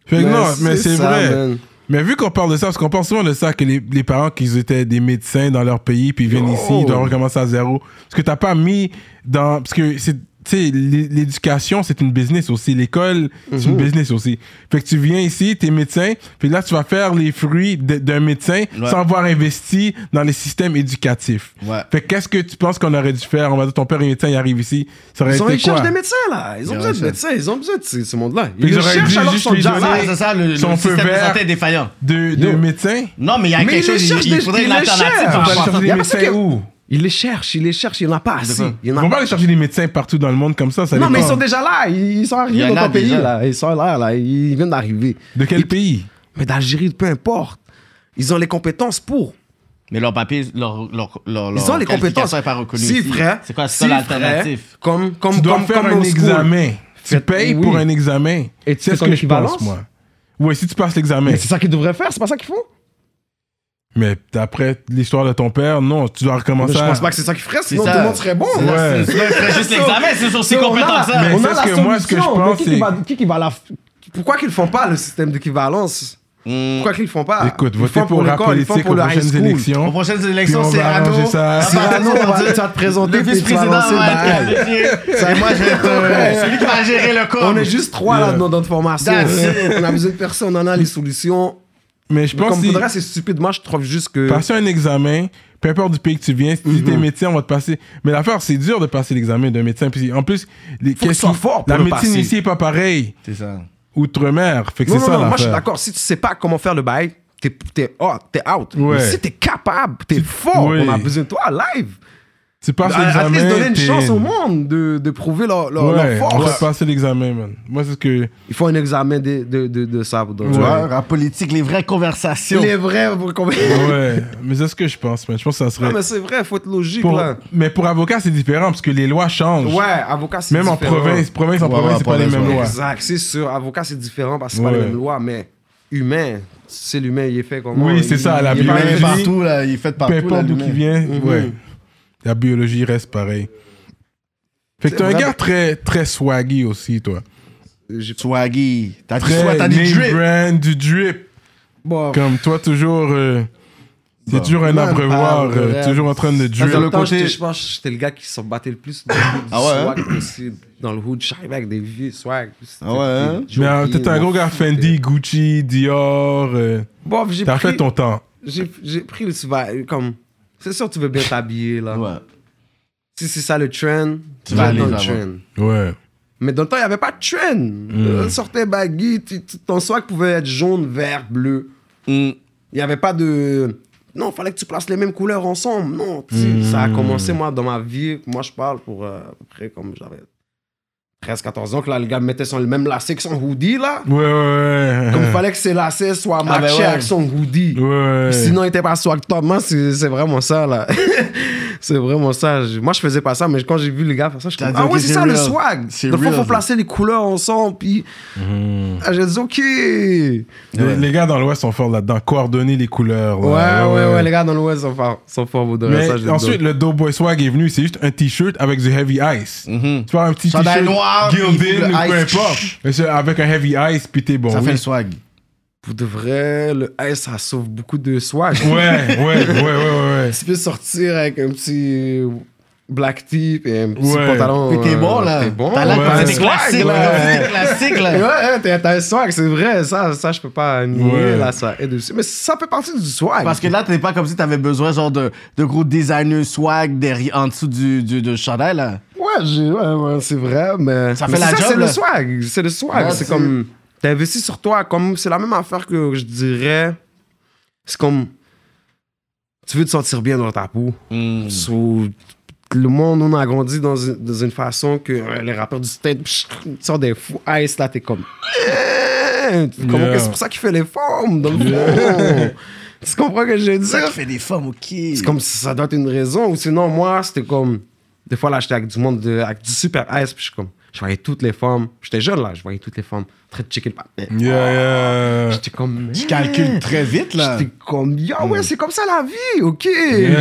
Speaker 1: Fait que non, mais c'est
Speaker 2: ça,
Speaker 1: vrai.
Speaker 2: man.
Speaker 1: Mais vu qu'on parle de ça, parce qu'on parle souvent de ça, que les, les parents qui étaient des médecins dans leur pays, puis ils viennent ici, ils doivent recommencer à zéro. Parce que t'as pas mis dans. Parce que c'est. Tu sais, l'é- l'éducation, c'est une business aussi. L'école, c'est une business aussi. Fait que tu viens ici, t'es médecin, puis là, tu vas faire les fruits de- d'un médecin sans avoir investi dans les systèmes éducatifs.
Speaker 4: Ouais.
Speaker 1: Fait que qu'est-ce que tu penses qu'on aurait dû faire? On va dire, ton père est médecin, il arrive ici. Ça aurait
Speaker 2: Ils ont
Speaker 1: été
Speaker 2: ils
Speaker 1: quoi?
Speaker 2: cherchent des médecins là, ils ont
Speaker 4: Ils
Speaker 2: besoin
Speaker 4: ont
Speaker 2: de médecins, ils ont besoin de ce, ce monde-là.
Speaker 1: Ils
Speaker 2: Ils le
Speaker 1: auraient
Speaker 2: cherchent
Speaker 1: dû
Speaker 2: alors
Speaker 1: juste
Speaker 2: son
Speaker 1: les
Speaker 2: job
Speaker 1: donner.
Speaker 2: là.
Speaker 4: Ah, c'est ça, le, le
Speaker 1: Son feu
Speaker 4: système de
Speaker 1: vert.
Speaker 4: santé est défaillant.
Speaker 1: De, de médecin?
Speaker 4: Non, mais il y
Speaker 2: Mais
Speaker 4: a quelque
Speaker 2: ils
Speaker 4: chose, il,
Speaker 2: cherchent
Speaker 4: il
Speaker 2: des-
Speaker 4: faudrait
Speaker 2: ils
Speaker 4: une
Speaker 2: les
Speaker 4: alternative
Speaker 2: cherchent.
Speaker 4: par
Speaker 1: On va aller
Speaker 4: rapport à
Speaker 1: chercher
Speaker 4: ça.
Speaker 2: y
Speaker 1: des
Speaker 2: a parce
Speaker 1: médecins
Speaker 2: que-
Speaker 1: où?
Speaker 2: Ils les cherchent, ils les cherchent, il n'y en a pas assez. Il y en
Speaker 1: Ils
Speaker 2: a
Speaker 1: vont
Speaker 2: pas
Speaker 1: pas aller chercher des médecins partout dans le monde comme ça. ça
Speaker 2: non, mais ils
Speaker 1: dépend.
Speaker 2: sont déjà là. Ils ils sont
Speaker 4: Il y
Speaker 2: arrivés
Speaker 4: en
Speaker 2: dans
Speaker 4: a
Speaker 2: ton pays.
Speaker 4: déjà.
Speaker 2: Là. Ils sont là, là. Ils viennent d'arriver.
Speaker 1: De quel pays
Speaker 2: Mais d'Algérie, peu importe. Ils ont les compétences pour.
Speaker 4: Mais leur papier, leur, leur, leur,
Speaker 2: Ils
Speaker 4: leur
Speaker 2: ont les compétences.
Speaker 4: qualification est pas reconnue.
Speaker 2: Si,
Speaker 4: ici.
Speaker 2: frère.
Speaker 3: C'est quoi, c'est ça,
Speaker 2: si,
Speaker 3: l'alternative?
Speaker 2: frère, Comme, comme,
Speaker 1: Tu dois
Speaker 2: comme,
Speaker 1: faire
Speaker 2: comme
Speaker 1: un
Speaker 2: au school.
Speaker 1: examen. Tu
Speaker 2: Faites-
Speaker 1: payes
Speaker 2: oui.
Speaker 1: pour un examen.
Speaker 2: Et tu
Speaker 1: C'est
Speaker 2: fais
Speaker 1: ce
Speaker 2: ton
Speaker 1: que je pense,
Speaker 2: équivalence?
Speaker 1: moi. Oui, si tu passes l'examen.
Speaker 2: Mais c'est ça qu'ils devraient faire, c'est pas ça qu'ils font.
Speaker 1: Mais après l'histoire de ton père, non, tu dois recommencer.
Speaker 2: Je
Speaker 1: à-
Speaker 2: pense pas que c'est ça qu'ils feraient, sinon
Speaker 4: ça.
Speaker 2: tout le monde serait bon.
Speaker 1: Ouais.
Speaker 3: C'est juste l'examen, c'est sur ces compétences
Speaker 4: hein.
Speaker 1: Mais
Speaker 2: on
Speaker 1: c'est
Speaker 2: a
Speaker 1: ce
Speaker 2: la
Speaker 1: que moi, ce que je
Speaker 2: solution, mais
Speaker 1: pense,
Speaker 2: qui qui
Speaker 1: c'est-
Speaker 2: va- Qui qui va la... f- Pourquoi qu'ils font pas le système d'équivalence
Speaker 4: Mm.
Speaker 2: Pourquoi qu'ils le font pas
Speaker 1: Écoute,
Speaker 2: Ils
Speaker 1: votez
Speaker 2: font
Speaker 1: pour la
Speaker 2: l'école, ils font
Speaker 1: politique
Speaker 2: pour
Speaker 1: aux
Speaker 2: le high
Speaker 1: prochaines
Speaker 2: school.
Speaker 4: Aux
Speaker 1: élections.
Speaker 4: prochaines
Speaker 1: Puis on
Speaker 4: élections, c'est
Speaker 1: va
Speaker 4: Arnaud.
Speaker 1: arranger ça.
Speaker 2: C'est
Speaker 4: va-
Speaker 2: Arnaud, Bah, on va- tu vas te présenter, puis
Speaker 4: Le
Speaker 2: tu vas
Speaker 4: vice-président
Speaker 2: lancer le
Speaker 4: va être
Speaker 2: bail.
Speaker 4: associé. Et moi, je vais être euh, celui qui va gérer le corps.
Speaker 2: On est juste trois là dans notre formation.
Speaker 4: That's
Speaker 2: On a besoin de personne, on en a les solutions.
Speaker 1: Mais je
Speaker 2: Mais
Speaker 1: pense
Speaker 2: comme
Speaker 1: que si
Speaker 2: faudrait, c'est stupide. Moi, je trouve juste que. Mm-hmm.
Speaker 1: passer un examen, peu importe du pays que tu viens, si t'es médecin, on va te passer. Mais l'affaire, c'est dur de passer l'examen d'un médecin. Puis en plus, les
Speaker 2: que tu
Speaker 1: qu'est-ce
Speaker 2: sois
Speaker 1: qui-
Speaker 2: fort pour
Speaker 1: la
Speaker 2: le
Speaker 1: médecine
Speaker 2: passer.
Speaker 1: ici est pas pareille.
Speaker 4: C'est ça.
Speaker 1: Outre-mer. Fait que
Speaker 2: Non,
Speaker 1: c'est
Speaker 2: non,
Speaker 1: ça
Speaker 2: non, moi, je suis
Speaker 1: l'affaire.
Speaker 2: d'accord. Si tu sais pas comment faire le bail, t'es t'es out. T'es out.
Speaker 1: Ouais.
Speaker 2: Mais si t'es capable, t'es fort,
Speaker 1: oui.
Speaker 2: on a besoin de toi live.
Speaker 1: Tu passes
Speaker 2: À, à te
Speaker 1: l'examen.
Speaker 2: donner une
Speaker 1: t'es-
Speaker 2: chance au monde de, de prouver leur, leur- leur
Speaker 1: Ouais, on va
Speaker 2: force.
Speaker 1: passer l'examen, man. Moi, c'est ce que.
Speaker 2: Ils font un examen de, de, de, de ça. donc,
Speaker 1: Ouais.
Speaker 2: tu vois.
Speaker 4: En politique, les vraies conversations.
Speaker 2: Les vrais, vous comprenez?
Speaker 1: Ouais. mais c'est ce que je pense, man. Je pense que ça serait.
Speaker 2: Non, Ah, mais c'est vrai, faut être logique
Speaker 1: Pour-
Speaker 2: là.
Speaker 1: Mais pour avocat, c'est différent parce que les lois changent.
Speaker 2: Ouais, avocat, c'est
Speaker 1: Même en
Speaker 2: différent.
Speaker 1: province, province en
Speaker 4: Ouais,
Speaker 1: province,
Speaker 4: ouais,
Speaker 1: c'est pas les
Speaker 4: province,
Speaker 1: mêmes
Speaker 4: ouais.
Speaker 1: lois.
Speaker 2: Exact, c'est sûr. Avocat, c'est différent parce que c'est pas
Speaker 1: Ouais.
Speaker 2: les mêmes lois, mais humain, c'est l'humain, il est fait comment
Speaker 1: Oui,
Speaker 2: il-
Speaker 1: c'est ça, la
Speaker 2: il est
Speaker 4: Il
Speaker 2: pas-
Speaker 1: biologie.
Speaker 4: est partout, là. Il est fait
Speaker 1: Peu
Speaker 4: partout.
Speaker 1: importe
Speaker 4: là,
Speaker 1: d'où
Speaker 4: l'humain.
Speaker 1: qu'il vient,
Speaker 2: Mhm.
Speaker 1: ouais. La biologie reste pareille. Fait que t'es un
Speaker 2: vrai.
Speaker 1: gars très, très swaggy aussi, toi.
Speaker 2: J'ai-
Speaker 4: Swaggy. T'as du
Speaker 1: Très
Speaker 4: swag, t'as des
Speaker 1: name
Speaker 4: drips.
Speaker 1: brand, du drip.
Speaker 2: Bon,
Speaker 1: Comme toi, toujours... euh,
Speaker 4: Bah.
Speaker 1: c'est toujours un
Speaker 2: non,
Speaker 1: abreuvoir,
Speaker 2: pas vrai.
Speaker 1: euh, toujours en train de drip.
Speaker 2: dans le temps,
Speaker 4: côté-
Speaker 2: j'étais- je pense que j'étais le gars qui s'en battait le plus dans le hood,
Speaker 4: Ah ouais,
Speaker 2: swag possible. Dans le hood, j'arrivais avec des vieux swag.
Speaker 4: Ah ouais, hein?
Speaker 2: Des
Speaker 1: Mais euh,
Speaker 2: jogging,
Speaker 1: t'es un gros
Speaker 2: mon
Speaker 1: gars
Speaker 2: fou, t'es-
Speaker 1: Fendi, Gucci, Dior. euh,
Speaker 2: Bon, j'ai
Speaker 1: T'as
Speaker 2: pris,
Speaker 1: fait ton temps.
Speaker 2: j'ai, j'ai pris le swag, comme... C'est sûr, tu veux bien t'habiller, là.
Speaker 4: Ouais.
Speaker 2: Si c'est ça le trend,
Speaker 4: Tu vas aller
Speaker 2: dans le
Speaker 4: là-bas.
Speaker 2: trend.
Speaker 1: Ouais.
Speaker 2: Mais dans le temps, il n'y avait pas de trend.
Speaker 4: Hmm.
Speaker 2: Euh, sortait baggy, tu- tu- ton swag pouvait être jaune, vert, bleu.
Speaker 4: Mm.
Speaker 2: Il n'y avait pas de. Non, fallait que tu places les mêmes couleurs ensemble. Non, tu sais, ça
Speaker 4: Hmm.
Speaker 2: a commencé, moi, dans ma vie. Moi, je parle pour euh, à peu près comme j'avais 13-14 ans, que là, le gars me mettait son, le même lacet que son hoodie, là.
Speaker 1: Ouais, ouais, ouais.
Speaker 2: Comme il fallait que ses lacets soient
Speaker 4: Ah, ben
Speaker 2: matchés
Speaker 4: ouais.
Speaker 2: avec son hoodie.
Speaker 1: Ouais, ouais.
Speaker 2: Sinon, il n'était pas swag top. Moi, c'est c'est vraiment ça, là. c'est vraiment ça. Je- Moi, je faisais pas ça, mais quand j'ai vu les gars faire ça, je suis
Speaker 4: T'as
Speaker 2: comme,
Speaker 4: dit,
Speaker 2: Ah
Speaker 4: ok,
Speaker 2: ouais, c'est
Speaker 4: c'est
Speaker 2: ça le
Speaker 4: real.
Speaker 2: swag.
Speaker 4: C'est
Speaker 2: Des fois,
Speaker 4: real,
Speaker 2: il faut
Speaker 4: ça.
Speaker 2: placer les couleurs ensemble. Puis, Ah, j'ai dit, OK. Ouais,
Speaker 1: Les, les gars dans l'Ouest sont forts là-dedans, coordonner les couleurs.
Speaker 2: ouais,
Speaker 1: là.
Speaker 2: ouais, les gars dans l'Ouest sont forts. Sont forts, vous devez ça. je
Speaker 1: Mais
Speaker 2: le
Speaker 1: ensuite,
Speaker 2: donne.
Speaker 1: le Doughboy Swag est venu, c'est juste un t-shirt avec du heavy ice.
Speaker 2: Mm-hmm.
Speaker 1: Tu vois, un petit
Speaker 4: Chandail
Speaker 1: t-shirt
Speaker 4: noir, puis
Speaker 1: Gilded
Speaker 4: le
Speaker 1: ou peu
Speaker 4: ice.
Speaker 1: importe. Mais c'est avec un heavy ice, puis t'es bon.
Speaker 4: Ça fait
Speaker 1: oui.
Speaker 4: le swag.
Speaker 2: Pour de vrai, le S, ça sauve beaucoup de swag.
Speaker 1: Ouais, ouais, ouais, ouais, ouais.
Speaker 2: tu peux sortir avec un petit black tee et un petit
Speaker 1: Ouais.
Speaker 2: pantalon.
Speaker 4: Puis t'es
Speaker 2: euh,
Speaker 4: bon, là.
Speaker 2: T'es bon.
Speaker 4: T'as l'air
Speaker 1: ouais.
Speaker 4: comme
Speaker 3: C'est
Speaker 4: des classiques,
Speaker 3: classique,
Speaker 4: là.
Speaker 3: là. C'est classique,
Speaker 2: Ouais,
Speaker 3: là.
Speaker 2: ouais, hein, t'as t'as un swag, c'est vrai, ça, ça je peux pas nier,
Speaker 1: Ouais.
Speaker 2: là, ça aide aussi. Mais ça fait partie du swag.
Speaker 4: Parce que là, t'es pas comme si t'avais besoin, genre, de, de gros designer swag derrière, en dessous du, du, du chandail, là.
Speaker 2: Ouais, j'ai- ouais, ouais, c'est vrai, mais.
Speaker 4: Ça
Speaker 2: mais
Speaker 4: fait la
Speaker 2: c'est
Speaker 4: job,
Speaker 2: C'est
Speaker 4: là.
Speaker 2: le swag, c'est le swag.
Speaker 4: Ouais,
Speaker 2: c'est
Speaker 4: c'est-
Speaker 2: comme. T'investis sur toi, comme. C'est la même affaire que je dirais. C'est comme. Tu veux te sentir bien dans ta peau. Sous- le monde, on a grandi dans une, dans une façon que euh, les rappeurs du state, psh, ils sortent des fous ice, là, t'es comme. Eh, tu comprends
Speaker 1: Yeah.
Speaker 2: que C'est pour ça qu'il fait les formes, dans le fond. tu comprends ce que je veux
Speaker 4: C'est ça
Speaker 2: dire?
Speaker 4: qui fait des femmes, ok.
Speaker 2: C'est comme si ça doit être une raison. Ou sinon, moi, c'était comme. Des fois, là, j'étais avec du monde, de- avec du super ice, puis je suis comme. Je voyais toutes les femmes. J'étais jeune, là, je voyais toutes les femmes. en Train de checker le papier.
Speaker 1: Yeah, yeah.
Speaker 2: J'étais comme.
Speaker 4: Je calcule très vite, là.
Speaker 2: J'étais comme. Ah ouais, c'est comme ça la vie, ok. J'ai dit,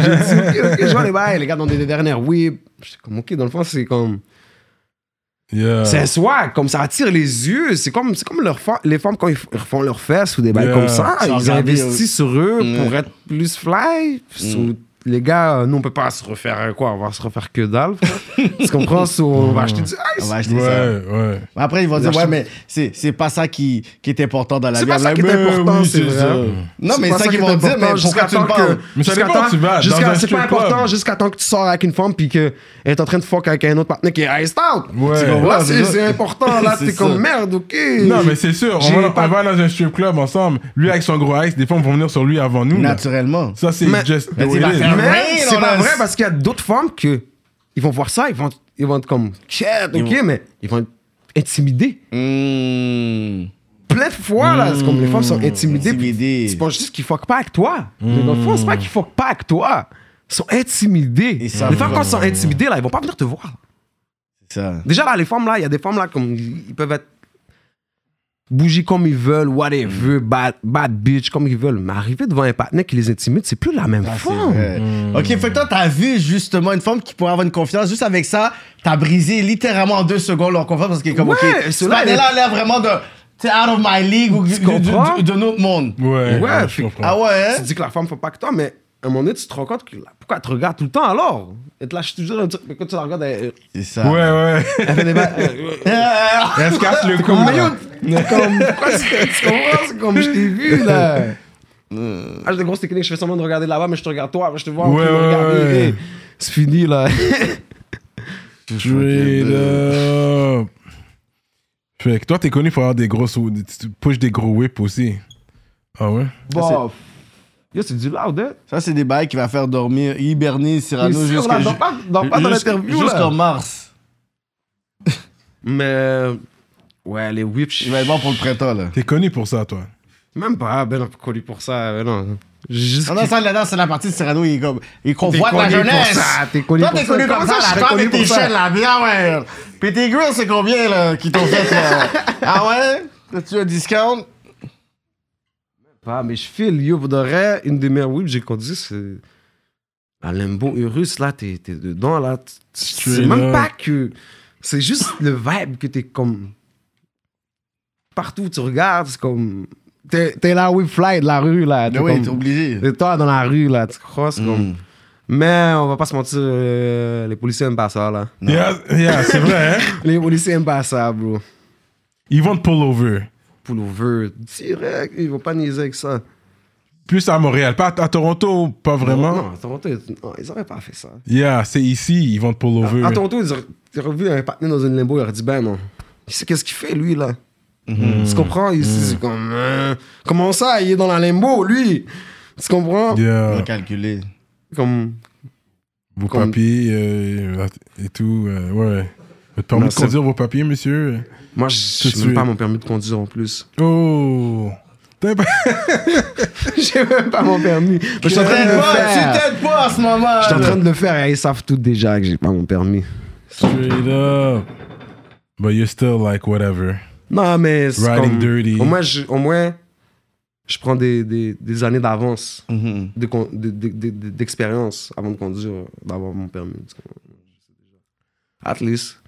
Speaker 2: ok, ok, je vois les bails, les gars, dans des dernières whips. J'étais comme, ok, dans le fond, c'est comme.
Speaker 1: yeah.
Speaker 4: Euh.
Speaker 2: C'est un swag, comme ça attire les yeux. C'est comme, c'est comme leur fa- les femmes quand ils f- ils refont leurs fesses ou des bails
Speaker 1: Yeah.
Speaker 2: comme ça.
Speaker 4: Sans
Speaker 2: Ils
Speaker 4: regarder,
Speaker 2: investissent
Speaker 4: euh,
Speaker 2: sur eux
Speaker 4: Mm.
Speaker 2: pour être plus fly. So, Les gars, nous, on peut pas se refaire euh, quoi On va se refaire que dalle. frère. tu comprends So, On va acheter du
Speaker 4: On
Speaker 2: ice.
Speaker 4: va acheter
Speaker 1: Ouais,
Speaker 4: ça.
Speaker 1: ouais.
Speaker 4: Après, ils vont dire,
Speaker 2: Lâche-
Speaker 4: ouais, mais c'est c'est pas ça qui, qui est important dans la
Speaker 2: C'est
Speaker 4: vie.
Speaker 2: pas
Speaker 4: I'm
Speaker 2: ça
Speaker 4: like,
Speaker 2: qui est
Speaker 4: mais
Speaker 2: important,
Speaker 4: oui,
Speaker 2: c'est vrai.
Speaker 4: ça. Non, mais c'est ça qu'ils
Speaker 2: qui est
Speaker 4: vont dire,
Speaker 2: important
Speaker 4: mais pourquoi
Speaker 2: jusqu'à
Speaker 4: tu me
Speaker 2: temps que-
Speaker 4: parles?
Speaker 1: Mais ça
Speaker 2: jusqu'à
Speaker 1: dépend où
Speaker 2: temps-
Speaker 1: tu vas, dans
Speaker 2: jusqu'à-
Speaker 1: un
Speaker 2: C'est pas
Speaker 1: strip club.
Speaker 2: important jusqu'à temps que tu sors avec une femme puis qu'elle est en train de fuck avec un autre partenaire qui est iced out.
Speaker 1: Ouais.
Speaker 2: Tu comprends?
Speaker 4: Ouais,
Speaker 2: c'est
Speaker 4: c'est
Speaker 2: c'est
Speaker 4: ça.
Speaker 2: important. Là,
Speaker 4: C'est
Speaker 2: t'es
Speaker 4: ça.
Speaker 2: comme merde, ok.
Speaker 1: Non, mais c'est sûr. On
Speaker 2: J'ai
Speaker 1: va,
Speaker 2: pas-
Speaker 1: on va dans un strip club ensemble. Lui avec son gros ice, des fois, on va venir sur lui avant nous. là.
Speaker 4: Naturellement.
Speaker 1: Ça, c'est
Speaker 2: Mais-
Speaker 1: just the
Speaker 4: Vas-y,
Speaker 1: way it
Speaker 4: va
Speaker 1: is.
Speaker 4: faire
Speaker 2: Mais
Speaker 4: rain,
Speaker 2: c'est
Speaker 4: on
Speaker 2: pas
Speaker 4: a-
Speaker 2: vrai parce qu'il y a d'autres femmes que ils vont voir ça, ils vont, ils vont être comme shit, ok, mais ils vont être intimidés. Hmm.
Speaker 4: Mmh.
Speaker 2: Plein de fois, là, c'est comme les femmes sont intimidées. puis
Speaker 4: Intimidé.
Speaker 2: Ils pensent juste qu'ils fuck pas avec toi. Mais dans le fond, c'est pas qu'ils fuck pas avec toi. Ils sont intimidés.
Speaker 4: Hmm. Ils savent
Speaker 2: les femmes, quand
Speaker 4: pas.
Speaker 2: elles sont intimidées, là, ils vont pas venir te voir.
Speaker 4: C'est ça.
Speaker 2: Déjà, là, les femmes, là, il y a des femmes, là, comme ils peuvent être bougies comme ils veulent,
Speaker 4: Hmm.
Speaker 2: whatever, bad, bad bitch, comme ils veulent. Mais arriver devant un partenaire qui les intimide, c'est plus la même
Speaker 4: Ah, c'est
Speaker 2: femme.
Speaker 4: vrai. Ok, fait que toi, t'as vu justement une femme qui pourrait avoir une confiance. Juste avec ça, t'as brisé littéralement en deux secondes leur confiance parce qu'il est comme,
Speaker 2: Ouais,
Speaker 4: ok, ce
Speaker 2: ceux-là,
Speaker 4: panel-là a l'air vraiment de. T'es out of my league ou du- du-
Speaker 2: comprends?
Speaker 4: du- de notre monde.
Speaker 1: Ouais,
Speaker 2: Ouais,
Speaker 1: je
Speaker 2: fait-
Speaker 1: comprends.
Speaker 4: Ah ouais?
Speaker 2: Tu dis que la femme fait pas que toi, mais à un moment donné, tu te rends compte que là, pourquoi elle te regarde tout le temps alors Elle te lâche toujours un truc, mais quand tu la regardes, elle,
Speaker 4: C'est ça.
Speaker 1: Ouais, ouais.
Speaker 2: elle fait des bails.
Speaker 4: Ah,
Speaker 1: Elle se casse le cou.
Speaker 2: Comme,
Speaker 1: là.
Speaker 2: yo, t'es comme, pourquoi tu tu comprends C'est comme je t'ai vu là.
Speaker 4: Euh.
Speaker 2: Ah, j'ai des grosses techniques, je fais semblant de regarder là-bas, mais je te regarde toi, je te vois en
Speaker 1: Ouais,
Speaker 2: train de
Speaker 1: ouais,
Speaker 2: regarder.
Speaker 1: ouais.
Speaker 2: hey, C'est fini là.
Speaker 1: Straight up. Fait que toi, t'es connu pour avoir des grosses. Tu tu pushes des gros whips aussi. Ah ouais?
Speaker 2: Bon. Yo, c'est du loud, hein?
Speaker 4: Ça, c'est des bails qui va faire dormir hiberner Cyrano
Speaker 2: C'est sûr,
Speaker 4: jusqu'à.
Speaker 2: là, dors pas- dors pas dans l'interview, là.
Speaker 4: Jusqu'en mars.
Speaker 2: Mais. Ouais, les whips,
Speaker 4: Il va être bon pour le printemps, là.
Speaker 1: T'es connu pour ça, toi.
Speaker 2: même pas, ben non, connu pour ça, ben non. Juste.
Speaker 4: Non, non, ça, là-dedans, c'est la partie de Cyrano, il, est comme, il
Speaker 2: T'es
Speaker 4: convoite la
Speaker 2: connu pour
Speaker 4: jeunesse.
Speaker 2: ça, t'es connu
Speaker 4: Toi,
Speaker 2: pour
Speaker 4: t'es
Speaker 2: ça.
Speaker 4: connu
Speaker 2: Comment
Speaker 4: comme
Speaker 2: ça,
Speaker 4: ça,
Speaker 2: je
Speaker 4: là.
Speaker 2: serais
Speaker 4: Toi,
Speaker 2: connu
Speaker 4: avec tes
Speaker 2: pour ça?
Speaker 4: chaînes, là, bien, ouais. Puis tes grills, c'est combien, là, qui t'ont fait, là? Ah ouais? T'as-tu un discount?
Speaker 2: Ah, mais je file, yo, pour de vrai, une des meilleures whips que j'ai conduites, c'est. À Lembo Urus, là, t'es t'es dedans, là. tu- tu- C'est
Speaker 1: Straight
Speaker 2: même
Speaker 1: up.
Speaker 2: pas que. C'est juste le vibe que t'es comme. Partout où tu regardes, c'est comme. T'es t'es la whip fly de la rue, là. T'es
Speaker 4: Ben oui, t'es
Speaker 2: comme-
Speaker 4: obligé. Mm.
Speaker 2: t'es toi dans la rue, là. Tu crosses, comme. Mais on va pas se mentir, euh, les policiers aiment pas ça, là.
Speaker 1: Yeah, yeah, c'est vrai, hein?
Speaker 2: Les policiers aiment pas ça, bro.
Speaker 1: Ils vont te pull over.
Speaker 2: Pullover, direct, ils vont pas niaiser avec ça.
Speaker 1: Plus à Montréal, pas à à Toronto, pas vraiment.
Speaker 2: Non, à Toronto, ils- non, ils auraient pas fait ça.
Speaker 1: Yeah, c'est ici, ils vont te pull over.
Speaker 2: À Toronto, ils auraient- ils auraient vu un partenaire dans une limbo, ils auraient dit Ben non, il sait qu'est-ce qu'il fait lui là. Tu comprends Ici, c'est comme euh, Comment ça, il est dans la limbo lui Tu comprends
Speaker 1: Yeah,
Speaker 4: calculé.
Speaker 2: Comme
Speaker 1: vos
Speaker 2: comme-
Speaker 1: papiers euh, et tout, euh, ouais. Votre permis
Speaker 2: Non,
Speaker 1: de
Speaker 2: c'est-
Speaker 1: conduire vos papiers, monsieur?
Speaker 2: Moi,
Speaker 1: Tout de
Speaker 2: je n'ai même
Speaker 1: suite.
Speaker 2: pas mon permis de conduire en plus.
Speaker 1: Oh! T'as pas-
Speaker 2: J'ai même pas mon permis. Je suis en
Speaker 4: Tu
Speaker 2: train de
Speaker 4: t'aides
Speaker 2: le
Speaker 4: pas, tu
Speaker 2: faire.
Speaker 4: t'aides pas en ce moment.
Speaker 2: Je suis en train de le faire et ils savent tout déjà que j'ai pas mon permis.
Speaker 1: Straight up. But you're still like whatever.
Speaker 2: Non, mais c'est
Speaker 1: Riding
Speaker 2: comme-
Speaker 1: dirty.
Speaker 2: Au moins, je, au moins, je prends des, des, des années d'avance
Speaker 1: Mm-hmm.
Speaker 4: Mhm.
Speaker 2: de con- de- de- de- de- d'expérience avant de conduire, d'avoir mon permis. Tu comprends? At least.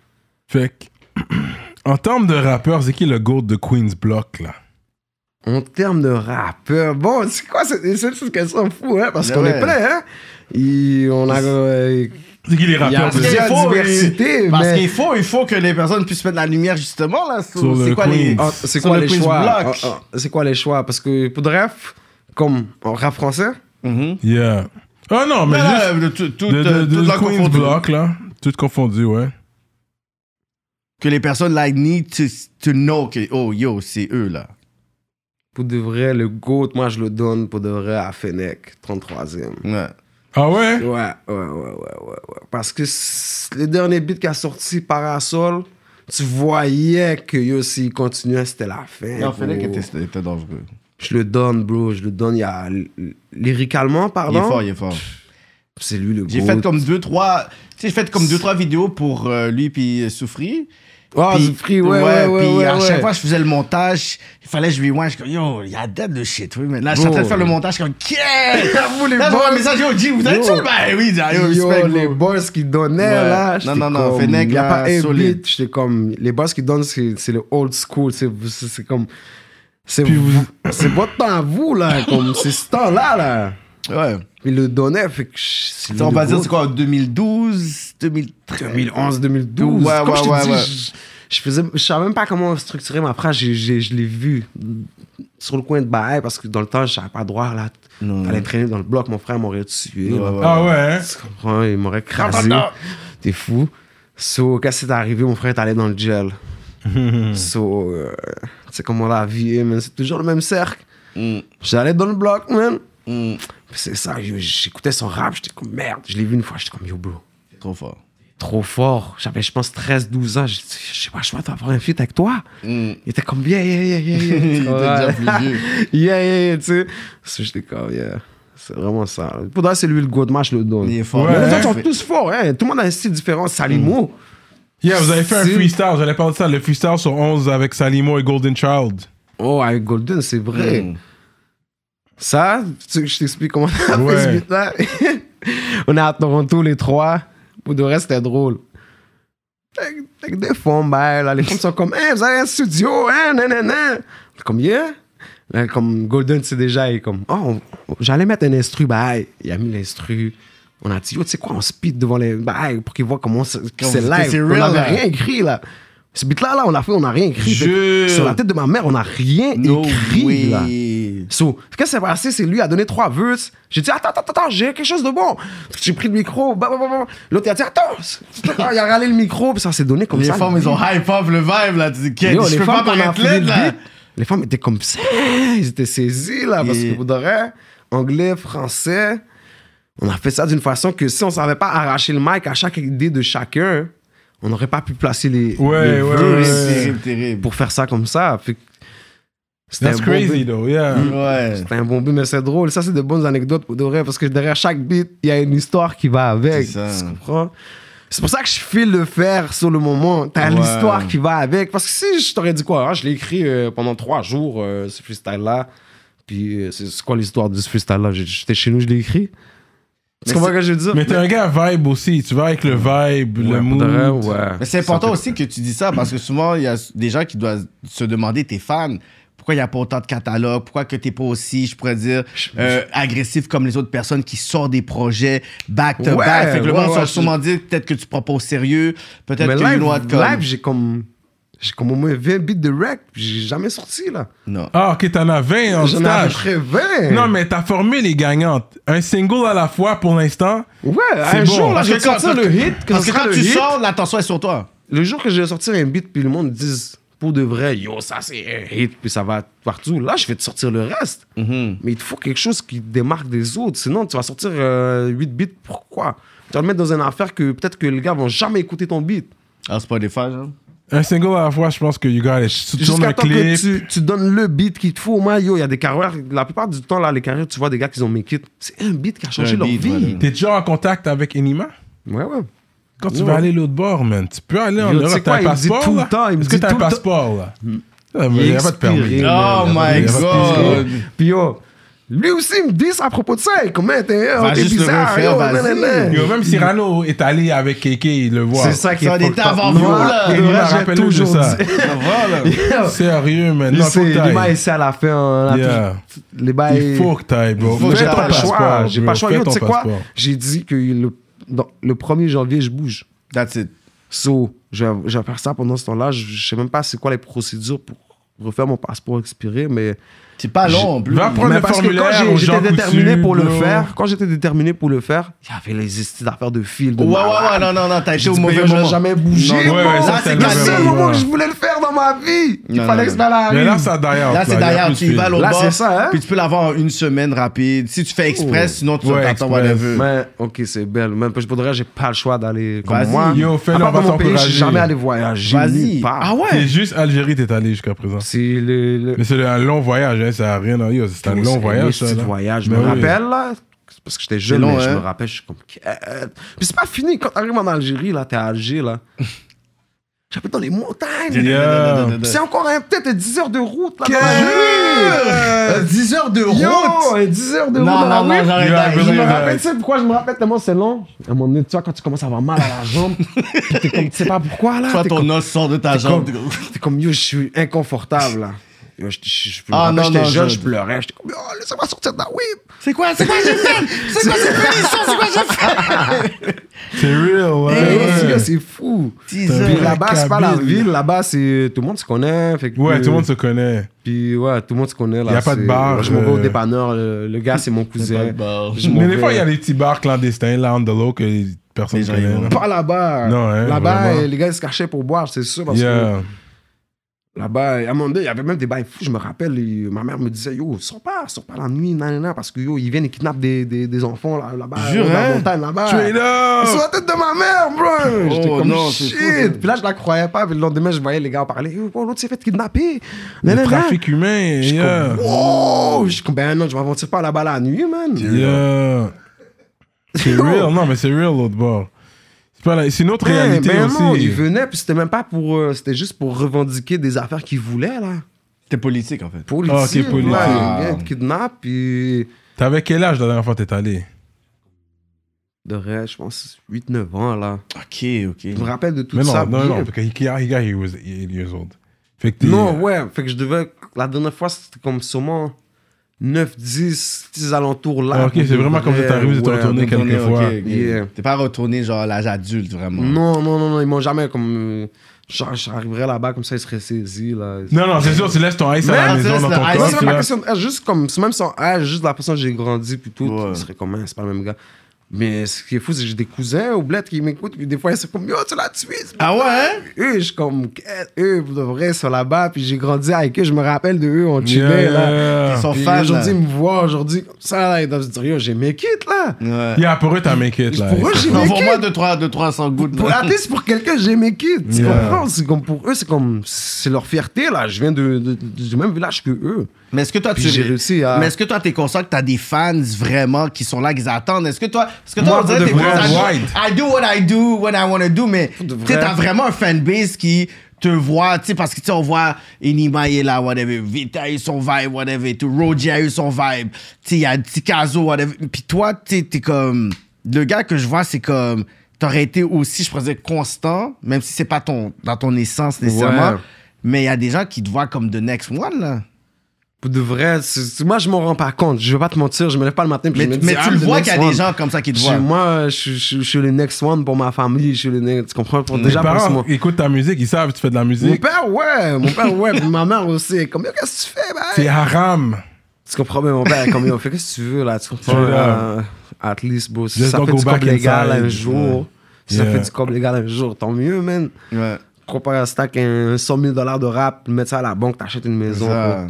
Speaker 1: Fait que, en termes de rappeur, c'est qui le gold de Queen's Block, là?
Speaker 2: En termes de rappeur, bon, c'est quoi cette, cette, cette question fou, hein? Parce
Speaker 4: Mais
Speaker 2: qu'on
Speaker 4: ouais.
Speaker 2: est plein, hein? Et on a euh,
Speaker 1: C'est qui les
Speaker 2: il y a
Speaker 1: rappeurs de...
Speaker 4: parce qu'il
Speaker 2: plusieurs
Speaker 4: faut,
Speaker 2: diversités,
Speaker 4: Parce
Speaker 2: mais
Speaker 4: qu'il faut, il faut que les personnes puissent mettre la lumière, justement, là, sur,
Speaker 1: Sur
Speaker 4: c'est
Speaker 1: le
Speaker 4: quoi
Speaker 1: Queens.
Speaker 4: les...
Speaker 2: Ah, c'est
Speaker 4: sur
Speaker 2: quoi
Speaker 4: le
Speaker 2: les
Speaker 4: Queen's
Speaker 2: choix?
Speaker 4: Block.
Speaker 2: Ah, ah, c'est quoi les choix? Parce que pour de ref, comme en rap français,
Speaker 4: Mhm.
Speaker 1: Yeah. Oh non, mais
Speaker 4: Mais
Speaker 1: juste...
Speaker 4: là, de tout- tout,
Speaker 1: de, de-
Speaker 4: euh,
Speaker 1: de
Speaker 4: toute la
Speaker 1: Queen's
Speaker 4: confondue.
Speaker 1: Block, là. Tout confondu, ouais.
Speaker 4: Que les personnes, like, need to, to know que, oh, yo, c'est eux, là.
Speaker 2: pour de vrai, le GOAT, moi, je le donne pour de vrai à Fennec, 33e.
Speaker 4: Ouais.
Speaker 1: Ah ouais?
Speaker 2: Ouais, ouais, ouais, ouais, ouais, ouais. Parce que c- le dernier beat qui a sorti Parasol, tu voyais que yo, s'il continuait, c'était la fin.
Speaker 4: Non,
Speaker 2: bro.
Speaker 4: fallait que
Speaker 2: Oh.
Speaker 4: t'es- t'es dangereux.
Speaker 2: Je le donne, bro, je le donne. Il y a l- l- lyricalement,
Speaker 4: Il est
Speaker 2: pardon.
Speaker 4: fort, il est fort.
Speaker 2: C'est lui le
Speaker 4: J'ai
Speaker 2: goat.
Speaker 4: fait comme deux, trois. Tu sais, j'ai fait comme deux, trois vidéos pour euh, lui puis euh, Soufri.
Speaker 2: Ah,
Speaker 4: Puis-
Speaker 2: Zufri, ouais, ouais, ouais.
Speaker 4: puis
Speaker 2: ouais,
Speaker 4: à chaque
Speaker 2: ouais.
Speaker 4: fois, je faisais le montage. Il fallait que je lui ouais, je suis comme, yo, il y a date de shit, oui, mais là, je suis en
Speaker 2: Bro.
Speaker 4: train de faire le montage, je suis comme, yeah!
Speaker 2: J'avoue, les
Speaker 4: Là, je vois un
Speaker 2: boys.
Speaker 4: message, yo, G, vous avez
Speaker 2: Yo.
Speaker 4: tué? Ben oui, je dis, ah, yo,
Speaker 2: Yo,
Speaker 4: respect,
Speaker 2: les
Speaker 4: bro.
Speaker 2: boss qui donnaient
Speaker 4: Ouais.
Speaker 2: là,
Speaker 4: Non,
Speaker 2: j'étais
Speaker 4: non, non,
Speaker 2: comme,
Speaker 4: Fennec,
Speaker 2: y a
Speaker 4: là,
Speaker 2: pas un
Speaker 4: solide.
Speaker 2: beat, j'étais comme, les boss qui donnent, c'est c'est le old school, c'est c'est- c'est comme, c'est c'est votre temps à vous là, comme c'est ce temps là là.
Speaker 4: Ouais.
Speaker 2: Il le donnait, fait que je- c'est
Speaker 4: Ça, on
Speaker 2: le
Speaker 4: va dire,
Speaker 2: gros.
Speaker 4: c'est quoi, 2012, 2013?
Speaker 2: 2011, 2012.
Speaker 4: Ouais,
Speaker 2: Comme
Speaker 4: ouais,
Speaker 2: je t'ai
Speaker 4: ouais,
Speaker 2: dit,
Speaker 4: ouais.
Speaker 2: je- Je faisais, je savais même pas comment structurer ma phrase. J'ai- j'ai- je l'ai vu sur le coin de Bahreïn parce que dans le temps, je savais pas droit. Là,
Speaker 4: Non.
Speaker 2: fallait traîner dans le bloc. Mon frère m'aurait tué.
Speaker 4: Ouais,
Speaker 2: là.
Speaker 4: ouais.
Speaker 1: Ah ouais? hein?
Speaker 2: Tu comprends? Il m'aurait crasé.
Speaker 4: Attends, attends.
Speaker 2: T'es fou. So, quand c'est arrivé, mon frère est allé dans le gel. so, euh, eh, tu sais comment la vie est, man. C'est toujours le même cercle.
Speaker 4: Mm,
Speaker 2: J'allais dans le bloc, man.
Speaker 4: mm.
Speaker 2: C'est ça, yo, j'écoutais son rap, j'étais comme merde. Je l'ai vu une fois, j'étais comme yo, bro.
Speaker 4: Trop fort.
Speaker 2: Trop fort. J'avais, je pense, 13, 12 ans. Je dis, je sais pas, je vais avoir un feat avec toi.
Speaker 4: Mm.
Speaker 2: Il était comme, yeah, yeah, yeah, yeah. yeah.
Speaker 4: Il était déjà plus vieux.
Speaker 2: yeah, yeah, yeah, tu sais. So, J'étais comme, yeah. C'est vraiment ça. Pour moi, c'est lui le go de match, je le donne.
Speaker 4: Il est fort.
Speaker 2: Mais Les
Speaker 1: Ouais.
Speaker 2: autres sont tous forts, hein. Tout le monde a un style différent. Salimo.
Speaker 1: Yeah, vous avez fait un
Speaker 2: C'est-
Speaker 1: freestyle, j'allais parler de ça, le freestyle sur 11 avec Salimo et Golden Child.
Speaker 2: Oh, avec Golden, c'est vrai.
Speaker 4: Mm.
Speaker 2: Ça, tu, je t'explique comment on a fait ce
Speaker 1: Ouais.
Speaker 2: beat-là. on est à Toronto, les trois. Pour de reste, c'était drôle. Fait que- fait que Des fois, on baille, là, les femmes sont comme, hey, vous avez un studio, hein, nan, nan, nan. Comme, yeah. Là, comme Golden, c'est déjà, il est comme, oh, on- j'allais mettre un instru, bye. Il a mis l'instru. On a dit, yo, tu sais quoi, on speed devant les bails pour qu'ils voient comment c'est que c'est
Speaker 4: c'est-
Speaker 2: live.
Speaker 4: c'est
Speaker 2: on
Speaker 4: real,
Speaker 2: n'avait
Speaker 4: là.
Speaker 2: rien écrit, là. Ce beat-là, là, on l'a fait, on n'a rien écrit.
Speaker 4: Je-
Speaker 2: Sur la tête de ma mère, on n'a rien
Speaker 4: No
Speaker 2: écrit,
Speaker 4: way.
Speaker 2: là. So, ce qui s'est passé, c'est lui a donné trois verses. J'ai dit, attends, attends, attends, j'ai quelque chose de bon. J'ai pris le micro, bah, bah, bah, bah. L'autre, il a dit, attends, c'est- attends, il a râlé le micro, puis ça s'est donné comme
Speaker 4: Les
Speaker 2: ça.
Speaker 4: femmes, ils ont hype up le vibe, là. Tu dis, Qu'est-ce
Speaker 2: Yo,
Speaker 4: que je
Speaker 2: les
Speaker 4: peux pas
Speaker 2: femmes, quand on a
Speaker 4: paraître
Speaker 2: fini
Speaker 4: laide,
Speaker 2: le
Speaker 4: là.
Speaker 2: beat, Les femmes étaient comme ça, ils étaient saisies, là, parce
Speaker 4: Yeah.
Speaker 2: que vous vrai, anglais, français. On a fait ça d'une façon que si on savait pas arracher le mic à chaque idée de chacun, on n'aurait pas pu placer les.
Speaker 1: Ouais,
Speaker 2: les
Speaker 1: ouais,
Speaker 2: verses
Speaker 1: ouais.
Speaker 2: euh,
Speaker 4: Terrible, terrible.
Speaker 2: Pour faire ça comme ça. Fait que c'était
Speaker 1: That's
Speaker 2: un bon
Speaker 1: crazy,
Speaker 2: beat.
Speaker 1: though, yeah.
Speaker 2: Mm.
Speaker 4: Ouais.
Speaker 2: C'est un bon but, mais c'est drôle. Ça, c'est de bonnes anecdotes pour de vrai, parce que derrière chaque beat, il y a une histoire qui va avec.
Speaker 4: C'est ça.
Speaker 2: Tu comprends? C'est pour ça que je file le faire sur le moment. T'as
Speaker 4: Ouais.
Speaker 2: l'histoire qui va avec. Parce que si je t'aurais dit quoi, Ah, je l'ai écrit euh, pendant trois jours, euh, ce freestyle-là. Puis euh, c'est c'est quoi l'histoire de ce freestyle-là? J'ai- J'étais chez nous, je l'ai écrit. Tu comprends ce que je veux dire?
Speaker 1: Mais t'es un gars vibe aussi, tu vas avec le vibe,
Speaker 2: Ouais,
Speaker 1: le
Speaker 2: pour de
Speaker 1: mood.
Speaker 2: vrai, ouais.
Speaker 4: Mais c'est important aussi que tu dis ça parce que souvent, il y a des gens qui doivent se demander, tes fans, pourquoi il n'y a pas autant de catalogues, pourquoi que t'es pas aussi, je pourrais dire, euh, agressif comme les autres personnes qui sortent des projets back to
Speaker 2: Ouais,
Speaker 4: back. Fait que le
Speaker 2: ouais,
Speaker 4: monde
Speaker 2: ouais,
Speaker 4: va sûrement dire, peut-être que tu prends pas au sérieux, peut-être
Speaker 2: Mais
Speaker 4: que you
Speaker 2: live,
Speaker 4: know what, comme-
Speaker 2: live, j'ai comme. J'ai comme au moins 20 beats de rec, puis j'ai jamais sorti là.
Speaker 4: Non.
Speaker 1: Ah, ok, t'en as 20 en
Speaker 2: J'en ai à peu
Speaker 1: stage.
Speaker 2: près 20.
Speaker 1: Non, mais t'as formé les gagnantes. Un single à la fois pour l'instant.
Speaker 2: Ouais,
Speaker 1: C'est
Speaker 2: un
Speaker 1: bon.
Speaker 2: jour, là,
Speaker 1: Parce
Speaker 2: je vais sortir le hit. que
Speaker 4: parce
Speaker 2: ce
Speaker 4: que
Speaker 2: sera
Speaker 4: quand
Speaker 2: le
Speaker 4: tu
Speaker 2: hit.
Speaker 4: sors, l'attention est sur toi.
Speaker 2: Le jour que je vais sortir un beat, puis le monde dise pour de vrai, yo, ça c'est un hit, puis ça va partout. Là, je vais te sortir le reste. Mais il te faut quelque chose qui te démarque des autres. Sinon, tu vas sortir 8 beats. Pourquoi Tu vas le mettre dans une affaire que peut-être que les gars vont jamais écouter ton beat.
Speaker 4: Ah, c'est pas des fans, genre.
Speaker 1: Un single à la fois, je pense que you got it. Tu tournes
Speaker 2: Jusqu'à
Speaker 1: le
Speaker 2: temps que
Speaker 1: clip.
Speaker 2: tu, tu donnes le beat qu'il te faut. Moi, yo, il y a des carrières. La plupart du temps, là, les carrières, tu vois des gars qui ont mes kits. C'est un beat qui a changé
Speaker 4: un
Speaker 2: leur
Speaker 4: beat,
Speaker 2: vie.
Speaker 1: T'es déjà en contact avec Enima?
Speaker 2: Ouais, ouais.
Speaker 1: Quand tu
Speaker 2: Ouais.
Speaker 1: vas aller l'autre bord, man, tu peux aller en
Speaker 2: Yo, tu sais
Speaker 1: Europe. T'as
Speaker 2: quoi,
Speaker 1: un
Speaker 2: il me dit
Speaker 1: passeport,
Speaker 2: tout le
Speaker 1: là?
Speaker 2: temps, il me
Speaker 1: Est-ce que
Speaker 2: dit
Speaker 1: t'as un
Speaker 2: tout le temps. Hmm.
Speaker 1: passeport, là? Ah, mais
Speaker 2: Il
Speaker 1: Il
Speaker 2: est
Speaker 1: n'y a pas de permis.
Speaker 2: expiré,
Speaker 4: Oh
Speaker 2: man.
Speaker 4: my
Speaker 2: Il est
Speaker 4: God.
Speaker 2: expiré. Puis yo, lui aussi il me dit ça à propos de ça. Il est comme, Hey, t'es
Speaker 4: Va
Speaker 2: oh, t'es
Speaker 4: juste le
Speaker 2: bizarre.
Speaker 4: refaire,
Speaker 2: yo,
Speaker 4: vas-y.
Speaker 2: nanana.
Speaker 1: Yo, même Cyrano est allé avec Keke le voir.
Speaker 2: C'est ça qui
Speaker 4: Ça,
Speaker 2: est
Speaker 4: on était avant vous, là.
Speaker 2: Pour de
Speaker 1: Il
Speaker 2: vrai,
Speaker 1: m'a
Speaker 2: j'ai
Speaker 1: rappelé de
Speaker 2: toujours
Speaker 1: ça.
Speaker 2: dit-
Speaker 4: Ça va, là.
Speaker 2: Yo,
Speaker 1: Sérieux, man.
Speaker 2: lui,
Speaker 1: Non, faut
Speaker 2: c'est-
Speaker 1: que
Speaker 2: lui m'a
Speaker 1: t'ailles.
Speaker 2: essayé à la fin. on a
Speaker 1: Yeah.
Speaker 2: tout- Les bails.
Speaker 1: Il faut que t'ailles, bro.
Speaker 4: Faut que
Speaker 1: Fais
Speaker 2: J'ai
Speaker 4: j'aille.
Speaker 1: ton
Speaker 2: pas le choix.
Speaker 1: passeport,
Speaker 2: J'ai
Speaker 1: bro.
Speaker 2: pas le choix.
Speaker 1: Fais
Speaker 2: Yo,
Speaker 1: ton
Speaker 2: tu sais quoi?
Speaker 1: passeport.
Speaker 2: J'ai dit que le dans- le 1er janvier, je bouge.
Speaker 4: That's it.
Speaker 2: So, je vais, je vais faire ça pendant ce temps-là. Je, je sais même pas c'est quoi les procédures pour refaire mon passeport expiré, mais
Speaker 4: C'est pas long, Ah en plus.
Speaker 1: Va prendre
Speaker 2: Mais
Speaker 1: le
Speaker 2: parce que
Speaker 1: formulaire
Speaker 2: quand
Speaker 1: au
Speaker 2: j'ai- j'étais
Speaker 1: Jean Coutu,
Speaker 2: déterminé pour le
Speaker 1: bro.
Speaker 2: faire, quand j'étais déterminé pour le faire, il y avait les histoires d'affaires de fil. De
Speaker 4: Ouais, ouais,
Speaker 2: malade.
Speaker 4: ouais, non, non, non, t'as été
Speaker 2: J'ai
Speaker 4: au
Speaker 2: dit,
Speaker 4: mauvais
Speaker 2: ben, je vais
Speaker 4: moment.
Speaker 2: jamais bougé. Non,
Speaker 4: Non,
Speaker 1: ouais, ouais, ça,
Speaker 2: là,
Speaker 1: c'est
Speaker 2: c'est
Speaker 1: le
Speaker 2: le
Speaker 1: mauvais
Speaker 2: seul
Speaker 1: moment.
Speaker 2: moment que je voulais le faire dans ma vie. Il
Speaker 4: Non,
Speaker 2: fallait
Speaker 4: non,
Speaker 2: que ça
Speaker 4: non.
Speaker 1: Mais là,
Speaker 2: arrive.
Speaker 1: c'est d'ailleurs.
Speaker 4: Là, c'est derrière, tu y vas à l'autre
Speaker 2: Là,
Speaker 4: bord.
Speaker 2: c'est ça, hein?
Speaker 4: Puis tu peux l'avoir en une semaine rapide. Si tu fais exprès,
Speaker 2: Oh.
Speaker 4: sinon tu
Speaker 1: Ouais,
Speaker 4: t'attends
Speaker 1: express.
Speaker 4: à vœu.
Speaker 2: Mais ok, c'est belle. Même je voudrais, j'ai pas le choix d'aller comme
Speaker 4: Vas-y,
Speaker 2: moi.
Speaker 1: yo, fais-le,
Speaker 2: À part
Speaker 1: on va
Speaker 2: dans mon pays, Je suis
Speaker 1: t'encourager.
Speaker 2: jamais allé voyager.
Speaker 4: Vas-y.
Speaker 2: nulle part.
Speaker 4: Ah ouais?
Speaker 1: C'est juste Algérie, t'es allé jusqu'à présent.
Speaker 2: C'est le- le,
Speaker 1: Mais c'est un long voyage, hein, ça a rien. à- yo, C'est un
Speaker 2: Yo,
Speaker 1: long
Speaker 2: c'est
Speaker 1: voyage,
Speaker 2: un
Speaker 1: ça.
Speaker 2: petit
Speaker 1: là.
Speaker 2: voyage. Je
Speaker 1: Mais
Speaker 2: me
Speaker 1: oui.
Speaker 2: rappelle, là, c'est parce que j'étais jeune,
Speaker 4: long,
Speaker 2: mais je
Speaker 4: hein?
Speaker 2: me rappelle, je suis comme. Euh, Puis c'est pas fini. Quand t'arrives en Algérie, là, t'es à Alger, là. J'habite dans les montagnes.
Speaker 1: Yeah.
Speaker 2: Puis C'est encore un- peut-être 10 heures de route, là. dans la
Speaker 4: Euh, 10 heures de route!
Speaker 2: Yo, un 10 heures de
Speaker 4: non,
Speaker 2: route. dans la
Speaker 4: non, non,
Speaker 2: route.
Speaker 4: j'arrête
Speaker 1: Yo,
Speaker 4: là,
Speaker 1: je
Speaker 2: Je me
Speaker 1: Ouais.
Speaker 2: rappelle, tu sais pourquoi je me rappelle tellement c'est long. À un moment donné, tu vois, quand tu commences à avoir mal à la jambe, puis t'es comme, tu sais pas pourquoi, là.
Speaker 4: Toi,
Speaker 2: t'es
Speaker 4: ton
Speaker 2: comme-
Speaker 4: os sort de ta
Speaker 1: hein,
Speaker 2: t'es comme,
Speaker 4: jambe. gros.
Speaker 2: t'es comme, yo, je suis inconfortable, là. Yo, je- je- je- je me
Speaker 4: Ah,
Speaker 2: rappelle,
Speaker 4: non,
Speaker 2: J'étais
Speaker 4: non,
Speaker 2: jeune,
Speaker 4: je-
Speaker 2: je pleurais. J'étais comme, oh, laissez-moi sortir de la whip.
Speaker 4: C'est quoi, c'est quoi j'ai fait? C'est quoi j'ai fait? C'est quoi j'ai
Speaker 1: C'est real,
Speaker 2: Mais
Speaker 1: ouais.
Speaker 2: aussi,
Speaker 1: ouais.
Speaker 2: là, c'est fou.
Speaker 4: fait?
Speaker 2: Puis là-bas, c'est pas la
Speaker 1: Kabyle.
Speaker 2: ville. Là-bas, c'est tout le monde se connaît. Fait que-
Speaker 1: Ouais, tout le monde se connaît.
Speaker 2: Puis ouais, tout le monde se connaît. là,
Speaker 1: Y a pas de
Speaker 2: c'est-
Speaker 1: bar,
Speaker 2: Je m'en vais au
Speaker 1: euh,
Speaker 2: dépanneur. Le, le gars, c'est mon cousin. Je m'en
Speaker 1: Mais des
Speaker 2: vais.
Speaker 1: fois, il y a des petits bars clandestins, là, on the low, que personne
Speaker 4: Les
Speaker 1: ne
Speaker 4: gens, ils
Speaker 1: connaît.
Speaker 4: vont
Speaker 1: là.
Speaker 2: Pas là-bas.
Speaker 1: Non, hein,
Speaker 2: là-bas,
Speaker 1: vraiment.
Speaker 2: euh, les gars, ils se cachaient pour boire, c'est sûr. Parce
Speaker 1: Yeah.
Speaker 2: que Là-bas, à un moment donné, il y avait même des bails fous. Je me rappelle, il- ma mère me disait, yo, sors pas, sors pas la nuit, nanana, parce que yo, ils viennent et kidnappent des, des, des enfants là- là-bas,
Speaker 4: Jure,
Speaker 2: dans la
Speaker 4: hein?
Speaker 2: montagne là-bas.
Speaker 1: Straight up!
Speaker 2: Ils sont la tête de ma mère, bro! J'étais
Speaker 4: Oh,
Speaker 2: comme
Speaker 4: non, c'est fou,
Speaker 2: shit! Puis là, je la croyais pas, puis le lendemain, je voyais les gars en parler, yo, oh, l'autre s'est fait kidnapper!
Speaker 1: Le
Speaker 2: Nanana.
Speaker 1: trafic humain,
Speaker 2: Je suis
Speaker 1: yeah.
Speaker 2: comme, wow! Je suis comme, ben non, je m'aventure pas là-bas la nuit, man!
Speaker 1: Yeah. C'est
Speaker 2: Yo.
Speaker 1: real, non, mais c'est real l'autre bord. C'est pas la- c'est une autre
Speaker 2: Ouais,
Speaker 1: réalité
Speaker 2: ben non,
Speaker 1: aussi.
Speaker 2: ils venaient, puis c'était même pas pour. euh, c'était juste pour revendiquer des affaires qu'ils voulaient, là.
Speaker 4: C'était politique, en fait.
Speaker 2: Policiers.
Speaker 1: Ah, ok, policiers.
Speaker 2: ouais,
Speaker 4: Wow.
Speaker 2: ils viennent, te kidnappent, puis.
Speaker 1: T'avais quel âge la dernière fois que t'es allé?
Speaker 2: De vrai, je pense 8-9 ans, là.
Speaker 4: OK, OK.
Speaker 2: Je me rappelle de tout
Speaker 1: mais non,
Speaker 2: ça.
Speaker 1: non,
Speaker 2: bien.
Speaker 1: non, parce que Ikea, Ikea, he was eight years old. Fait que t'es-
Speaker 2: Non, ouais, fait que je devais. La dernière fois, c'était comme sûrement 9-10, ces alentours-là.
Speaker 1: Ah, ok, c'est vraiment comme
Speaker 2: ça
Speaker 1: ça t'es arrivé, vous êtes retourné
Speaker 4: Retourner,
Speaker 1: quelques
Speaker 4: ok,
Speaker 1: fois.
Speaker 4: ok.
Speaker 2: Yeah.
Speaker 4: T'es pas retourné, genre, à l'âge adulte, vraiment.
Speaker 2: Non, non, non, non, ils m'ont jamais comme. euh, Genre, j'arriverais là-bas comme ça, ils seraient saisis, là.
Speaker 1: Non, non, c'est sûr, tu laisses ton ice à la
Speaker 4: Mais
Speaker 1: maison
Speaker 4: tu laisses
Speaker 1: dans
Speaker 4: le
Speaker 1: ton
Speaker 4: ice,
Speaker 2: Non, c'est
Speaker 1: coffre.
Speaker 2: même pas
Speaker 1: là.
Speaker 2: question de âge, juste comme, c'est même son âge, juste la personne que j'ai grandi, puis tout,
Speaker 4: Ouais.
Speaker 2: il serait comme, Ah, c'est pas le même gars. Mais ce qui est fou, c'est que j'ai des cousins au bled qui m'écoutent, puis des fois, ils sont comme, yo, tu l'as tué. ce
Speaker 4: Ah ouais, hein?
Speaker 2: Eux, je suis comme, Qu'est- eux, pour de vrai, ils sont là-bas, puis j'ai grandi avec eux, je me rappelle de eux, on chillait, là.
Speaker 1: Yeah.
Speaker 4: Ils sont
Speaker 2: Puis
Speaker 4: fans,
Speaker 2: aujourd'hui,
Speaker 4: là.
Speaker 2: ils me voient, aujourd'hui, comme ça, là, ils doivent se dire, yo, j'ai mes kits, là.
Speaker 4: Ouais.
Speaker 1: Yeah, pour eux, t'as make it, là.
Speaker 2: Pour eux, j'ai mes
Speaker 4: Envoie-moi
Speaker 2: kits.
Speaker 4: 2 3 2 300 gouttes.
Speaker 2: Pour
Speaker 4: là.
Speaker 2: la c'est pour quelqu'un, j'ai mes kits. Tu
Speaker 1: Yeah.
Speaker 2: comprends? C'est comme pour eux, c'est comme, c'est leur fierté, là. Je viens de, de- du même village que eux.
Speaker 4: Mais est-ce que toi
Speaker 2: Puis
Speaker 4: tu
Speaker 2: j'ai réussi à-
Speaker 4: Mais est-ce que toi t'es conscient que t'as des fans vraiment qui sont là qu'ils attendent Est-ce que toi est-ce que
Speaker 2: Moi,
Speaker 4: toi on
Speaker 2: pour
Speaker 4: dirait
Speaker 2: de
Speaker 4: t'es
Speaker 2: vrai,
Speaker 4: conscient-
Speaker 1: wide.
Speaker 4: I do what I do when I want to do mais
Speaker 2: de
Speaker 4: tu sais,
Speaker 2: vrai.
Speaker 4: t'as vraiment un fanbase qui te voit, tu sais parce que tu sais, on voit Enima il est là whatever, Vita il son vibe whatever, tout Roger il son vibe. Tu sais il y a Tikazo whatever. Puis toi tu sais, t'es comme le gars que je vois c'est comme t'aurais été aussi je pourrais dire constant même si c'est pas ton dans ton essence nécessairement.
Speaker 2: Ouais.
Speaker 4: Mais il y a des gens qui te voient comme the next one là.
Speaker 2: Pour de vrai, c'est- moi je m'en rends pas compte. Je vais pas te mentir, je me lève pas le matin. puis
Speaker 4: Mais,
Speaker 2: je me
Speaker 4: tu-
Speaker 2: dis,
Speaker 4: mais
Speaker 2: Ah,
Speaker 4: tu le
Speaker 2: the
Speaker 4: vois
Speaker 2: next
Speaker 4: qu'il y a des
Speaker 2: one.
Speaker 4: gens comme ça qui te
Speaker 2: Je-
Speaker 4: voient.
Speaker 2: Moi, je, je- je suis le next one pour ma famille. Je suis le next. Tu comprends pour,
Speaker 1: Tes
Speaker 2: déjà pour ce
Speaker 1: parents
Speaker 2: mois.
Speaker 1: écoutent ta musique, ils savent que tu fais de la
Speaker 2: Mon
Speaker 1: musique.
Speaker 2: père, ouais. Mon père, ouais. puis ma mère aussi. elle est Comme, Yo, qu'est-ce que tu fais, man?
Speaker 1: C'est haram.
Speaker 2: Tu comprends, mais mon père, elle est comme, Yo, fais qu'est-ce que tu veux, là? Tu comprends?
Speaker 1: Straight up.
Speaker 2: euh, at least, bro. Si
Speaker 1: Just
Speaker 2: ça
Speaker 1: don't
Speaker 2: fait
Speaker 1: go
Speaker 2: du
Speaker 1: back
Speaker 2: cob légal
Speaker 1: inside.
Speaker 2: un jour. Si ça
Speaker 1: Yeah.
Speaker 2: fait du cob légal un jour, tant mieux, man.
Speaker 4: Ouais.
Speaker 2: Comparé à ça qu'un 100 000 de rap, mettre ça à la banque, t'achètes une maison. bro.
Speaker 4: Ça.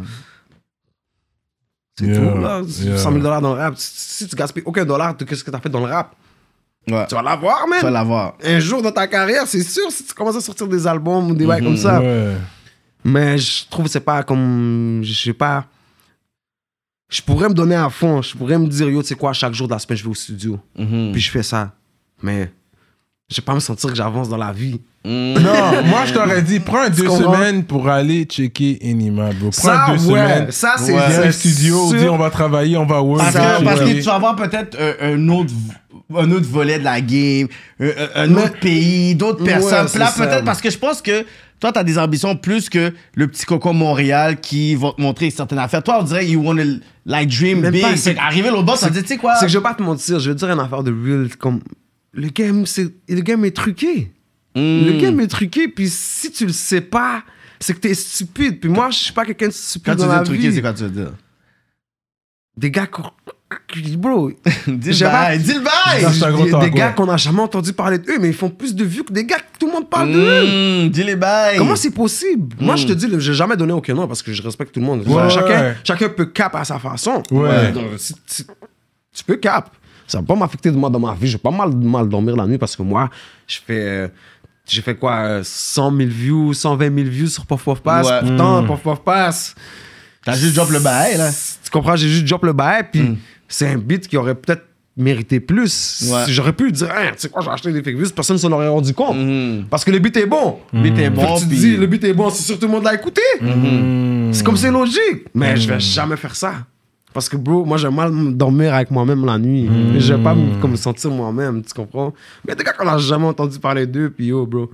Speaker 2: C'est
Speaker 1: Yeah,
Speaker 2: tout, là.
Speaker 1: yeah.
Speaker 2: 100 000 dollars dans le rap. Si si tu gaspilles aucun dollar de ce que t'as fait dans le rap,
Speaker 4: Ouais.
Speaker 2: tu vas l'avoir,
Speaker 4: Tu vas
Speaker 2: man.
Speaker 4: l'avoir.
Speaker 2: Un jour dans ta carrière, c'est sûr, si tu commences à sortir des albums ou des
Speaker 1: Mhm,
Speaker 2: bails comme ça.
Speaker 1: Ouais.
Speaker 2: Mais je trouve que c'est pas comme. Je sais pas. Je pourrais me donner à fond. Je pourrais me dire, yo, tu sais quoi, chaque jour de la semaine, je vais au studio.
Speaker 4: Mhm.
Speaker 2: Puis je fais ça. Mais je vais pas me sentir que j'avance dans la vie.
Speaker 4: Mhm.
Speaker 1: Non, moi je t'aurais dit, prends deux
Speaker 2: comprends?
Speaker 1: semaines pour aller checker Enima, bro. Prends
Speaker 2: Ça,
Speaker 1: deux
Speaker 2: ouais.
Speaker 1: semaines.
Speaker 2: Ça, c'est.
Speaker 4: Ouais.
Speaker 1: Viens
Speaker 2: c'est
Speaker 1: au studio,
Speaker 2: sûr.
Speaker 1: dis on va travailler, on va work. euh,
Speaker 4: Parce,
Speaker 2: Ça,
Speaker 4: que, parce que
Speaker 2: ouais.
Speaker 4: tu vas avoir peut-être un, un autre un autre volet de la game, un, un- un autre pays, d'autres
Speaker 2: Ouais,
Speaker 4: personnes. Puis
Speaker 2: c'est
Speaker 4: là,
Speaker 2: ça.
Speaker 4: peut-être parce que je pense que toi, t'as des ambitions plus que le petit coco Montréal qui va te montrer certaines affaires. Toi, on dirait you wanna like dream
Speaker 2: Même
Speaker 4: big.
Speaker 2: pas,
Speaker 4: Fait
Speaker 2: c'est-
Speaker 4: qu'arriver l'autre bord, ça dit, tu sais quoi?
Speaker 2: C'est que je vais pas te mentir, je vais te dire une affaire de real. Comme, le game, c'est, le game est truqué.
Speaker 4: Mm.
Speaker 2: Le game est truqué, puis si tu le sais pas, c'est que t'es stupide. Puis moi, je suis pas quelqu'un de stupide
Speaker 4: Quand tu
Speaker 2: dans la
Speaker 4: dis truquer,
Speaker 2: vie.
Speaker 4: c'est quoi tu veux dire?
Speaker 2: Des gars qu'on- Bro,
Speaker 4: Dis
Speaker 2: J'ai
Speaker 4: le
Speaker 2: pas-
Speaker 4: bail, dis le
Speaker 2: des,
Speaker 4: bail!
Speaker 1: Non, c'est un gros
Speaker 2: des-
Speaker 1: talk,
Speaker 2: des
Speaker 1: ouais.
Speaker 2: gars qu'on a jamais entendu parler d'eux, mais ils font plus de vues que des gars que tout le monde parle d'eux.
Speaker 4: Mmh, dis les bails.
Speaker 2: Comment c'est possible? Moi, je te dis, le- j'ai jamais donné aucun nom parce que je respecte tout le monde.
Speaker 1: Ouais.
Speaker 2: Chacun, chacun peut cap à sa façon.
Speaker 1: Ouais.
Speaker 2: Donc, si- si- tu peux cap. Ça va pas m'affecter de moi dans ma vie. J'ai pas mal mal dormir la nuit parce que moi, je fais. euh, J'ai fait quoi? euh, 100 000 views, 120 000 views sur Puff Puff Pass.
Speaker 4: Ouais.
Speaker 1: Hmm.
Speaker 2: Pourtant, Puff Puff Pass.
Speaker 4: T'as juste drop le bail,
Speaker 3: hein.
Speaker 4: là.
Speaker 2: Tu comprends? J'ai juste drop le bail. Puis c'est un beat qui aurait peut-être mérité plus.
Speaker 4: Ouais.
Speaker 2: J'aurais pu dire, Hein, tu sais quoi, j'ai acheté des fake views, personne s'en aurait rendu compte. Parce que le beat est bon. Le beat est
Speaker 4: bon,
Speaker 2: Tu te
Speaker 4: puis-
Speaker 2: dis, le beat est bon, c'est sûr que tout le monde l'a écouté.
Speaker 1: Hmm.
Speaker 2: C'est comme c'est logique. Mais je
Speaker 4: Hmm.
Speaker 2: vais jamais faire ça. Parce que, bro, moi, j'ai mal me dormir avec moi-même la nuit.
Speaker 4: Hmm.
Speaker 2: Je vais pas me comme, me sentir moi-même, tu comprends? Mais des gars qu'on a jamais entendu parler d'eux, puis yo, bro.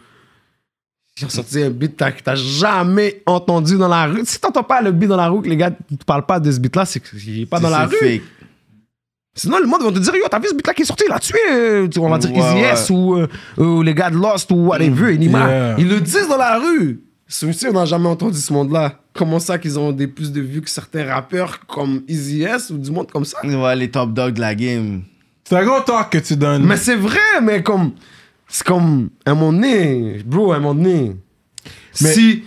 Speaker 2: Ils ont sorti un beat t'as- que t'as jamais entendu dans la rue. Si t'entends pas le beat dans la rue, que les gars te parlent pas de ce beat-là, c'est qu'il est pas dans la rue.
Speaker 4: C'est fake.
Speaker 2: Sinon, le monde va te dire, yo, t'as vu ce beat-là qui est sorti, il a tué, euh, tu- on va dire
Speaker 4: Ouais,
Speaker 2: Easy
Speaker 4: ouais. Hmm.
Speaker 2: S ou, euh, ou les gars de Lost ou whatever, Enima.
Speaker 1: Yeah.
Speaker 2: Ils le disent dans la rue. C'est aussi, on n'a jamais entendu ce monde-là. Comment ça qu'ils ont des plus de vues que certains rappeurs comme Easy S ou du monde comme ça?
Speaker 4: Ouais, les top dogs de la game.
Speaker 1: C'est un gros talk que tu donnes.
Speaker 2: Mais c'est vrai, mais comme. C'est comme. À un moment donné, bro, à un moment donné.
Speaker 1: Mais-
Speaker 2: si.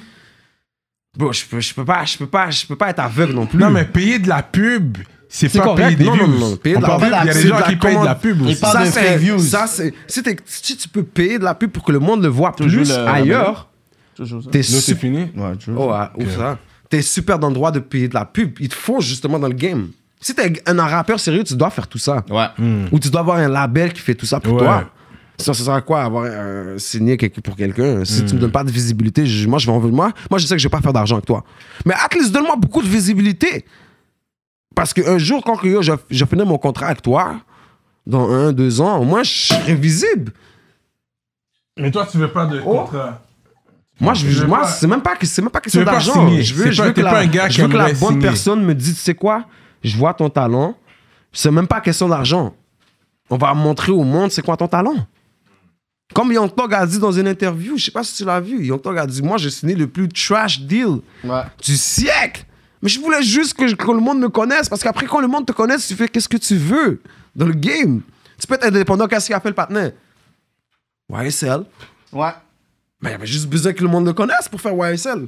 Speaker 2: Bro, je peux, je peux pas, je peux pas, je peux pas être aveugle non plus.
Speaker 1: Non, mais payer de la pub, c'est
Speaker 5: C'est
Speaker 1: pas
Speaker 5: correct.
Speaker 1: payer des
Speaker 2: Non, non,
Speaker 1: views.
Speaker 2: non, payer de
Speaker 1: On
Speaker 2: la
Speaker 1: parle
Speaker 2: pub,
Speaker 1: Il y a
Speaker 2: c'est
Speaker 1: des
Speaker 2: de
Speaker 1: gens
Speaker 2: la
Speaker 1: qui payent de la
Speaker 2: commande.
Speaker 1: pub aussi.
Speaker 3: parle
Speaker 2: ça,
Speaker 3: de
Speaker 2: c'est,
Speaker 3: fake views.
Speaker 2: ça, c'est, si, t'es- si tu peux payer de la pub pour que le monde le voit plus
Speaker 5: le-
Speaker 2: ailleurs,
Speaker 5: Toujours ça.
Speaker 2: t'es
Speaker 1: Nous, c'est
Speaker 2: super.
Speaker 1: fini.
Speaker 4: Ouais, tu vois.
Speaker 2: Oh, ah, ouf, ça. T'es super dans le droit de payer de la pub. Ils te font justement dans le game. Si t'es un rappeur sérieux, tu dois faire tout ça.
Speaker 4: Ouais.
Speaker 2: Ou tu dois avoir un label qui fait tout ça pour
Speaker 1: Ouais.
Speaker 2: toi. Ça, ça sert à quoi avoir euh, signé quelque- pour quelqu'un Si tu me donnes pas de visibilité, je- moi je vais en moi, moi je sais que je vais pas faire d'argent avec toi. Mais at least donne-moi beaucoup de visibilité. Parce qu'un jour, quand que, yo, je, je finis mon contrat avec toi, dans un, deux ans, moi je serai visible.
Speaker 1: Mais toi, tu veux pas de
Speaker 2: Oh.
Speaker 1: contrat.
Speaker 2: Moi, je,
Speaker 1: Je veux
Speaker 2: moi
Speaker 1: pas-
Speaker 2: c'est même pas, que- c'est même pas question
Speaker 1: veux pas
Speaker 2: d'argent.
Speaker 1: signer.
Speaker 2: Je veux,
Speaker 1: C'est
Speaker 2: je
Speaker 1: pas-
Speaker 2: veux
Speaker 1: t'es
Speaker 2: que, la,
Speaker 1: pas un gars
Speaker 2: je
Speaker 1: qui
Speaker 2: veux que la
Speaker 1: aimerait
Speaker 2: bonne
Speaker 1: signer.
Speaker 2: personne me dise, tu sais quoi, je vois ton talent. C'est même pas question d'argent. On va montrer au monde c'est quoi ton talent. Comme Young Thug a dit dans une interview, je sais pas si tu l'as vu, Young Thug a dit, moi j'ai signé le plus trash deal
Speaker 4: Ouais.
Speaker 2: du siècle. Mais je voulais juste que, que le monde me connaisse, parce qu'après quand le monde te connaisse, tu fais qu'est-ce que tu veux dans le game. Tu peux être indépendant qu'à ce qu'il appelle partenaire. YSL,
Speaker 4: Ouais.
Speaker 2: mais il y avait juste besoin que le monde le connaisse pour faire YSL.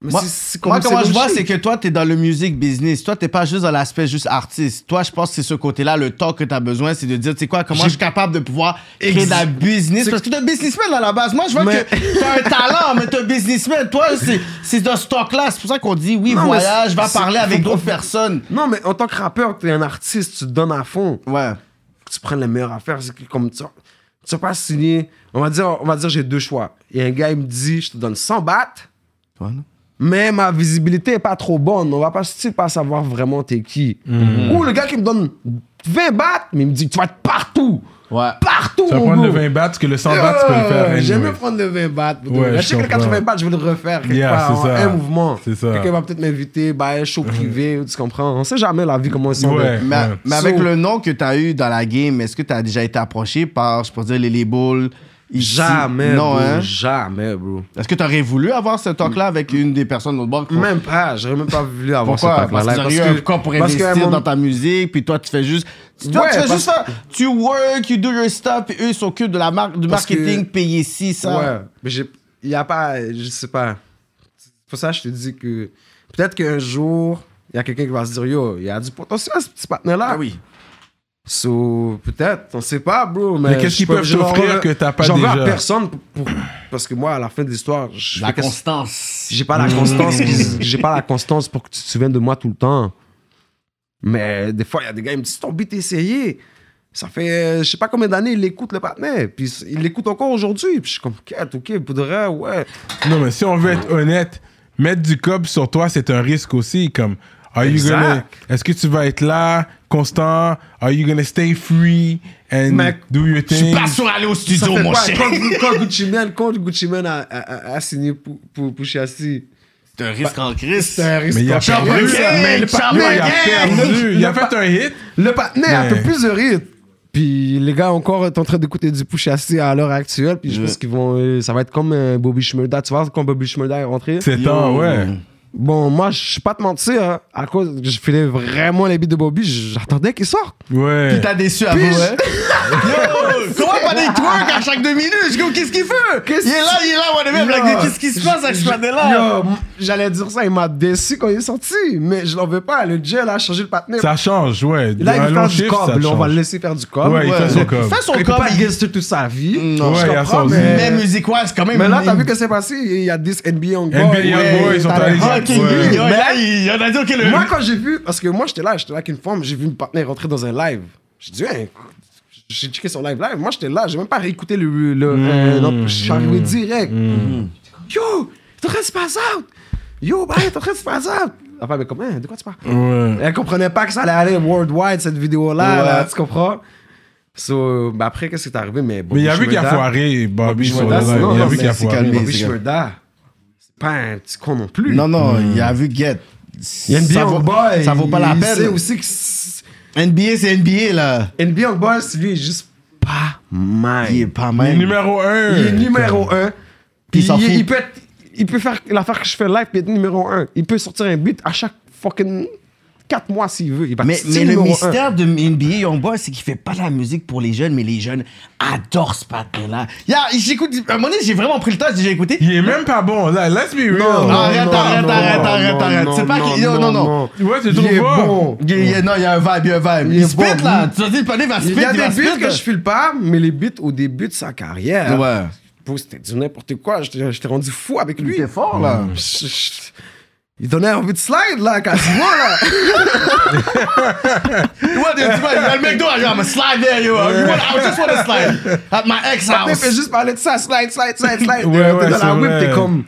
Speaker 2: Mais
Speaker 4: Moi,
Speaker 2: c'est- c'est
Speaker 4: moi, comment je vois,
Speaker 2: logique.
Speaker 4: c'est que toi, t'es dans le music business. Toi, t'es pas juste dans l'aspect juste artiste. Toi, je pense que c'est ce côté-là, le temps que t'as besoin, c'est de dire, tu sais quoi, comment je suis capable de pouvoir créer de la business. Parce que t'es un businessman à la base. Moi, je vois
Speaker 2: Mais-
Speaker 4: que t'as un talent, mais t'es un businessman. Toi, c'est- c'est dans ce stock-là. C'est pour ça qu'on dit, oui,
Speaker 2: Non, mais
Speaker 4: voyage,
Speaker 2: c'est-
Speaker 4: va
Speaker 2: c'est-
Speaker 4: parler avec
Speaker 2: faut-
Speaker 4: d'autres personnes.
Speaker 2: Non, mais en tant que rappeur, t'es un artiste, tu te donnes à fond.
Speaker 4: Ouais.
Speaker 2: Tu prends les meilleures affaires. C'est que comme tu tu vas pas signer. On va dire, on va dire j'ai deux choix. Il y a un gars, il me dit, je te donne 100 bahts,
Speaker 4: Toi, non?
Speaker 2: mais ma visibilité est pas trop bonne. On va pas, tu sais pas savoir vraiment t'es qui.
Speaker 4: Mhm.
Speaker 2: Ou le gars qui me donne 20 bahts, mais il me dit, tu vas être partout.
Speaker 4: Ouais.
Speaker 2: Partout,
Speaker 1: Tu vas
Speaker 2: mon
Speaker 1: prendre le
Speaker 2: gars.
Speaker 1: 20 bahts, que le 100 bahts, tu peux le faire.
Speaker 2: Euh, J'aime mieux
Speaker 1: anyway.
Speaker 2: prendre le 20 bahts. pour de
Speaker 1: Ouais,
Speaker 2: vrai.
Speaker 1: je
Speaker 2: je sais que le
Speaker 1: comprends.
Speaker 2: 80 bahts, je vais le refaire quelque
Speaker 1: Yeah,
Speaker 2: part,
Speaker 1: c'est
Speaker 2: en
Speaker 1: ça.
Speaker 2: un mouvement.
Speaker 1: C'est ça.
Speaker 2: Quelqu'un va peut-être m'inviter, bah, un show privé, tu comprends. On sait jamais la vie, comment ils sont.
Speaker 1: Ouais.
Speaker 4: Mais, mais
Speaker 2: So-
Speaker 4: avec le nom que tu as eu dans la game, est-ce que tu as déjà été approché par, je peux dire, les labels ici?
Speaker 2: Jamais,
Speaker 4: Non,
Speaker 2: bro.
Speaker 4: hein?
Speaker 2: Jamais, bro.
Speaker 4: Est-ce que tu aurais voulu avoir ce talk-là
Speaker 2: Mm.
Speaker 4: avec une des personnes de l'autre banque?
Speaker 2: Même pas, Ah, j'aurais même pas voulu avoir
Speaker 4: Pourquoi?
Speaker 2: ce
Speaker 4: Parce que
Speaker 2: talent-là.
Speaker 4: t'aurais eu un corps pour
Speaker 2: parce
Speaker 4: investir
Speaker 2: qu'à un moment-
Speaker 4: dans ta musique, puis toi, tu fais juste... Tu, toi,
Speaker 2: Ouais,
Speaker 4: tu fais
Speaker 2: parce-
Speaker 4: juste ça. Tu work, you do your stuff, puis eux, ils s'occupent de la marque, du
Speaker 2: Parce que-
Speaker 4: marketing, payer ci, ça.
Speaker 2: Ouais, mais j'ai- il y a pas, je sais pas. C'est pour ça que je te dis que peut-être qu'un jour, il y a quelqu'un qui va se dire Yo, il y a du potentiel, ce petit partenaire-là.
Speaker 1: Ah
Speaker 4: oui.
Speaker 2: So, peut-être, on sait pas, bro. Mais,
Speaker 1: Mais qu'est-ce
Speaker 2: je
Speaker 1: qu'ils
Speaker 2: peux-
Speaker 1: peuvent
Speaker 2: je leur-
Speaker 1: t'offrir que t'as pas
Speaker 2: J'en veux à
Speaker 1: déjà?
Speaker 2: personne pour- pour- parce que moi, à la fin de l'histoire, je
Speaker 4: La
Speaker 2: fais qu'est-ce-
Speaker 4: constance.
Speaker 2: j'ai pas la constance, qu'ils- j'ai pas la constance pour que tu te souviennes de moi tout le temps. Mais des fois, il y a des gars qui me disent Si ton beat est essayé. Ça fait, euh, je sais pas combien d'années, il écoute le partenaire. Puis il l'écoute encore aujourd'hui. Puis je suis comme, quête, ok, pour de vrai, ouais.
Speaker 1: Non, mais si on veut être honnête, mettre du cob sur toi, c'est un risque aussi. Comme, are you
Speaker 2: Exact.
Speaker 1: gonna- est-ce que tu vas être là, constant? Are you gonna stay free and
Speaker 2: Mais
Speaker 1: do your
Speaker 4: Je suis
Speaker 1: thing?
Speaker 4: pas sûr d'aller au
Speaker 2: Ça
Speaker 4: studio,
Speaker 2: fait
Speaker 4: mon
Speaker 2: quoi?
Speaker 4: cher.
Speaker 2: Quand, quand Gucci Mane, quand Gucci Mane a, a- a- a signé pour, pour, pour Chassis,
Speaker 4: C'est un risque en crise.
Speaker 2: c'est un risque.
Speaker 1: Mais il a
Speaker 2: Charbon
Speaker 1: perdu.
Speaker 2: Gang,
Speaker 4: Mais le
Speaker 1: Yo,
Speaker 4: partenaire-
Speaker 1: il a
Speaker 4: Gang!
Speaker 1: perdu. Il a
Speaker 2: Le
Speaker 1: fait un hit.
Speaker 2: Le partenaire
Speaker 1: Mais-
Speaker 2: a fait plus de rythme. Puis les gars encore sont en train d'écouter du Pouchassi à l'heure actuelle. Puis je
Speaker 4: Ouais.
Speaker 2: pense qu'ils vont. euh, ça va être comme euh, Bobby Schmurda. Tu vois, quand Bobby Schmurda est rentré.
Speaker 1: C'est temps, ouais.
Speaker 2: Bon, moi, je suis pas te mentir. hein, à cause que je filais vraiment les beats de Bobby, j'attendais qu'il sorte.
Speaker 1: Ouais.
Speaker 4: Puis t'as déçu à vous,
Speaker 2: Puis je-
Speaker 4: hein? Yo, comment pas des twerk à chaque deux minutes? Je go, qu'est-ce qu'il fait?
Speaker 2: Qu'est-ce-
Speaker 4: Il est là, il est là, whatever.
Speaker 2: Yo.
Speaker 4: Black Dick, Qu'est-ce qui se passe avec ce là
Speaker 2: Yo, m- J'allais dire ça, il m'a déçu quand il est sorti. Mais je l'en veux pas. Le gel a changé le partenaire.
Speaker 1: Ça change, ouais.
Speaker 2: Là, il
Speaker 1: Un
Speaker 2: veut
Speaker 1: long
Speaker 2: faire du
Speaker 1: shift, ça
Speaker 2: cob. là, On
Speaker 1: change.
Speaker 2: va le laisser faire du cob.
Speaker 1: Ouais, il fait son cob.
Speaker 4: Fais son
Speaker 2: Il peut
Speaker 4: cob,
Speaker 2: pas
Speaker 4: il-
Speaker 2: gangster toute sa vie.
Speaker 4: Non.
Speaker 2: Je
Speaker 1: Ouais, il a
Speaker 2: comprends,
Speaker 1: son-
Speaker 2: mais-
Speaker 4: Mais musique-wise, quand même.
Speaker 2: Mais là,
Speaker 4: il-
Speaker 2: t'as vu que c'est passé? Il y a 10 NBA Young Boy.
Speaker 1: NBA Young Boy, ils sont
Speaker 2: t'as
Speaker 1: allés
Speaker 2: le
Speaker 1: dire,
Speaker 2: Hulk,
Speaker 4: Ok,
Speaker 1: Ouais.
Speaker 4: lui,
Speaker 2: lui,
Speaker 4: yo,
Speaker 2: mais
Speaker 4: là, il y en a dit, ok, le.
Speaker 2: Moi, quand j'ai vu, parce que moi, j'étais là, j'étais là avec une femme, j'ai vu une partenaire rentrer dans un live. J'ai dit, hein, j'ai checké son live live. Moi, j'étais là, j'ai même pas réécouté le. le
Speaker 1: Hmm.
Speaker 2: euh, l'autre. je suis arrivé direct. Yo, t'es en train de se passer out. Yo, bah, t'es en train de se passer out. La femme est comme, hein, de quoi tu parles?
Speaker 1: Ouais.
Speaker 2: Elle comprenait pas que ça allait aller worldwide, cette vidéo-là,
Speaker 4: Ouais.
Speaker 2: là, tu comprends? So, bah, après, qu'est-ce qui est arrivé? Mais, bon,
Speaker 1: Mais il y a
Speaker 2: je
Speaker 1: vu
Speaker 2: me
Speaker 1: qu'il a
Speaker 2: dame-
Speaker 1: foiré, Bobby,
Speaker 2: Bobby
Speaker 1: sur le
Speaker 2: Schmurda,
Speaker 1: live.
Speaker 2: non,
Speaker 1: Il a
Speaker 2: non,
Speaker 1: vu
Speaker 2: mais
Speaker 1: qu'il a
Speaker 2: c'est
Speaker 1: foiré.
Speaker 2: calmé,
Speaker 4: Bobby
Speaker 2: c'est
Speaker 4: Schmurda,
Speaker 2: calmé. c'est pas un petit con non plus.
Speaker 4: Non, non, il a vu Get.
Speaker 2: Il y a NBA
Speaker 4: ça vaut,
Speaker 2: Young Boy.
Speaker 4: ça vaut pas la
Speaker 2: il sait
Speaker 4: peine.
Speaker 2: aussi que c'est-
Speaker 4: NBA, c'est NBA, là.
Speaker 2: NBA Young Boy, c'est lui, il est juste pas mal.
Speaker 4: Il est pas
Speaker 1: Il est
Speaker 4: mal.
Speaker 1: Numéro 1.
Speaker 2: Il est numéro un.
Speaker 4: Il
Speaker 2: Il,
Speaker 4: s'en
Speaker 2: il-
Speaker 4: fout.
Speaker 2: il peut être- il peut faire l'affaire que je fais live et être numéro un. Il peut sortir un beat à chaque fucking 4 mois s'il veut. Il va
Speaker 4: Mais,
Speaker 2: être
Speaker 4: mais le
Speaker 2: numéro un.
Speaker 4: mystère de NBA Young Boy, c'est qu'il fait pas de la musique pour les jeunes, mais les jeunes adorent ce patin-là. Yeah, j'écoute, à un moment donné, j'ai vraiment pris le temps, j'ai déjà écouté.
Speaker 1: Il est même pas bon, là. Let's be real.
Speaker 2: Non, non,
Speaker 4: Arrête,
Speaker 2: non,
Speaker 4: arrête,
Speaker 2: non,
Speaker 4: arrête,
Speaker 2: non,
Speaker 4: arrête,
Speaker 2: non,
Speaker 4: arrête. C'est pas qu'il- non, non, non.
Speaker 1: Ouais, tu
Speaker 2: Il
Speaker 1: trouves
Speaker 2: est
Speaker 1: pas?
Speaker 2: bon.
Speaker 4: Il y a- non, il y a un vibe, il y a un vibe.
Speaker 2: Il
Speaker 4: Il,
Speaker 2: est
Speaker 4: spit
Speaker 2: bon.
Speaker 4: là. Tu vas dire, le patin va spit,
Speaker 2: Il y a
Speaker 4: va
Speaker 2: des
Speaker 4: spit,
Speaker 2: buts
Speaker 4: là.
Speaker 2: que je file pas, mais les buts au début de sa carrière.
Speaker 4: Ouais.
Speaker 2: Bro, C'était du n'importe quoi. J'étais j'étais rendu fou avec lui. Hum,
Speaker 4: Il était fort là.
Speaker 2: Je- je- Il donnait envie de slide, là, quasiment, là.
Speaker 4: You want this, man? You want McDo? I'm a slide there, yo. You want, I just want to slide at my ex
Speaker 3: Ah,
Speaker 2: T'as fait
Speaker 4: house.
Speaker 2: juste parler de ça, slide, slide, slide,
Speaker 1: Ouais,
Speaker 2: slide. T'es
Speaker 1: ouais,
Speaker 2: dans
Speaker 1: c'est
Speaker 2: la whip,
Speaker 1: vrai.
Speaker 2: t'es comme...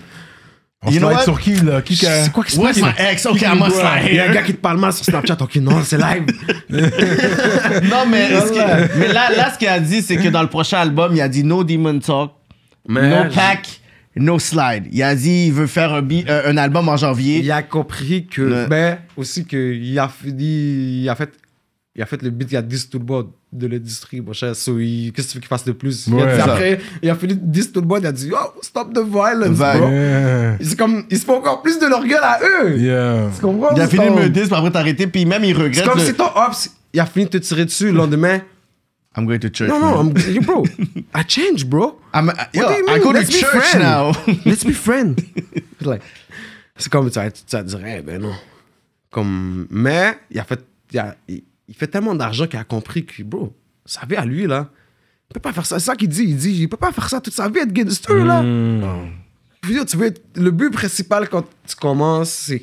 Speaker 1: On
Speaker 4: You know
Speaker 1: slide
Speaker 4: what?
Speaker 1: sur qui, là? Qui qu'a-
Speaker 2: C'est quoi qui se
Speaker 4: Where's
Speaker 2: passe?
Speaker 4: my
Speaker 2: là?
Speaker 4: ex? Okay, I must slide
Speaker 2: Il y a un
Speaker 4: here.
Speaker 2: gars qui te parle mal sur Snapchat. Ok, non, c'est live.
Speaker 4: Non, mais, ce que- mais là, là, ce qu'il a dit, c'est que dans le prochain album, il a dit No Demon Talk, No
Speaker 2: je-
Speaker 4: Pack, No Slide. Il a dit il veut faire un, bi- euh, un- un album en janvier.
Speaker 2: Il a compris que...
Speaker 4: Ouais.
Speaker 2: Ben, aussi qu'il a, fait- il a fait... Il a fait le beat, il a 10 tout le monde de l'industrie, mon cher. So, il- qu'est-ce que tu veux qu'il fasse de plus? Il a
Speaker 1: Ouais.
Speaker 2: dit après, il a fini 10 tout le monde, il a dit, oh, stop the violence,
Speaker 4: Va-
Speaker 2: bro.
Speaker 1: Yeah.
Speaker 2: C'est comme, ils se font encore plus de leur gueule à eux.
Speaker 1: Yeah.
Speaker 2: Tu comprends?
Speaker 4: Il a
Speaker 2: C'est
Speaker 4: fini de
Speaker 2: comme-
Speaker 4: me dire, puis après t'arrêter, puis même il regrette.
Speaker 2: C'est comme
Speaker 4: le-
Speaker 2: si ton ops, il a fini de te tirer dessus le lendemain.
Speaker 4: I'm going to church.
Speaker 2: Non,
Speaker 4: man.
Speaker 2: non, I'm, you bro, I change, bro.
Speaker 4: I'm, uh, yo,
Speaker 2: do you
Speaker 4: I
Speaker 2: mean?
Speaker 4: go to
Speaker 2: Let's be
Speaker 4: church
Speaker 2: friends.
Speaker 4: now.
Speaker 2: Let's be friends. Like, c'est comme, ça, ça dirait, ben non. Comme, mais, il a fait, il, a- il- il fait tellement d'argent qu'il a compris que, bro, ça va à lui, là. Il peut pas faire ça. C'est ça qu'il dit. Il dit, il peut pas faire ça toute sa vie, être gangster, là. Hmm. Puis, yo, tu veux être- le but principal quand tu commences, c'est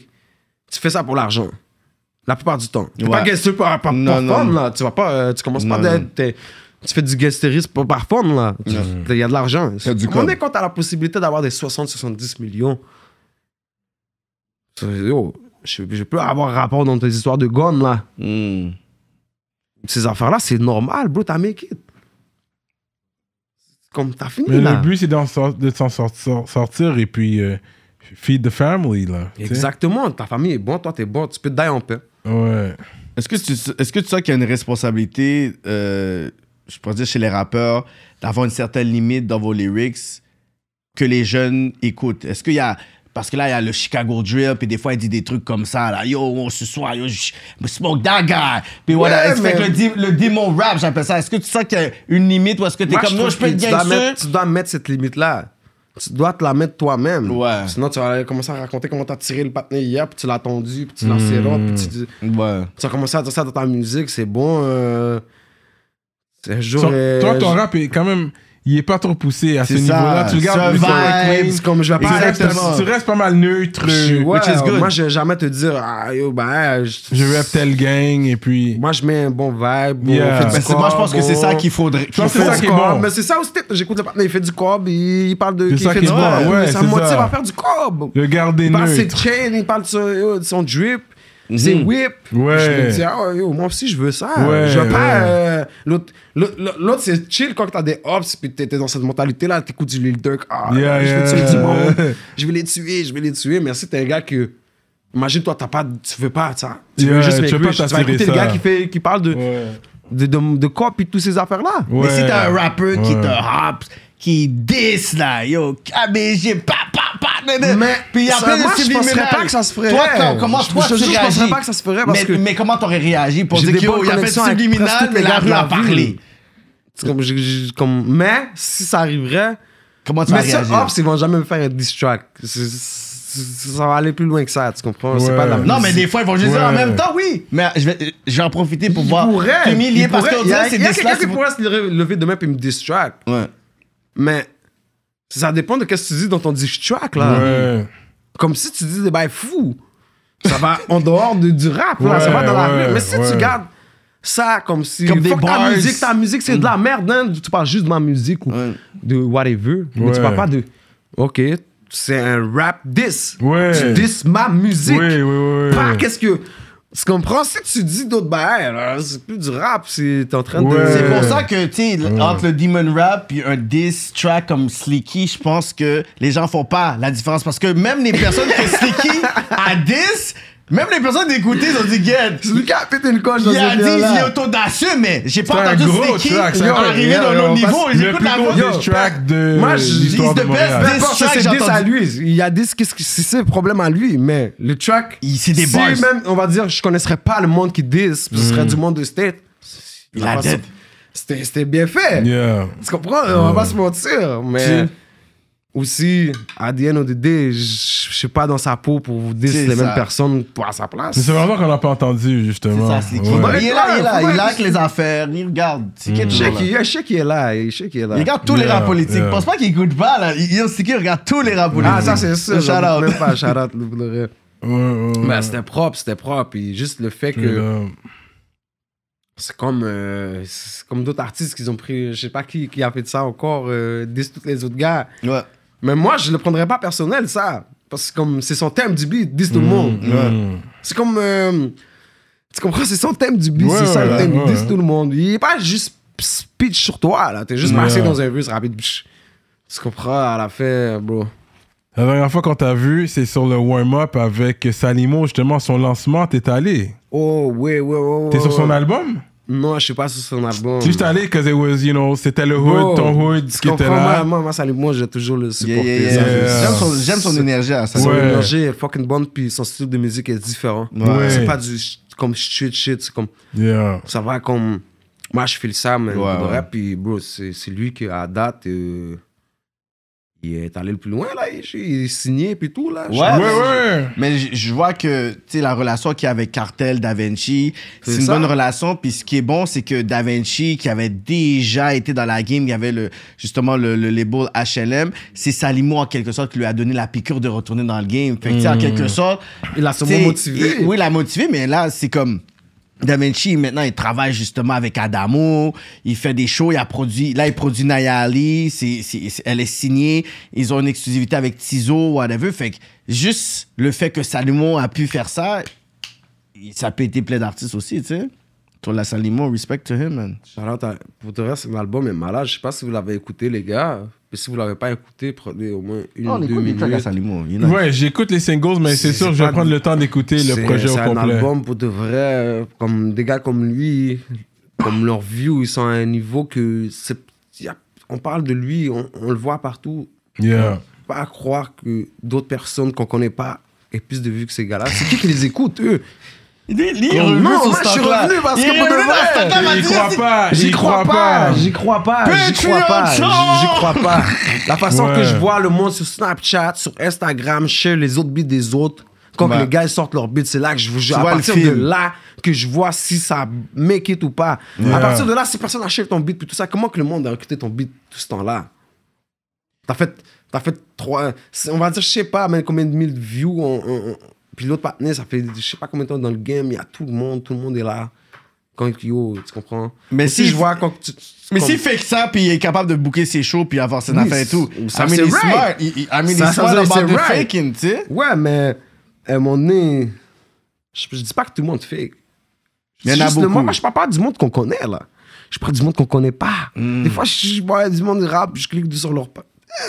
Speaker 2: tu fais ça pour l'argent. La plupart du temps. T'es
Speaker 4: Ouais.
Speaker 2: pas gangster par, par, par
Speaker 4: Non, non.
Speaker 2: forme, là. Tu vas pas, euh, tu commences pas
Speaker 4: Non, non.
Speaker 2: d'être... t'es- Tu fais du gangsterisme pas par forme, là. Tu- Il y a de l'argent.
Speaker 4: T'as du
Speaker 2: On
Speaker 4: code.
Speaker 2: est quand t'as la possibilité d'avoir des 60-70 millions. Tu- Yo, je, je peux avoir rapport dans tes histoires de gomme, là.
Speaker 4: Hmm.
Speaker 2: Ces affaires-là, c'est normal, bro. T'as make it. Comme t'as fini,
Speaker 1: Mais
Speaker 2: là.
Speaker 1: le but, c'est d'en sor- de s'en sor- sor- sortir et puis euh, feed the family, là. tu sais.
Speaker 2: Exactement. Ta famille est bonne, toi, t'es bon. Tu peux die en paix.
Speaker 1: Ouais.
Speaker 4: Est-ce que tu est-ce que tu sens qu'il y a une responsabilité, euh, je pourrais dire chez les rappeurs, d'avoir une certaine limite dans vos lyrics que les jeunes écoutent Est-ce qu'il y a parce que là, il y a le Chicago Drip, et des fois, il dit des trucs comme ça, là, yo, on se soir, yo, je- smoke that guy. Puis voilà,
Speaker 2: Ouais,
Speaker 4: Est-ce que
Speaker 2: mais-
Speaker 4: le, dé- le démon rap, j'appelle ça. Est-ce que tu sens qu'il y a une limite ou est-ce que t'es
Speaker 2: Moi,
Speaker 4: comme, non,
Speaker 2: trouve
Speaker 4: je peux être
Speaker 2: que tu dois,
Speaker 4: gangster?
Speaker 2: mettre, tu dois mettre cette limite-là. Tu dois te la mettre toi-même.
Speaker 4: Ouais.
Speaker 2: Sinon, tu vas commencer à raconter comment t'as tiré le patiné hier, puis tu l'as tendu, puis tu l'as serré, puis tu, dis-
Speaker 4: Hmm. Ouais.
Speaker 2: tu vas commencer à dire ça dans ta musique, c'est bon. euh, c'est un jour.
Speaker 1: Son-
Speaker 2: euh,
Speaker 1: toi, ton
Speaker 2: je-
Speaker 1: rap est quand même. Il est pas trop poussé à ce
Speaker 4: C'est ça,
Speaker 1: niveau-là. Tu le gardes
Speaker 4: c'est un
Speaker 1: plus
Speaker 4: vibe,
Speaker 1: clean.
Speaker 2: c'est comme je vais
Speaker 1: Tu
Speaker 2: pas
Speaker 1: restes-
Speaker 4: Exactement.
Speaker 1: Tu restes pas mal neutre.
Speaker 2: Je- ouais,
Speaker 4: which is good.
Speaker 2: Moi, je vais jamais te dire, ah, yo, ben, je,
Speaker 1: Je rap tel gang et puis.
Speaker 2: Moi, je mets un bon vibe. bon,
Speaker 1: Yeah.
Speaker 2: on fait du
Speaker 4: Ben, c'est- moi, je pense que c'est ça
Speaker 2: bon.
Speaker 4: qu'il faudrait. qu'il
Speaker 1: pense que
Speaker 2: C'est
Speaker 4: faut-
Speaker 2: ça
Speaker 1: du
Speaker 2: qui est bon.
Speaker 1: cob.
Speaker 2: Mais c'est ça aussi. J'écoute le partenaire, il fait du cob, il, il parle de.
Speaker 1: C'est
Speaker 2: qu'il
Speaker 1: ça
Speaker 2: fait
Speaker 1: qui est
Speaker 2: du
Speaker 1: bon,
Speaker 2: cob,
Speaker 1: ouais,
Speaker 2: ça
Speaker 1: c'est
Speaker 2: me motive
Speaker 1: ça.
Speaker 2: à faire du cob.
Speaker 1: Le garder
Speaker 2: Il parle de ses
Speaker 1: neutre.
Speaker 2: chains, il parle de, son- yo, de son drip, ses whips.
Speaker 1: Ouais.
Speaker 2: Je me dis, ah, ouais, yo, moi aussi, je veux ça.
Speaker 1: Ouais,
Speaker 2: je veux pas.
Speaker 1: ouais.
Speaker 2: euh, l'autre- l'autre, l'autre, c'est chill quand t'as des hops, puis t'es t'es dans cette mentalité-là, t'écoutes du Lil Durk. Ah,
Speaker 1: Yeah,
Speaker 2: je vais
Speaker 1: yeah.
Speaker 2: tuer du monde. Je vais les tuer, je vais les tuer. Mais si t'es un gars que. Imagine-toi, t'as pas, tu veux pas ça. Tu
Speaker 1: Yeah,
Speaker 2: veux juste
Speaker 1: tu
Speaker 2: make
Speaker 1: veux pas
Speaker 2: rich. Tu vas
Speaker 1: t'attirer
Speaker 2: écouter
Speaker 1: ça.
Speaker 2: le gars qui, fait, qui parle de,
Speaker 1: Ouais.
Speaker 2: de, de, de cop et toutes ces affaires-là.
Speaker 4: Mais si
Speaker 1: Ouais.
Speaker 4: t'as un rappeur qui
Speaker 1: Ouais.
Speaker 4: te rap, qui diss là, yo, KBG, pa, pa, pa, nanana.
Speaker 2: Mais
Speaker 4: Puis il y a
Speaker 2: ça,
Speaker 4: plein de
Speaker 2: moi, je
Speaker 4: subliminales.
Speaker 2: penserais pas que ça se ferait.
Speaker 4: Toi, quand- comment
Speaker 2: Je-
Speaker 4: toi,
Speaker 2: je te
Speaker 4: tu
Speaker 2: jure, je penserais
Speaker 4: réagis?
Speaker 2: pas que ça se ferait parce
Speaker 4: mais,
Speaker 2: que-
Speaker 4: mais comment t'aurais réagi pour
Speaker 2: J'ai
Speaker 4: dire
Speaker 2: des
Speaker 4: que yo,
Speaker 2: bonnes
Speaker 4: il y a plein de
Speaker 2: connexions avec presque
Speaker 4: subliminales,
Speaker 2: toutes
Speaker 4: mais
Speaker 2: les
Speaker 4: la
Speaker 2: gars de
Speaker 4: rue
Speaker 2: la
Speaker 4: a parlé?
Speaker 2: ville. C'est comme, je- je- comme- mais si ça arriverait,
Speaker 4: Comment tu vas
Speaker 2: mais ça,
Speaker 4: réagir?
Speaker 2: Ops, ils vont jamais me faire un diss track. C'est- c'est- Ça va aller plus loin que ça, tu comprends? C'est
Speaker 1: Ouais.
Speaker 2: pas de la
Speaker 4: Non, mais des fois, ils vont juste dire en
Speaker 1: Ouais.
Speaker 4: même temps, oui. Mais je vais, je vais en profiter pour
Speaker 2: il
Speaker 4: voir.
Speaker 2: pourrait,
Speaker 4: T'humilier
Speaker 2: il
Speaker 4: parce
Speaker 2: pourrait.
Speaker 4: qu'on
Speaker 2: Il y
Speaker 4: dirait
Speaker 2: a,
Speaker 4: que c'est
Speaker 2: il y a
Speaker 4: diss
Speaker 2: quelqu'un
Speaker 4: là,
Speaker 2: qui
Speaker 4: c'est-
Speaker 2: pourrait se le- lever demain et me diss track.
Speaker 4: Ouais.
Speaker 2: Mais ça dépend de ce que tu dis dans ton diss track, là.
Speaker 1: Ouais.
Speaker 2: Comme si tu dis des bails fous. Ça va en dehors de- du rap, là. ça
Speaker 1: Ouais,
Speaker 2: va dans la
Speaker 1: ouais,
Speaker 2: rue. Mais si
Speaker 1: ouais.
Speaker 2: tu gardes ça comme si.
Speaker 4: Comme des
Speaker 2: fuck
Speaker 4: bars.
Speaker 2: ta musique, ta musique, c'est de la merde, hein. Tu parles juste de ma musique ou
Speaker 4: Ouais.
Speaker 2: de whatever. Mais
Speaker 1: Ouais.
Speaker 2: tu parles pas de. Ok, c'est un rap diss.
Speaker 1: Ouais.
Speaker 2: Tu diss ma musique.
Speaker 1: Oui, oui, oui.
Speaker 2: Pas qu'est-ce que. Tu comprends? Si tu dis d'autres bails, là, c'est plus du rap, c'est t'es en train
Speaker 1: Ouais.
Speaker 2: de.
Speaker 4: C'est pour
Speaker 1: Euh,
Speaker 4: ça que, tu sais, entre le Demon Rap puis un diss track comme Slicky, je pense que les gens font pas la différence parce que même les personnes que Slicky a diss, Même les personnes d'écouter, ils ont dit, Get.
Speaker 2: C'est lui qui a pété une coche dans
Speaker 4: Il a
Speaker 2: ce
Speaker 4: dit, il
Speaker 2: là
Speaker 4: est audacieux, mais j'ai
Speaker 1: C'est
Speaker 4: pas
Speaker 1: un
Speaker 4: entendu
Speaker 1: gros
Speaker 4: c'est qui
Speaker 1: track, ça.
Speaker 4: arrivé
Speaker 2: Yo,
Speaker 4: dans
Speaker 2: yo,
Speaker 4: notre niveau.
Speaker 2: parce-
Speaker 1: Le
Speaker 4: J'écoute
Speaker 1: plus
Speaker 4: la
Speaker 1: gros
Speaker 4: voix.
Speaker 1: diss track de
Speaker 2: Moi, je-
Speaker 1: Euh, l'histoire
Speaker 4: he's
Speaker 1: de
Speaker 4: the
Speaker 1: Montréal.
Speaker 2: Peu
Speaker 4: best
Speaker 2: importe, ça,
Speaker 4: track,
Speaker 2: c'est
Speaker 4: j'ai
Speaker 2: dis à
Speaker 4: entendu.
Speaker 2: lui. Il y a dit ce qui- ce qui- c'est ses problèmes à lui, mais le track.
Speaker 4: Il- c'est des
Speaker 2: si
Speaker 4: bars.
Speaker 2: même, on va dire, je connaisserais pas le monde qui dit, ce serait du monde de state.
Speaker 4: Il a dead.
Speaker 2: C'était c'était bien fait.
Speaker 1: Yeah.
Speaker 2: Tu comprends? On va pas se mentir. Mais
Speaker 1: Tu-
Speaker 2: aussi, à the end of the day, je je suis pas dans sa peau pour vous dire
Speaker 4: C'est
Speaker 2: les
Speaker 4: ça.
Speaker 2: mêmes personnes à sa place.
Speaker 1: Mais c'est vraiment qu'on n'a pas entendu, justement.
Speaker 4: Ça, c'est qui?
Speaker 1: Ouais. Mm.
Speaker 4: Il est là, il est là,
Speaker 2: Ouais.
Speaker 4: il like les affaires, il regarde. C'est qui est
Speaker 2: Je
Speaker 4: toujours
Speaker 2: sais
Speaker 4: là.
Speaker 2: qu'il je sais qu'il est là. Je sais qu'il est là.
Speaker 4: Il regarde tous les
Speaker 1: Yeah,
Speaker 4: rap politiques.
Speaker 1: yeah.
Speaker 4: Pense pas qu'il écoute pas, là. Il, il- c'est qu'il regarde tous les rap politiques.
Speaker 2: Ah, ça, c'est sûr.
Speaker 4: Shout out.
Speaker 2: Même pas shout out, le- le- le-
Speaker 1: Ouais, ouais, ouais.
Speaker 2: Mais Bah, c'était propre, c'était propre. Puis juste le fait
Speaker 1: Straight
Speaker 2: que.
Speaker 1: up.
Speaker 2: C'est comme, euh, c'est comme d'autres artistes qui ont pris, je sais pas qui, qui a fait ça encore, euh, disent tous les autres gars.
Speaker 4: Ouais.
Speaker 2: Mais moi, je le prendrais pas personnel, ça. Parce que comme c'est son thème du beat, disent tout le monde.
Speaker 1: Mm.
Speaker 2: C'est comme. euh, tu comprends? C'est son thème du beat,
Speaker 1: Ouais,
Speaker 2: c'est ça
Speaker 1: ouais,
Speaker 2: le thème,
Speaker 1: ouais,
Speaker 2: disent
Speaker 1: ouais.
Speaker 2: tout le monde. Il est pas juste speech sur toi, là. T'es juste
Speaker 1: Ouais.
Speaker 2: passé dans un bus rapide. psh. Tu comprends? À la fin, bro.
Speaker 1: La dernière fois qu'on t'a vu, c'est sur le warm-up avec Salimo, justement, son lancement, t'es allé.
Speaker 2: Oh, ouais, ouais, ouais. ouais,
Speaker 1: T'es sur son
Speaker 2: ouais.
Speaker 1: album?
Speaker 2: Non, je suis pas sur son album.
Speaker 1: Tu es juste allé, cause it was, you know, c'était le hood,
Speaker 2: Bro,
Speaker 1: ton hood, ce
Speaker 2: tu
Speaker 1: qui était
Speaker 2: comprends, Moi,
Speaker 1: là.
Speaker 2: Oh, moi, moi, salut, moi, j'ai toujours le
Speaker 4: Yeah,
Speaker 2: supporté.
Speaker 4: yeah,
Speaker 2: ça,
Speaker 4: yeah.
Speaker 2: je-
Speaker 1: Yeah.
Speaker 4: J'aime son, j'aime son énergie à ça.
Speaker 2: Son
Speaker 1: Ouais.
Speaker 2: énergie est fucking bonne, puis son style de musique est différent.
Speaker 1: Ouais.
Speaker 2: C'est pas du sh- comme shit shit, c'est comme
Speaker 1: Yeah.
Speaker 2: ça va comme moi je file ça, mais
Speaker 4: Ouais, ouais.
Speaker 2: puis bro, c'est c'est lui qui à date euh, il est allé le plus loin là, il, il est signé puis tout là. Je-
Speaker 4: Ouais,
Speaker 1: Ouais, ouais.
Speaker 2: Mm.
Speaker 4: Mais je- je vois que tu sais, la relation qu'il y a avec Cartel, Da Vinci, c'est
Speaker 2: C'est
Speaker 4: une
Speaker 2: ça.
Speaker 4: bonne relation. Puis ce qui est bon, c'est que Da Vinci, qui avait déjà été dans la game, il y avait le, justement le, le label HLM, c'est Salimo en quelque sorte qui lui a donné la piqûre de retourner dans le game. Fait que, tu sais, en quelque sorte,
Speaker 2: Mm. Il l'a sûrement
Speaker 4: T'sais,
Speaker 2: motivé.
Speaker 4: il- oui, il l'a motivé, mais là, c'est comme. Da Vinci, maintenant, il travaille justement avec Adamo. Il fait des shows. Il a produit. Là, il produit Nayali. c'est- c'est- c'est- elle est signée. Ils ont une exclusivité avec Tizo, whatever. Fait que juste le fait que Salomon a pu faire ça, il- ça peut être plein d'artistes aussi, tu sais. Toi, la Salomon, respect to him, man.
Speaker 2: Charlotte, euh, pour te reste, l'album est malade. Je sais pas si vous l'avez écouté les gars, mais si vous l'avez pas écouté, prenez au moins une
Speaker 4: On
Speaker 2: deux
Speaker 4: écoute des
Speaker 2: minutes.
Speaker 4: trucs à Salomon. you know.
Speaker 1: Ouais, j'écoute les singles, mais c'est
Speaker 2: C'est
Speaker 1: sûr, je vais
Speaker 2: pas-
Speaker 1: prendre le temps d'écouter
Speaker 2: C'est-
Speaker 1: le projet au
Speaker 2: C'est un
Speaker 1: complet.
Speaker 2: album pour de vrai, euh, comme des gars comme lui, comme leur view, ils sont à un niveau que c'est. y a- on parle de lui, on, on le voit partout.
Speaker 1: Yeah.
Speaker 2: Pas à croire que d'autres personnes qu'on connaît pas aient plus de vues que ces gars-là. C'est qui qui les écoute, eux
Speaker 4: Lui, lui, il est
Speaker 2: Non,
Speaker 4: revenu
Speaker 2: moi,
Speaker 4: sur ce
Speaker 2: je suis
Speaker 4: stock-là.
Speaker 2: revenu parce
Speaker 4: Il
Speaker 2: que
Speaker 4: est
Speaker 2: pour de
Speaker 4: revenu
Speaker 2: vrai.
Speaker 4: dans ce stock-là,
Speaker 1: J'y
Speaker 4: m'a dit,
Speaker 1: crois pas, j'y crois pas.
Speaker 2: j'y crois pas, j'y crois
Speaker 4: Patreon
Speaker 2: pas, j'y j'y crois pas. La façon
Speaker 1: Ouais.
Speaker 2: que je vois le monde sur Snapchat, sur Instagram, chez les autres beats des autres, quand que
Speaker 4: Ouais.
Speaker 2: les gars ils sortent leurs beats, c'est là que je vous jure, à
Speaker 4: vois le
Speaker 2: partir de
Speaker 4: film.
Speaker 2: là que je vois si ça make it ou pas.
Speaker 1: Yeah.
Speaker 2: À partir de là, si personne n'achète ton beat puis tout ça, comment que le monde a recruté ton beat tout ce temps-là T'as fait, t'as fait trois, c'est- on va dire, je sais pas, mais combien de mille views, on- on- on- puis l'autre partenaire, ça fait je sais pas combien de temps dans le game, il y a tout le monde, tout le monde est là. Quand yo, tu comprends
Speaker 4: Mais
Speaker 2: Aussi,
Speaker 4: si-
Speaker 2: je vois quand tu, tu-
Speaker 4: Mais
Speaker 2: comme-
Speaker 4: s'il fait que ça, puis il est capable de booker ses shows, puis avoir ses
Speaker 2: Oui,
Speaker 4: affaires et tout,
Speaker 2: ça,
Speaker 4: I mean,
Speaker 2: c'est
Speaker 4: he's
Speaker 2: right.
Speaker 4: smart. I, I- I mean,
Speaker 2: Ça,
Speaker 4: he's
Speaker 2: ça,
Speaker 4: smart
Speaker 2: c'est-
Speaker 4: about
Speaker 2: c'est
Speaker 4: the
Speaker 2: right.
Speaker 4: faking, tu sais.
Speaker 2: Ouais, mais à un moment donné, je, je dis pas que tout le monde fake.
Speaker 4: Il y en
Speaker 2: C'est
Speaker 4: a
Speaker 2: juste le-
Speaker 4: beaucoup.
Speaker 2: Moi, je parle pas du monde qu'on connaît, là. Je parle du monde qu'on connaît pas.
Speaker 4: Hmm.
Speaker 2: Des fois, je, je vois du monde rap, je clique sur leur... pa-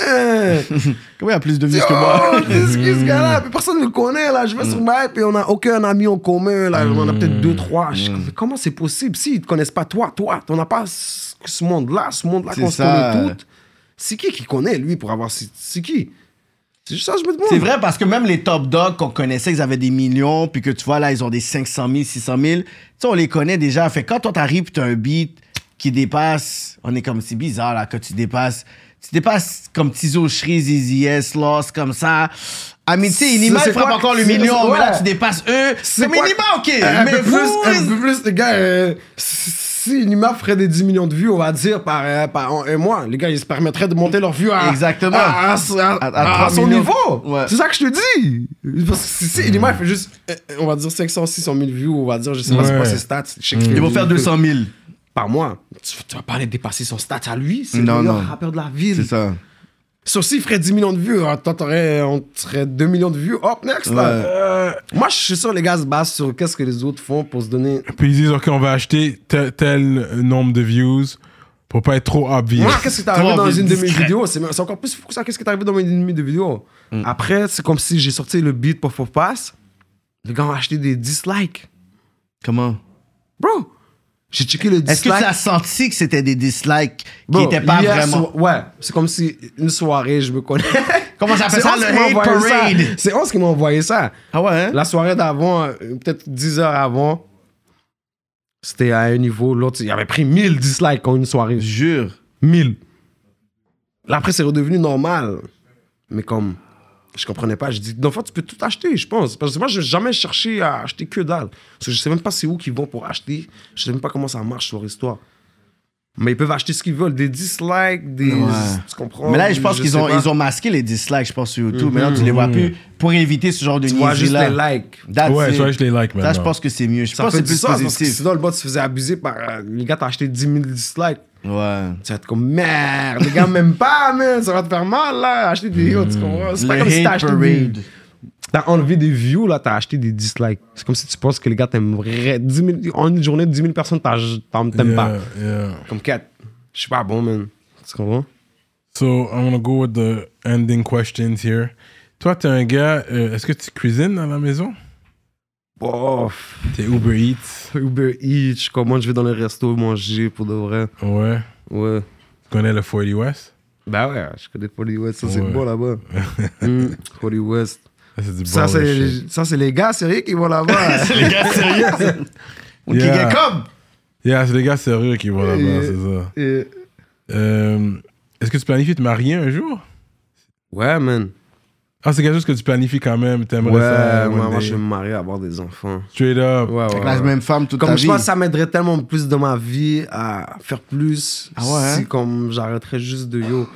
Speaker 2: Euh,
Speaker 4: Comment il a plus de vues que moi? Mm.
Speaker 2: Oh, qu'est-ce que ce gars-là? Puis personne ne le connaît, là. Je vais sur ma hype et on n'a aucun ami en commun, là. On en a peut-être deux, trois. Je suis
Speaker 4: Mm.
Speaker 2: comme, Comment c'est possible? S'ils ne te connaissent pas, toi, toi, on n'a pas ce ce monde-là, ce monde-là
Speaker 4: C'est
Speaker 2: qu'on se
Speaker 4: ça.
Speaker 2: connaît toutes. C'est qui qui connaît, lui, pour avoir... C'est c'est qui? C'est juste ça que je me demande.
Speaker 4: C'est vrai parce que même les top dogs qu'on connaissait, ils avaient des millions, puis que tu vois, là, ils ont des 500 000, 600 000. Tu sais, on les connaît déjà. Fait que quand toi, t'arrives, puis t'as un beat qui dépasse, on est comme, c'est bizarre, là, que tu dépasses. Tu dépasses comme Tizo Shreeze, Easy S, Lost, comme ça. Ah, mais tu sais, Inima,
Speaker 2: C'est-
Speaker 4: il
Speaker 2: c'est
Speaker 4: frappe
Speaker 2: quoi-
Speaker 4: encore le
Speaker 2: c'est-
Speaker 4: million.
Speaker 2: c'est-
Speaker 4: mais là,
Speaker 2: ouais.
Speaker 4: tu dépasses eux.
Speaker 2: C'est
Speaker 4: Comme
Speaker 2: quoi- Euh,
Speaker 4: Inima, OK.
Speaker 2: Un
Speaker 4: mais
Speaker 2: peu
Speaker 4: vous,
Speaker 2: plus, un peu plus, les gars. euh, si Nima ferait des 10 millions de vues, on va dire, par, euh, par un, un mois, les gars, ils se permettraient de monter leurs vues à,
Speaker 4: Exactement.
Speaker 2: à, à- à-
Speaker 4: à
Speaker 2: à
Speaker 4: 3
Speaker 2: son
Speaker 4: millions.
Speaker 2: niveau.
Speaker 4: Ouais.
Speaker 2: C'est ça que je te dis. Parce que si, si Nima, il fait juste, euh, euh, on va dire 500, 600 000 vues, on va dire, je sais pas, c'est
Speaker 1: Ouais.
Speaker 2: quoi ses stats. je sais qu'il
Speaker 4: Ils
Speaker 2: fait
Speaker 4: vont Mm. faire 200 000.
Speaker 2: par mois. Tu, tu vas pas aller dépasser son stat à lui. C'est
Speaker 4: Non,
Speaker 2: le meilleur
Speaker 4: non.
Speaker 2: rappeur de la ville.
Speaker 4: ça.
Speaker 2: Sauf s'il ferait 10 millions de vues, hein, toi, t'aurais, on serait 2 millions de vues. Hop, next. là.
Speaker 4: Ouais.
Speaker 2: Euh, moi, je suis sûr, les gars se basent sur qu'est-ce que les autres font pour se donner
Speaker 1: Puis ils disent, OK, on va acheter tel, tel nombre de views pour pas être trop obvious.
Speaker 2: Moi, qu'est-ce qui t'est
Speaker 4: Trois
Speaker 2: arrivé dans
Speaker 4: vies
Speaker 2: une de mes
Speaker 4: discrètes.
Speaker 2: vidéos C'est c'est encore plus fou
Speaker 4: Hmm.
Speaker 2: que ça. Qu'est-ce qui t'est arrivé dans une de mes vidéos Après, c'est comme si j'ai sorti le beat pour Faux Pass. Les gars ont acheté des dislikes.
Speaker 4: Comment?
Speaker 2: Bro, j'ai checké le dislike.
Speaker 4: Est-ce que tu as senti que c'était des dislikes qui n'étaient pas
Speaker 2: hier
Speaker 4: vraiment.
Speaker 2: soir- ouais, c'est comme si une soirée, je me connais.
Speaker 4: Comment ça s'appelle ça,
Speaker 2: C'est Ons
Speaker 4: le
Speaker 2: qui m'a
Speaker 4: hate
Speaker 2: envoyé ça.
Speaker 4: parade?
Speaker 2: C'est Ons qui m'a envoyé ça.
Speaker 4: Ah ouais, hein?
Speaker 2: La soirée d'avant, euh, peut-être 10 heures avant, c'était à un niveau. L'autre, il avait pris 1000 dislikes en une soirée. Jure. 1000. Là, après, c'est redevenu normal. Mais comme, je comprenais pas. Je dis, dans le fond, tu peux tout acheter, je pense. Parce que moi, je n'ai jamais cherché à acheter que dalle. Parce que je sais même pas c'est où qu'ils vont pour acheter. Je sais même pas comment ça marche sur histoire. Mais ils peuvent acheter ce qu'ils veulent, des dislikes, des.
Speaker 4: Ouais.
Speaker 2: Tu comprends?
Speaker 4: Mais là, je pense qu'ils
Speaker 2: Oh, sais
Speaker 4: ont,
Speaker 2: pas. Mm-hmm.
Speaker 4: ils ont masqué les dislikes, je pense, sur YouTube. Maintenant, tu les vois plus pour éviter ce genre de
Speaker 2: Tu vois juste les
Speaker 4: niaiserie-là.
Speaker 2: likes.
Speaker 4: That's
Speaker 1: Ouais,
Speaker 4: it.
Speaker 1: tu vois, je les like
Speaker 4: Ça, je
Speaker 1: maintenant.
Speaker 4: pense que c'est mieux. Je
Speaker 2: Ça
Speaker 4: pense que
Speaker 2: fait
Speaker 4: c'est
Speaker 2: du
Speaker 4: plus
Speaker 2: sens, parce que
Speaker 4: positif.
Speaker 2: sinon le bot se faisait abuser par. euh, Les gars, t'as acheté 10 000 dislikes.
Speaker 4: Ouais.
Speaker 2: Tu vas être comme merde, les gars, même pas, man, ça va te faire mal là, acheter des yo, tu comprends? C'est pas
Speaker 4: Le
Speaker 2: comme si t'as
Speaker 4: hate
Speaker 2: acheté des.
Speaker 4: parade.
Speaker 2: T'as enlevé des views là, t'as acheté des dislikes. C'est comme si tu penses que les gars t'aimeraient. 10 000 En une journée, 10 000 personnes t'as- t'aimes t'aimes pas.
Speaker 1: Yeah, yeah.
Speaker 2: Comme 4. Je suis pas bon, man. Tu comprends?
Speaker 1: So, I'm gonna go with the ending questions here. Toi, t'es un gars, euh, est-ce que tu cuisines à la maison?
Speaker 2: Bof.
Speaker 1: T'es Uber Eats?
Speaker 2: Uber Eats, comment je vais dans les restos manger pour de vrai?
Speaker 1: Ouais.
Speaker 2: Ouais.
Speaker 1: Tu connais le 40 West?
Speaker 2: Bah ouais, je connais 40 West, ça c'est
Speaker 1: Ouais.
Speaker 2: bon là-bas. Hmm, 40 West.
Speaker 1: Ça, c'est du
Speaker 2: Ça,
Speaker 1: baller shit.
Speaker 2: c'est ça, c'est les gars sérieux qui vont là-bas.
Speaker 4: C'est les gars sérieux. Ou qui
Speaker 1: Yeah.
Speaker 4: gars comme.
Speaker 1: Yeah, c'est les gars sérieux qui vont là-bas,
Speaker 2: Et-
Speaker 1: c'est ça.
Speaker 2: Et-
Speaker 1: Euh, Est-ce que tu planifies te marier un jour?
Speaker 2: Ouais, man.
Speaker 1: Ah, c'est quelque chose que tu planifies quand même. T'aimerais
Speaker 2: Ouais,
Speaker 1: ça.
Speaker 2: moi,
Speaker 1: one
Speaker 2: moi,
Speaker 1: day.
Speaker 2: je vais me marier, avoir des enfants.
Speaker 1: Straight up.
Speaker 2: Ouais, ouais.
Speaker 4: Avec la
Speaker 2: ouais.
Speaker 4: même femme toute
Speaker 2: Comme
Speaker 4: ta
Speaker 2: je
Speaker 4: vie.
Speaker 2: pense que ça m'aiderait tellement plus dans ma vie à faire plus.
Speaker 4: Ah ouais,
Speaker 2: Si
Speaker 4: hein?
Speaker 2: comme j'arrêterais juste de yo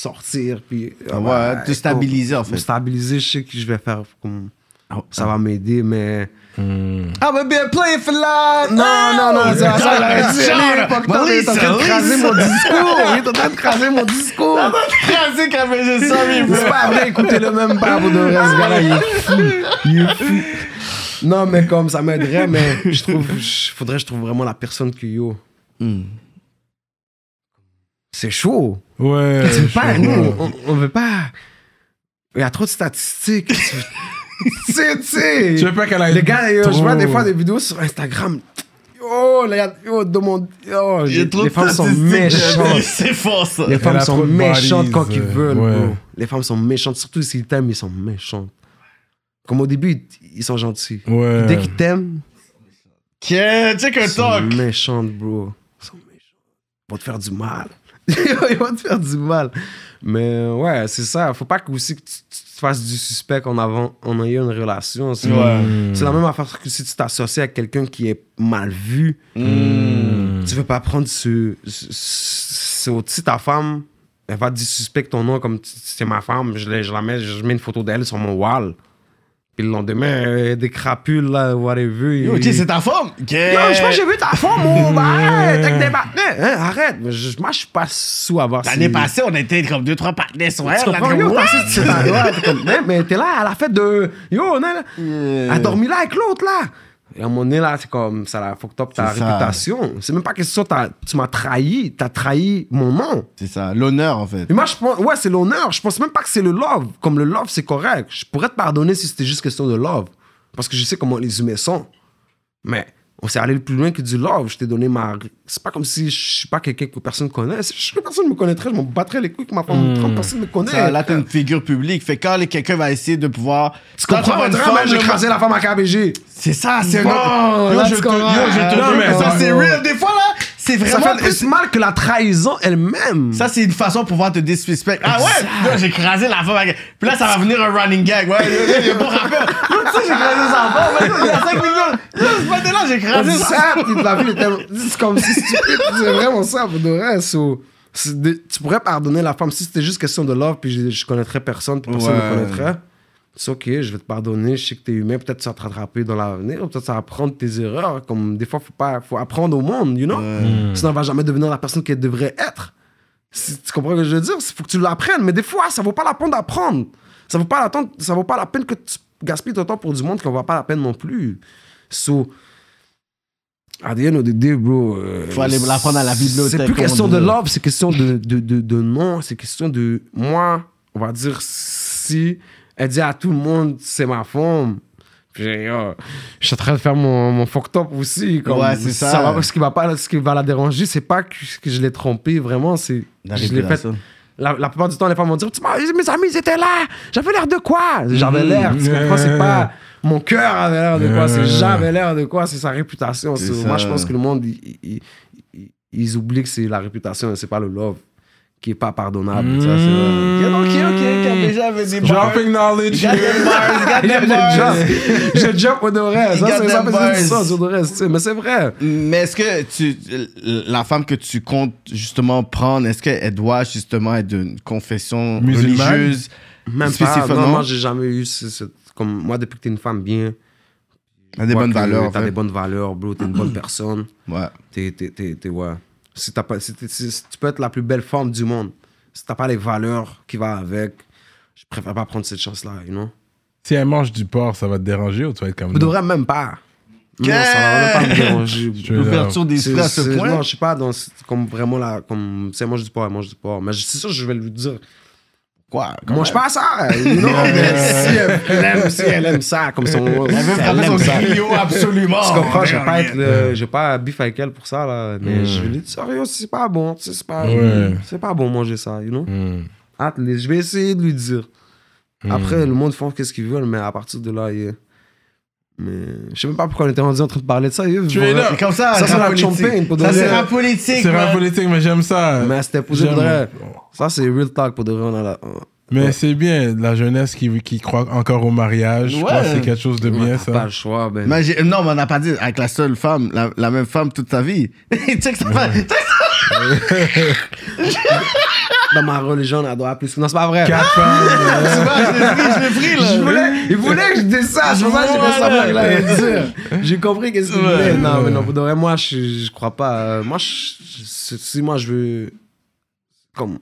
Speaker 2: sortir puis.
Speaker 4: Ah ouais, te stabiliser, en fait.
Speaker 2: Me stabiliser, je sais que je vais faire comme.
Speaker 4: Ah,
Speaker 2: Ça va m'aider, mais.
Speaker 4: I'm a bit playing for life.
Speaker 2: Non, non, non, c'est pas ça.
Speaker 4: Genre,
Speaker 2: que je
Speaker 4: genre,
Speaker 2: voulais dire. Fuck, toi,
Speaker 4: Melissa,
Speaker 2: Il est en train de craser
Speaker 4: Melissa.
Speaker 2: mon discours. Il est en train de craser mon discours.
Speaker 4: Écrasé quand elle faisait ça, mais
Speaker 2: C'est pas vrai, écoutez-le même pas pour de vrai, ce gars-là, il est fou. Il est fou. Non, mais comme ça m'aiderait, mais je trouve, je- faudrait que je trouve vraiment la personne que yo. Hmm. C'est chaud.
Speaker 1: Ouais.
Speaker 2: C'est
Speaker 1: je
Speaker 2: pas,
Speaker 1: comprends.
Speaker 2: nous, on, on veut pas. Il y a trop de statistiques. tu sais, tu sais.
Speaker 1: Tu veux pas qu'elle aille.
Speaker 2: Les gars, yo, je
Speaker 1: trop-
Speaker 2: vois des fois des vidéos sur Instagram. Yo, les gars, yo, demande. Yo,
Speaker 4: Il y a
Speaker 2: les
Speaker 4: trop de
Speaker 2: femmes sont
Speaker 4: statistiques.
Speaker 2: méchantes.
Speaker 4: C'est fort, ça.
Speaker 2: Les femmes
Speaker 1: a trop
Speaker 2: sont
Speaker 1: de
Speaker 2: méchantes quand
Speaker 1: bodies,
Speaker 2: ils
Speaker 1: euh,
Speaker 2: veulent,
Speaker 1: ouais.
Speaker 2: bro. Les femmes sont méchantes, surtout s'ils t'aiment, ils sont méchantes. Comme au début, ils- ils sont gentils.
Speaker 1: Oh. Ouais.
Speaker 2: Dès qu'ils t'aiment,
Speaker 4: Que- Check un
Speaker 2: ils sont
Speaker 4: talk.
Speaker 2: méchantes, bro. Ils sont méchantes. Ils vont te faire du mal. ils vont te faire du mal. Mais ouais, c'est ça. Faut pas que aussi que tu, tu te fasses du suspect en avant, en ayant une relation. C'est c'est la même affaire que si tu t'associes à quelqu'un qui est mal vu. Tu veux pas prendre ce, ce, ce- ce- Si ta femme, elle va dissuspecter ton nom comme tu- c'est ma femme, je, la- je la mets, je mets une photo d'elle sur mon wall. Puis le lendemain, euh, des crapules, là, whatever.
Speaker 4: Yo,
Speaker 2: et-
Speaker 4: Ok, c'est ta forme. Ok.
Speaker 2: Yo, je pense que j'ai vu ta femme,
Speaker 4: euh,
Speaker 2: mon bah, hey, t'as que des partenaires. Hein, arrête, mais je, moi, je suis pas sous à voir
Speaker 4: L'année
Speaker 2: si-
Speaker 4: passée, on était comme deux, trois partenaires sur elle.
Speaker 2: tu comprends? Yo, t'as assis sur ta droite, t'es comme, mais, mais t'es là à la fête de. Yo, on est là. Elle a dormi là avec l'autre, là. Et à mon nez, là, c'est comme, ça la fucked up ta
Speaker 4: C'est ça.
Speaker 2: réputation. C'est même pas question, t'as- tu m'as trahi, t'as trahi mon nom.
Speaker 4: C'est ça, l'honneur, en fait.
Speaker 2: Et moi, je pense, ouais, c'est l'honneur. Je pense même pas que c'est le love. Comme le love, c'est correct. Je pourrais te pardonner si c'était juste question de love. Parce que je sais comment les humains sont. Mais on s'est allé le plus loin que du love. Je t'ai donné ma. C'est pas comme si je suis pas quelqu'un que personne connaît. Si je- que personne me connaîtrait, je m'en battrais les couilles que ma femme personne me connaît.
Speaker 4: Hmm. Ça, là, t'es une figure publique. Fait que quand quelqu'un va essayer de pouvoir.
Speaker 2: Tu comprends
Speaker 4: Quand
Speaker 2: pas
Speaker 4: tu vas une
Speaker 2: drame,
Speaker 4: femme,
Speaker 2: j'ai
Speaker 4: le-
Speaker 2: écrasé la femme à KBG.
Speaker 4: C'est ça, c'est un
Speaker 2: Bon,
Speaker 4: autre. Yo,
Speaker 2: là,
Speaker 4: je
Speaker 2: tu
Speaker 4: te-
Speaker 2: comprends.
Speaker 4: yo, je te
Speaker 2: Non,
Speaker 4: jure
Speaker 2: mais-
Speaker 4: que Ça, c'est
Speaker 2: non.
Speaker 4: real. Des fois, là, c'est
Speaker 2: Ça
Speaker 4: vraiment.
Speaker 2: fait plus mal que la trahison elle-même.
Speaker 4: Ça, c'est une façon pour pouvoir te disrespect. Ah ouais? Yo, j'ai crasé la femme. avec- Puis là, ça va venir un running gag. Ouais, yo, yo, il y a bon rappel. Yo, Tu sais, j'ai crasé sa femme. mais yo, Il y a 5 millions. Yo, ce matin-là, j'ai
Speaker 2: On
Speaker 4: crasé
Speaker 2: dit
Speaker 4: sa
Speaker 2: ça, puis la vie est tellement- C'est comme si stupide. C'est vraiment ça, pour de vrai. so, c'est de- tu pourrais pardonner la femme si c'était juste question de love, puis je, je connaîtrais personne, puis personne
Speaker 4: Ouais.
Speaker 2: ne connaîtrait. C'est ok, je vais te pardonner, je sais que t'es humain, peut-être ça va te rattraper dans l'avenir, peut-être ça va apprendre tes erreurs. Comme des fois, faut pas, faut apprendre au monde, you know? Sinon, elle va jamais devenir la personne qu'elle devrait être. Si- tu comprends ce que je veux dire? Il faut que tu l'apprennes, mais des fois, ça vaut pas la peine d'apprendre. Ça vaut pas la, tente- ça vaut pas la peine que tu gaspilles ton temps pour du monde qu'on vaut pas la peine non plus. So, at the end of the day, bro. euh,
Speaker 4: Faut aller la prendre à la bibliothèque,
Speaker 2: C'est plus
Speaker 4: comme on
Speaker 2: question
Speaker 4: dit.
Speaker 2: de love, c'est question de, de, de, de non, c'est question de moi. On va dire si elle dit à tout le monde, c'est ma femme. Puis j'ai dit, yo, je suis en train de faire mon, mon fucked up aussi. Comme,
Speaker 4: Ouais, c'est ça.
Speaker 2: va- ce, qui va pas, ce qui va la déranger, c'est pas que, que je l'ai trompé, vraiment. C'est, je l'ai fait. La, la plupart du temps, les femmes vont dire Tu m'as- Mes amis, ils étaient là J'avais l'air de quoi
Speaker 4: Mm-hmm.
Speaker 2: J'avais l'air. Tu comprends C'est pas. Mon cœur avait l'air de quoi C'est j'avais l'air de quoi C'est sa réputation.
Speaker 4: C'est
Speaker 2: So,
Speaker 4: ça.
Speaker 2: Moi, je pense que le monde, il- il- il- ils oublient que c'est la réputation et c'est pas le love qui est pas pardonnable. Ça, c'est-
Speaker 4: Ok, ok,
Speaker 2: Mm.
Speaker 4: ok, déjà avait des bars.
Speaker 1: Dropping knowledge.
Speaker 4: Got them bars, got
Speaker 2: Je
Speaker 4: them bars.
Speaker 2: jump, je jump honoraire. Ça,
Speaker 4: You got
Speaker 2: c'est- ça
Speaker 4: them
Speaker 2: faisait du
Speaker 4: bars.
Speaker 2: sens, honoraire, tu sais, Mais c'est vrai.
Speaker 4: Mais est-ce que tu, la femme que tu comptes justement prendre, est-ce qu'elle doit justement être d'une confession
Speaker 1: Musulmane?
Speaker 4: religieuse
Speaker 2: Même pas.
Speaker 4: spécifique,
Speaker 2: Non,
Speaker 4: non?
Speaker 2: moi, j'ai jamais eu. ce- ce- comme moi, depuis que t'es une femme bien.
Speaker 4: Elle a des
Speaker 2: vois
Speaker 4: bonnes
Speaker 2: que
Speaker 4: valeurs. en euh,
Speaker 2: T'as
Speaker 4: fait.
Speaker 2: des bonnes valeurs, bro. T'es une bonne personne.
Speaker 4: Ouais.
Speaker 2: T'es, t'es, t'es, t'es- ouais. Si t'as pas, si t'es- si- si tu peux être la plus belle forme du monde. Si t'as pas les valeurs qui va avec, je préfère pas prendre cette chance-là, you know?
Speaker 1: Si elle mange du porc, ça va te déranger ou tu vas être comme
Speaker 2: Je devrais même pas. Non, ça va même pas me déranger.
Speaker 1: Je- L'ouverture
Speaker 2: C'est-
Speaker 4: d'esprit à
Speaker 2: c'est-
Speaker 4: ce point.
Speaker 2: Non, je suis pas dans ce- comme vraiment là, comme c'est mange du porc, elle mange du porc. Mais je- c'est sûr, je vais lui dire,
Speaker 4: Quoi?
Speaker 2: mange pas ça. Non, mais si elle aime, si elle aime ça, comme son, si elle aime ça.
Speaker 4: absolument.
Speaker 2: Tu
Speaker 1: Oh, ben,
Speaker 2: comprends, je vais pas être, euh, je vais pas beef avec elle pour ça là, mais je lui dis sérieux, c'est pas bon, tu sais, c'est pas,
Speaker 1: Hmm. Ouais. Hmm.
Speaker 2: c'est pas bon manger ça, you know. Hâte, les- je vais essayer de lui dire.
Speaker 1: Hmm.
Speaker 2: Après, le monde font qu'est-ce qu'ils veulent, mais à partir de là, yeah. mais je sais même pas pourquoi on était rendu en train de parler de ça. yeah, pour vrai.
Speaker 4: C'est comme ça,
Speaker 2: Ça, c'est
Speaker 4: rap
Speaker 2: la
Speaker 4: politique.
Speaker 2: champagne, pour de
Speaker 4: Ça, c'est
Speaker 2: vrai.
Speaker 4: la politique.
Speaker 1: C'est rap
Speaker 4: man.
Speaker 1: politique, mais j'aime ça.
Speaker 2: Mais c'était pour de
Speaker 1: J'aime.
Speaker 2: vrai. Ça c'est real talk pour de vrai. On a la-
Speaker 1: Mais c'est bien, la jeunesse qui, qui croit encore au mariage, je
Speaker 4: Ouais.
Speaker 1: crois que c'est quelque chose de
Speaker 2: on
Speaker 1: bien,
Speaker 2: a pas
Speaker 1: ça.
Speaker 2: le choix, ben.
Speaker 4: Mais j'ai- non, mais on n'a pas dit avec la seule femme, la, la même femme toute sa vie. tu sais que ça va. tu sais que
Speaker 2: Dans ma religion, on adore plus. Non, c'est pas vrai.
Speaker 1: Quatre femmes.
Speaker 4: ça va, je l'ai pris, je l'ai pris, là.
Speaker 2: Je voulais, il voulait que je dise ça, c'est pour ça que j'ai fait ça
Speaker 4: Voilà.
Speaker 2: pour dire. J'ai compris qu'est-ce qu'il
Speaker 4: Ouais.
Speaker 2: voulait. Non, mais non, pour de vrai, moi, je, je crois pas. euh, moi, je- je- si moi, je veux. Comme.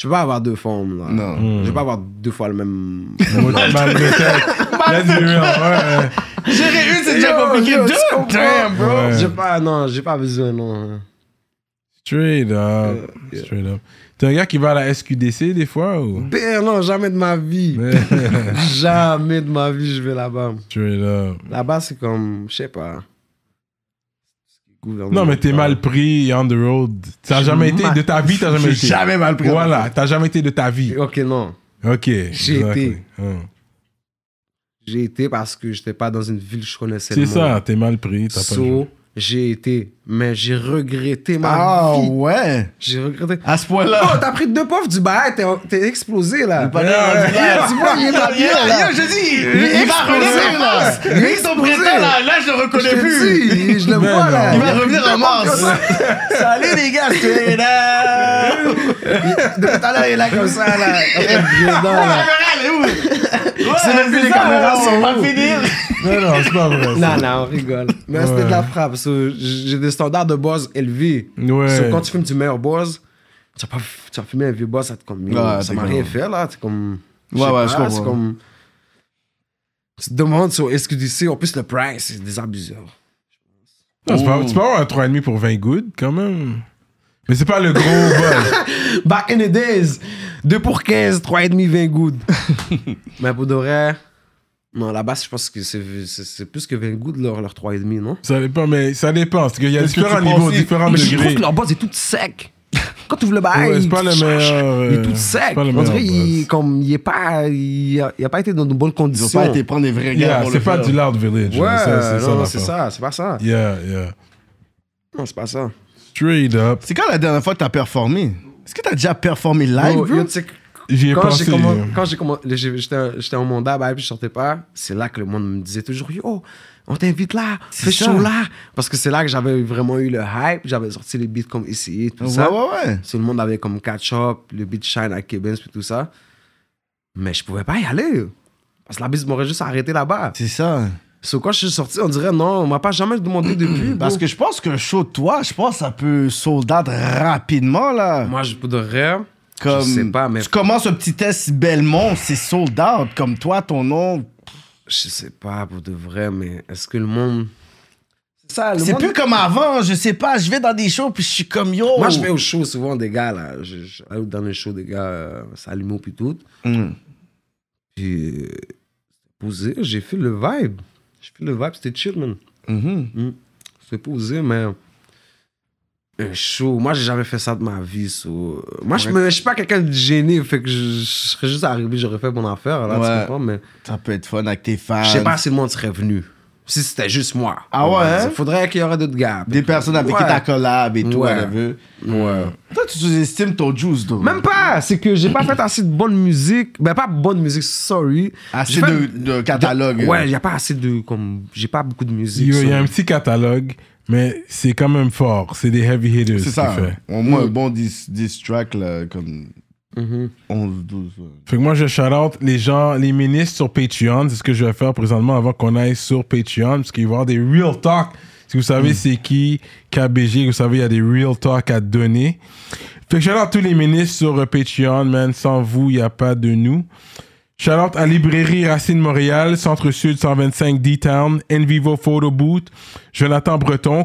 Speaker 2: Je peux pas avoir deux formes, là.
Speaker 4: Non.
Speaker 1: Hmm.
Speaker 2: Je vais pas avoir deux fois le même.
Speaker 1: euh, mot- mal de tête. Let's be real, ouais.
Speaker 4: Gérer une, c'est déjà
Speaker 2: Yo,
Speaker 4: compliqué.
Speaker 2: yo, tu
Speaker 4: Deux,
Speaker 2: comprends,
Speaker 4: damn, bro.
Speaker 1: Ouais.
Speaker 2: J'ai pas, non, j'ai pas besoin, non.
Speaker 1: Straight
Speaker 2: Euh,
Speaker 1: up. Straight up. T'es un gars qui va à la SQDC des fois ou?
Speaker 2: Père, non, jamais de ma vie. Mm. jamais de ma vie, je vais là-bas.
Speaker 1: Straight up.
Speaker 2: Là-bas, c'est comme. Je sais pas.
Speaker 1: Non, mais t'es mal pris on the road. T'as jamais été
Speaker 2: mal-
Speaker 1: de ta vie, t'as jamais
Speaker 4: J'ai
Speaker 1: été.
Speaker 4: jamais mal pris.
Speaker 1: Voilà, t'as jamais été de ta vie.
Speaker 2: Ok, non.
Speaker 1: Ok.
Speaker 2: J'ai
Speaker 1: exactly.
Speaker 2: été.
Speaker 1: Hum.
Speaker 2: J'ai été parce que j'étais pas dans une ville que je connaissais le
Speaker 1: C'est
Speaker 2: monde.
Speaker 1: ça, t'es mal pris. T'as pas le choix.
Speaker 2: So, j'ai été, mais j'ai regretté ma
Speaker 4: Ah
Speaker 2: vie.
Speaker 4: ouais.
Speaker 2: J'ai regretté.
Speaker 4: À ce
Speaker 2: Oh,
Speaker 4: point-là.
Speaker 2: t'as pris deux puffs du bail, t'es, t'es explosé là.
Speaker 4: Pas là, rendu là.
Speaker 2: Tu vois, il est dans le mur, là.
Speaker 4: Yo, je dis,
Speaker 2: Il est
Speaker 4: il va
Speaker 2: explosé.
Speaker 4: revenir là.
Speaker 2: Il est
Speaker 4: Lui, son
Speaker 2: explosé.
Speaker 4: prétend là, là, je le
Speaker 2: Je
Speaker 4: reconnais
Speaker 2: te
Speaker 4: plus.
Speaker 2: dis, je le
Speaker 1: Mais
Speaker 2: vois là.
Speaker 1: non.
Speaker 4: Il va
Speaker 2: a pris
Speaker 4: revenir
Speaker 2: deux
Speaker 4: en
Speaker 2: puffs
Speaker 4: mars.
Speaker 2: comme ça.
Speaker 4: Salut les gars, je suis là.
Speaker 2: Depuis tout à l'heure, il est là comme ça là. Il est dedans, là.
Speaker 4: C'est même plus les caméras, on va finir.
Speaker 1: Non, non, c'est pas vrai. ça.
Speaker 2: Non, non, on rigole. Mais
Speaker 1: Ouais.
Speaker 2: c'était de la frappe. so, j'ai des standards de buzz élevés.
Speaker 1: Ouais.
Speaker 2: So, quand tu fumes du meilleur buzz, tu vas, pas f- tu vas fumer un vieux buzz, ça te comme. yo,
Speaker 4: Ouais,
Speaker 2: ça
Speaker 4: t'es
Speaker 2: m'a
Speaker 4: comme-
Speaker 2: rien fait là. C'est comme.
Speaker 4: Ouais, ouais,
Speaker 2: sais
Speaker 4: je
Speaker 2: pas,
Speaker 4: comprends.
Speaker 2: C'est comme. Tu te demandes sur SQDC, en plus le price, c'est des abuseurs.
Speaker 1: Non, c'est
Speaker 2: Oh.
Speaker 1: pas- Tu peux avoir un 3,5 pour 20 good quand même. Mais c'est pas le gros buzz.
Speaker 2: Back in the days, 2 pour 15, 3,5, 20 good. Mais pour de vrai, non, là-bas, je pense que c'est c'est- c'est plus que 20 good leur, leur 3,5, non?
Speaker 1: Ça dépend, mais ça dépend. Parce qu'il y a
Speaker 4: Est-ce que
Speaker 1: différents
Speaker 4: tu
Speaker 1: niveaux,
Speaker 4: penses-
Speaker 1: différents
Speaker 2: Mais je trouve
Speaker 1: degrés.
Speaker 2: que leur buzz est toute sec. Quand tu ouvres le bail,
Speaker 1: Ouais, c'est pas le meilleur.
Speaker 2: Il est
Speaker 1: euh,
Speaker 2: tout
Speaker 1: c'est
Speaker 2: sec.
Speaker 1: pas le
Speaker 2: On dirait
Speaker 1: meilleur
Speaker 2: qu'il
Speaker 1: buzz.
Speaker 2: comme, il est pas, il a, il a pas été dans de bonnes
Speaker 4: Ils
Speaker 2: conditions.
Speaker 4: ont pas été prendre des vrais gars
Speaker 1: Yeah,
Speaker 4: pour le
Speaker 1: c'est pas
Speaker 4: faire.
Speaker 1: du Loud Village.
Speaker 2: Ouais,
Speaker 1: là. Ça,
Speaker 2: non, non, c'est
Speaker 1: l'affaire.
Speaker 2: ça, c'est pas ça.
Speaker 1: Yeah, yeah.
Speaker 2: Non, c'est pas ça.
Speaker 1: Straight up.
Speaker 4: C'est quand la dernière fois que t'as performé Est-ce que t'as déjà performé live,
Speaker 2: Yo,
Speaker 4: bro
Speaker 2: yo, tu sais que
Speaker 1: J'y ai
Speaker 2: quand j'ai
Speaker 1: pensé.
Speaker 2: commen-
Speaker 1: euh,
Speaker 2: quand j'ai commen- le- j'ai- j'étais j'étais en mandat, bah, puis je sortais pas, c'est là que le monde me disait toujours Yo, on t'invite là, fais
Speaker 4: ça.
Speaker 2: chaud là. Parce que c'est là que j'avais vraiment eu le hype, j'avais sorti les beats comme essayé, tout
Speaker 4: Ouais,
Speaker 2: ça.
Speaker 4: ouais, ouais.
Speaker 2: Tout le monde avait comme catch up, le beat shine à Kebens, puis tout ça. Mais je pouvais pas y aller. Parce que la bise m'aurait juste arrêté là-bas.
Speaker 4: C'est ça.
Speaker 2: Sauf quand je suis sorti, on dirait non, on m'a pas jamais demandé depuis.
Speaker 4: Parce que je pense qu'un show de toi, je pense que ça peut sold out rapidement, là.
Speaker 2: moi, je de rêve.
Speaker 4: Comme,
Speaker 2: je sais pas, mais-
Speaker 4: Tu commences un petit test Belmont, c'est sold out. Comme toi, ton nom.
Speaker 2: Je sais pas pour de vrai, mais est-ce que le monde. C'est ça, le
Speaker 4: C'est plus comme avant, je sais pas. Je vais dans des shows, puis je suis comme yo.
Speaker 2: Moi, je vais aux shows souvent des gars, là. Je, je- j'allais
Speaker 4: Mm.
Speaker 2: dans les shows des gars, euh, Salimo, puis tout.
Speaker 4: Hmm.
Speaker 2: Puis. euh, posé, j'ai fait le vibe. J'ai fait le vibe, c'était chill, man.
Speaker 4: Mm-hmm.
Speaker 2: Mm. C'était posé, mais un show. Moi, j'ai jamais fait ça de ma vie. so- euh, Moi, je me- je suis pas quelqu'un de gêné, fait que je, je serais juste arrivé, j'aurais fait mon affaire, là,
Speaker 4: Ouais.
Speaker 2: tu comprends, mais
Speaker 4: Ça peut être fun avec tes fans.
Speaker 2: je sais pas si le monde serait venu. Si c'était juste moi.
Speaker 4: Euh, Ah
Speaker 2: On va
Speaker 4: ouais,
Speaker 2: dire.
Speaker 4: hein?
Speaker 2: Faudrait qu'il y aurait d'autres gars.
Speaker 4: Des personnes avec
Speaker 2: Ouais.
Speaker 4: qui t'as collab et tout,
Speaker 2: Ouais.
Speaker 4: whatever.
Speaker 2: Ouais.
Speaker 4: Toi, tu sous-estimes ton juice, though.
Speaker 2: Même pas, c'est que j'ai pas fait assez de bonne musique. Ben, pas bonne musique, sorry.
Speaker 4: Assez
Speaker 2: J'ai fait-
Speaker 4: de- de catalogue. euh.
Speaker 2: Ouais, y a pas assez de. comme J'ai pas beaucoup de musique.
Speaker 1: Il y
Speaker 2: so-
Speaker 1: a un petit catalogue, mais c'est quand même fort. C'est des heavy hitters.
Speaker 4: C'est ça.
Speaker 1: qu'il Fait.
Speaker 4: Au moins, un bon 10, track, là, comme Mm-hmm. 11, 12. ouais.
Speaker 1: Fait que moi, je shout-out les gens, les ministres sur Patreon. C'est ce que je vais faire présentement avant qu'on aille sur Patreon, parce qu'il va y avoir des real talk. Si vous
Speaker 4: Mm.
Speaker 1: savez c'est qui, KBG, vous savez, il y a des real talk à donner. Fait que shout-out tous les ministres sur euh, Patreon, man. Sans vous, il n'y a pas de nous. Shout-out à Librairie Racine Montréal, Centre-Sud 125 D-Town, Envivo Photo Boot, Jonathan Breton,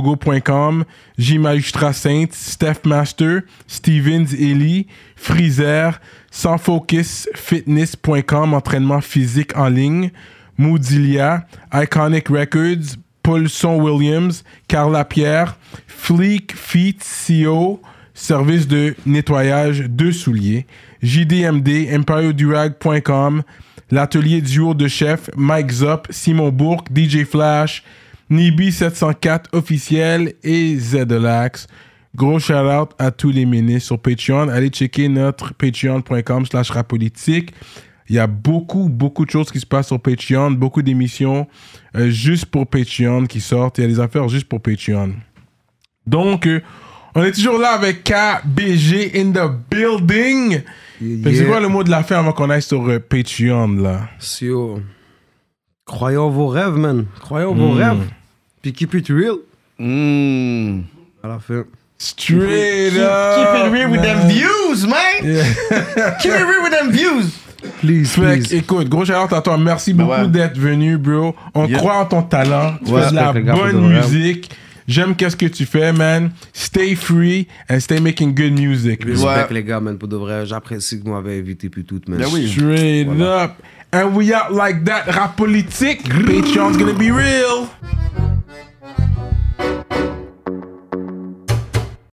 Speaker 1: ConceptionLogo.com, J. Magistra Saint, Steph Master, Stevens Ellie, Freezer, Sans Focus Fitness.com, entraînement physique en ligne, Moodilia, Iconic Records, Paulson Williams, Carla Pierre, Fleek Feet CO, service de nettoyage de souliers, JDMD, EmpireDurag.com, l'atelier duo de chef, Mike Zop, Simon Bourque, DJ Flash, Nibi704 officiel et Zedelax. Gros shout out à tous les ministres sur Patreon. Allez checker notre patreon.com slash rapolitique. Il y a beaucoup, beaucoup de choses qui se passent sur Patreon, beaucoup d'émissions euh, juste pour Patreon qui sortent. Il y a des affaires juste pour Patreon. Donc, euh, on est toujours là avec KBG in the building. Fait que C'est
Speaker 2: Yeah.
Speaker 1: quoi le mot de la fin avant qu'on aille sur euh, Patreon, là?
Speaker 2: So, croyez en vos rêves, man. Croyez en
Speaker 1: Hmm.
Speaker 2: vos rêves. Puis keep it real.
Speaker 4: Mm.
Speaker 2: À la fin.
Speaker 1: Straight
Speaker 3: Keep,
Speaker 1: up!
Speaker 3: keep it real with them
Speaker 1: man.
Speaker 3: views, man! keep it real with them views!
Speaker 2: Please,
Speaker 1: Fait que,
Speaker 2: please.
Speaker 1: écoute, gros shout à toi. Merci beaucoup
Speaker 4: Bah ouais.
Speaker 1: d'être venu, bro. On
Speaker 4: Yeah.
Speaker 1: croit en ton talent. Tu
Speaker 2: Ouais.
Speaker 1: fais de la
Speaker 2: Respect, les gars, pour
Speaker 1: bonne
Speaker 2: de vrai.
Speaker 1: musique. J'aime qu'est-ce que tu fais, man. Stay free and stay making good music. bro.
Speaker 2: Respect,
Speaker 4: Ouais.
Speaker 2: les gars, man. Pour de vrai, j'apprécie que vous m'avez invité, puis tout, man.
Speaker 4: Ben oui.
Speaker 1: Straight up. And we out like that. Rap politique. Patreon's gonna be real.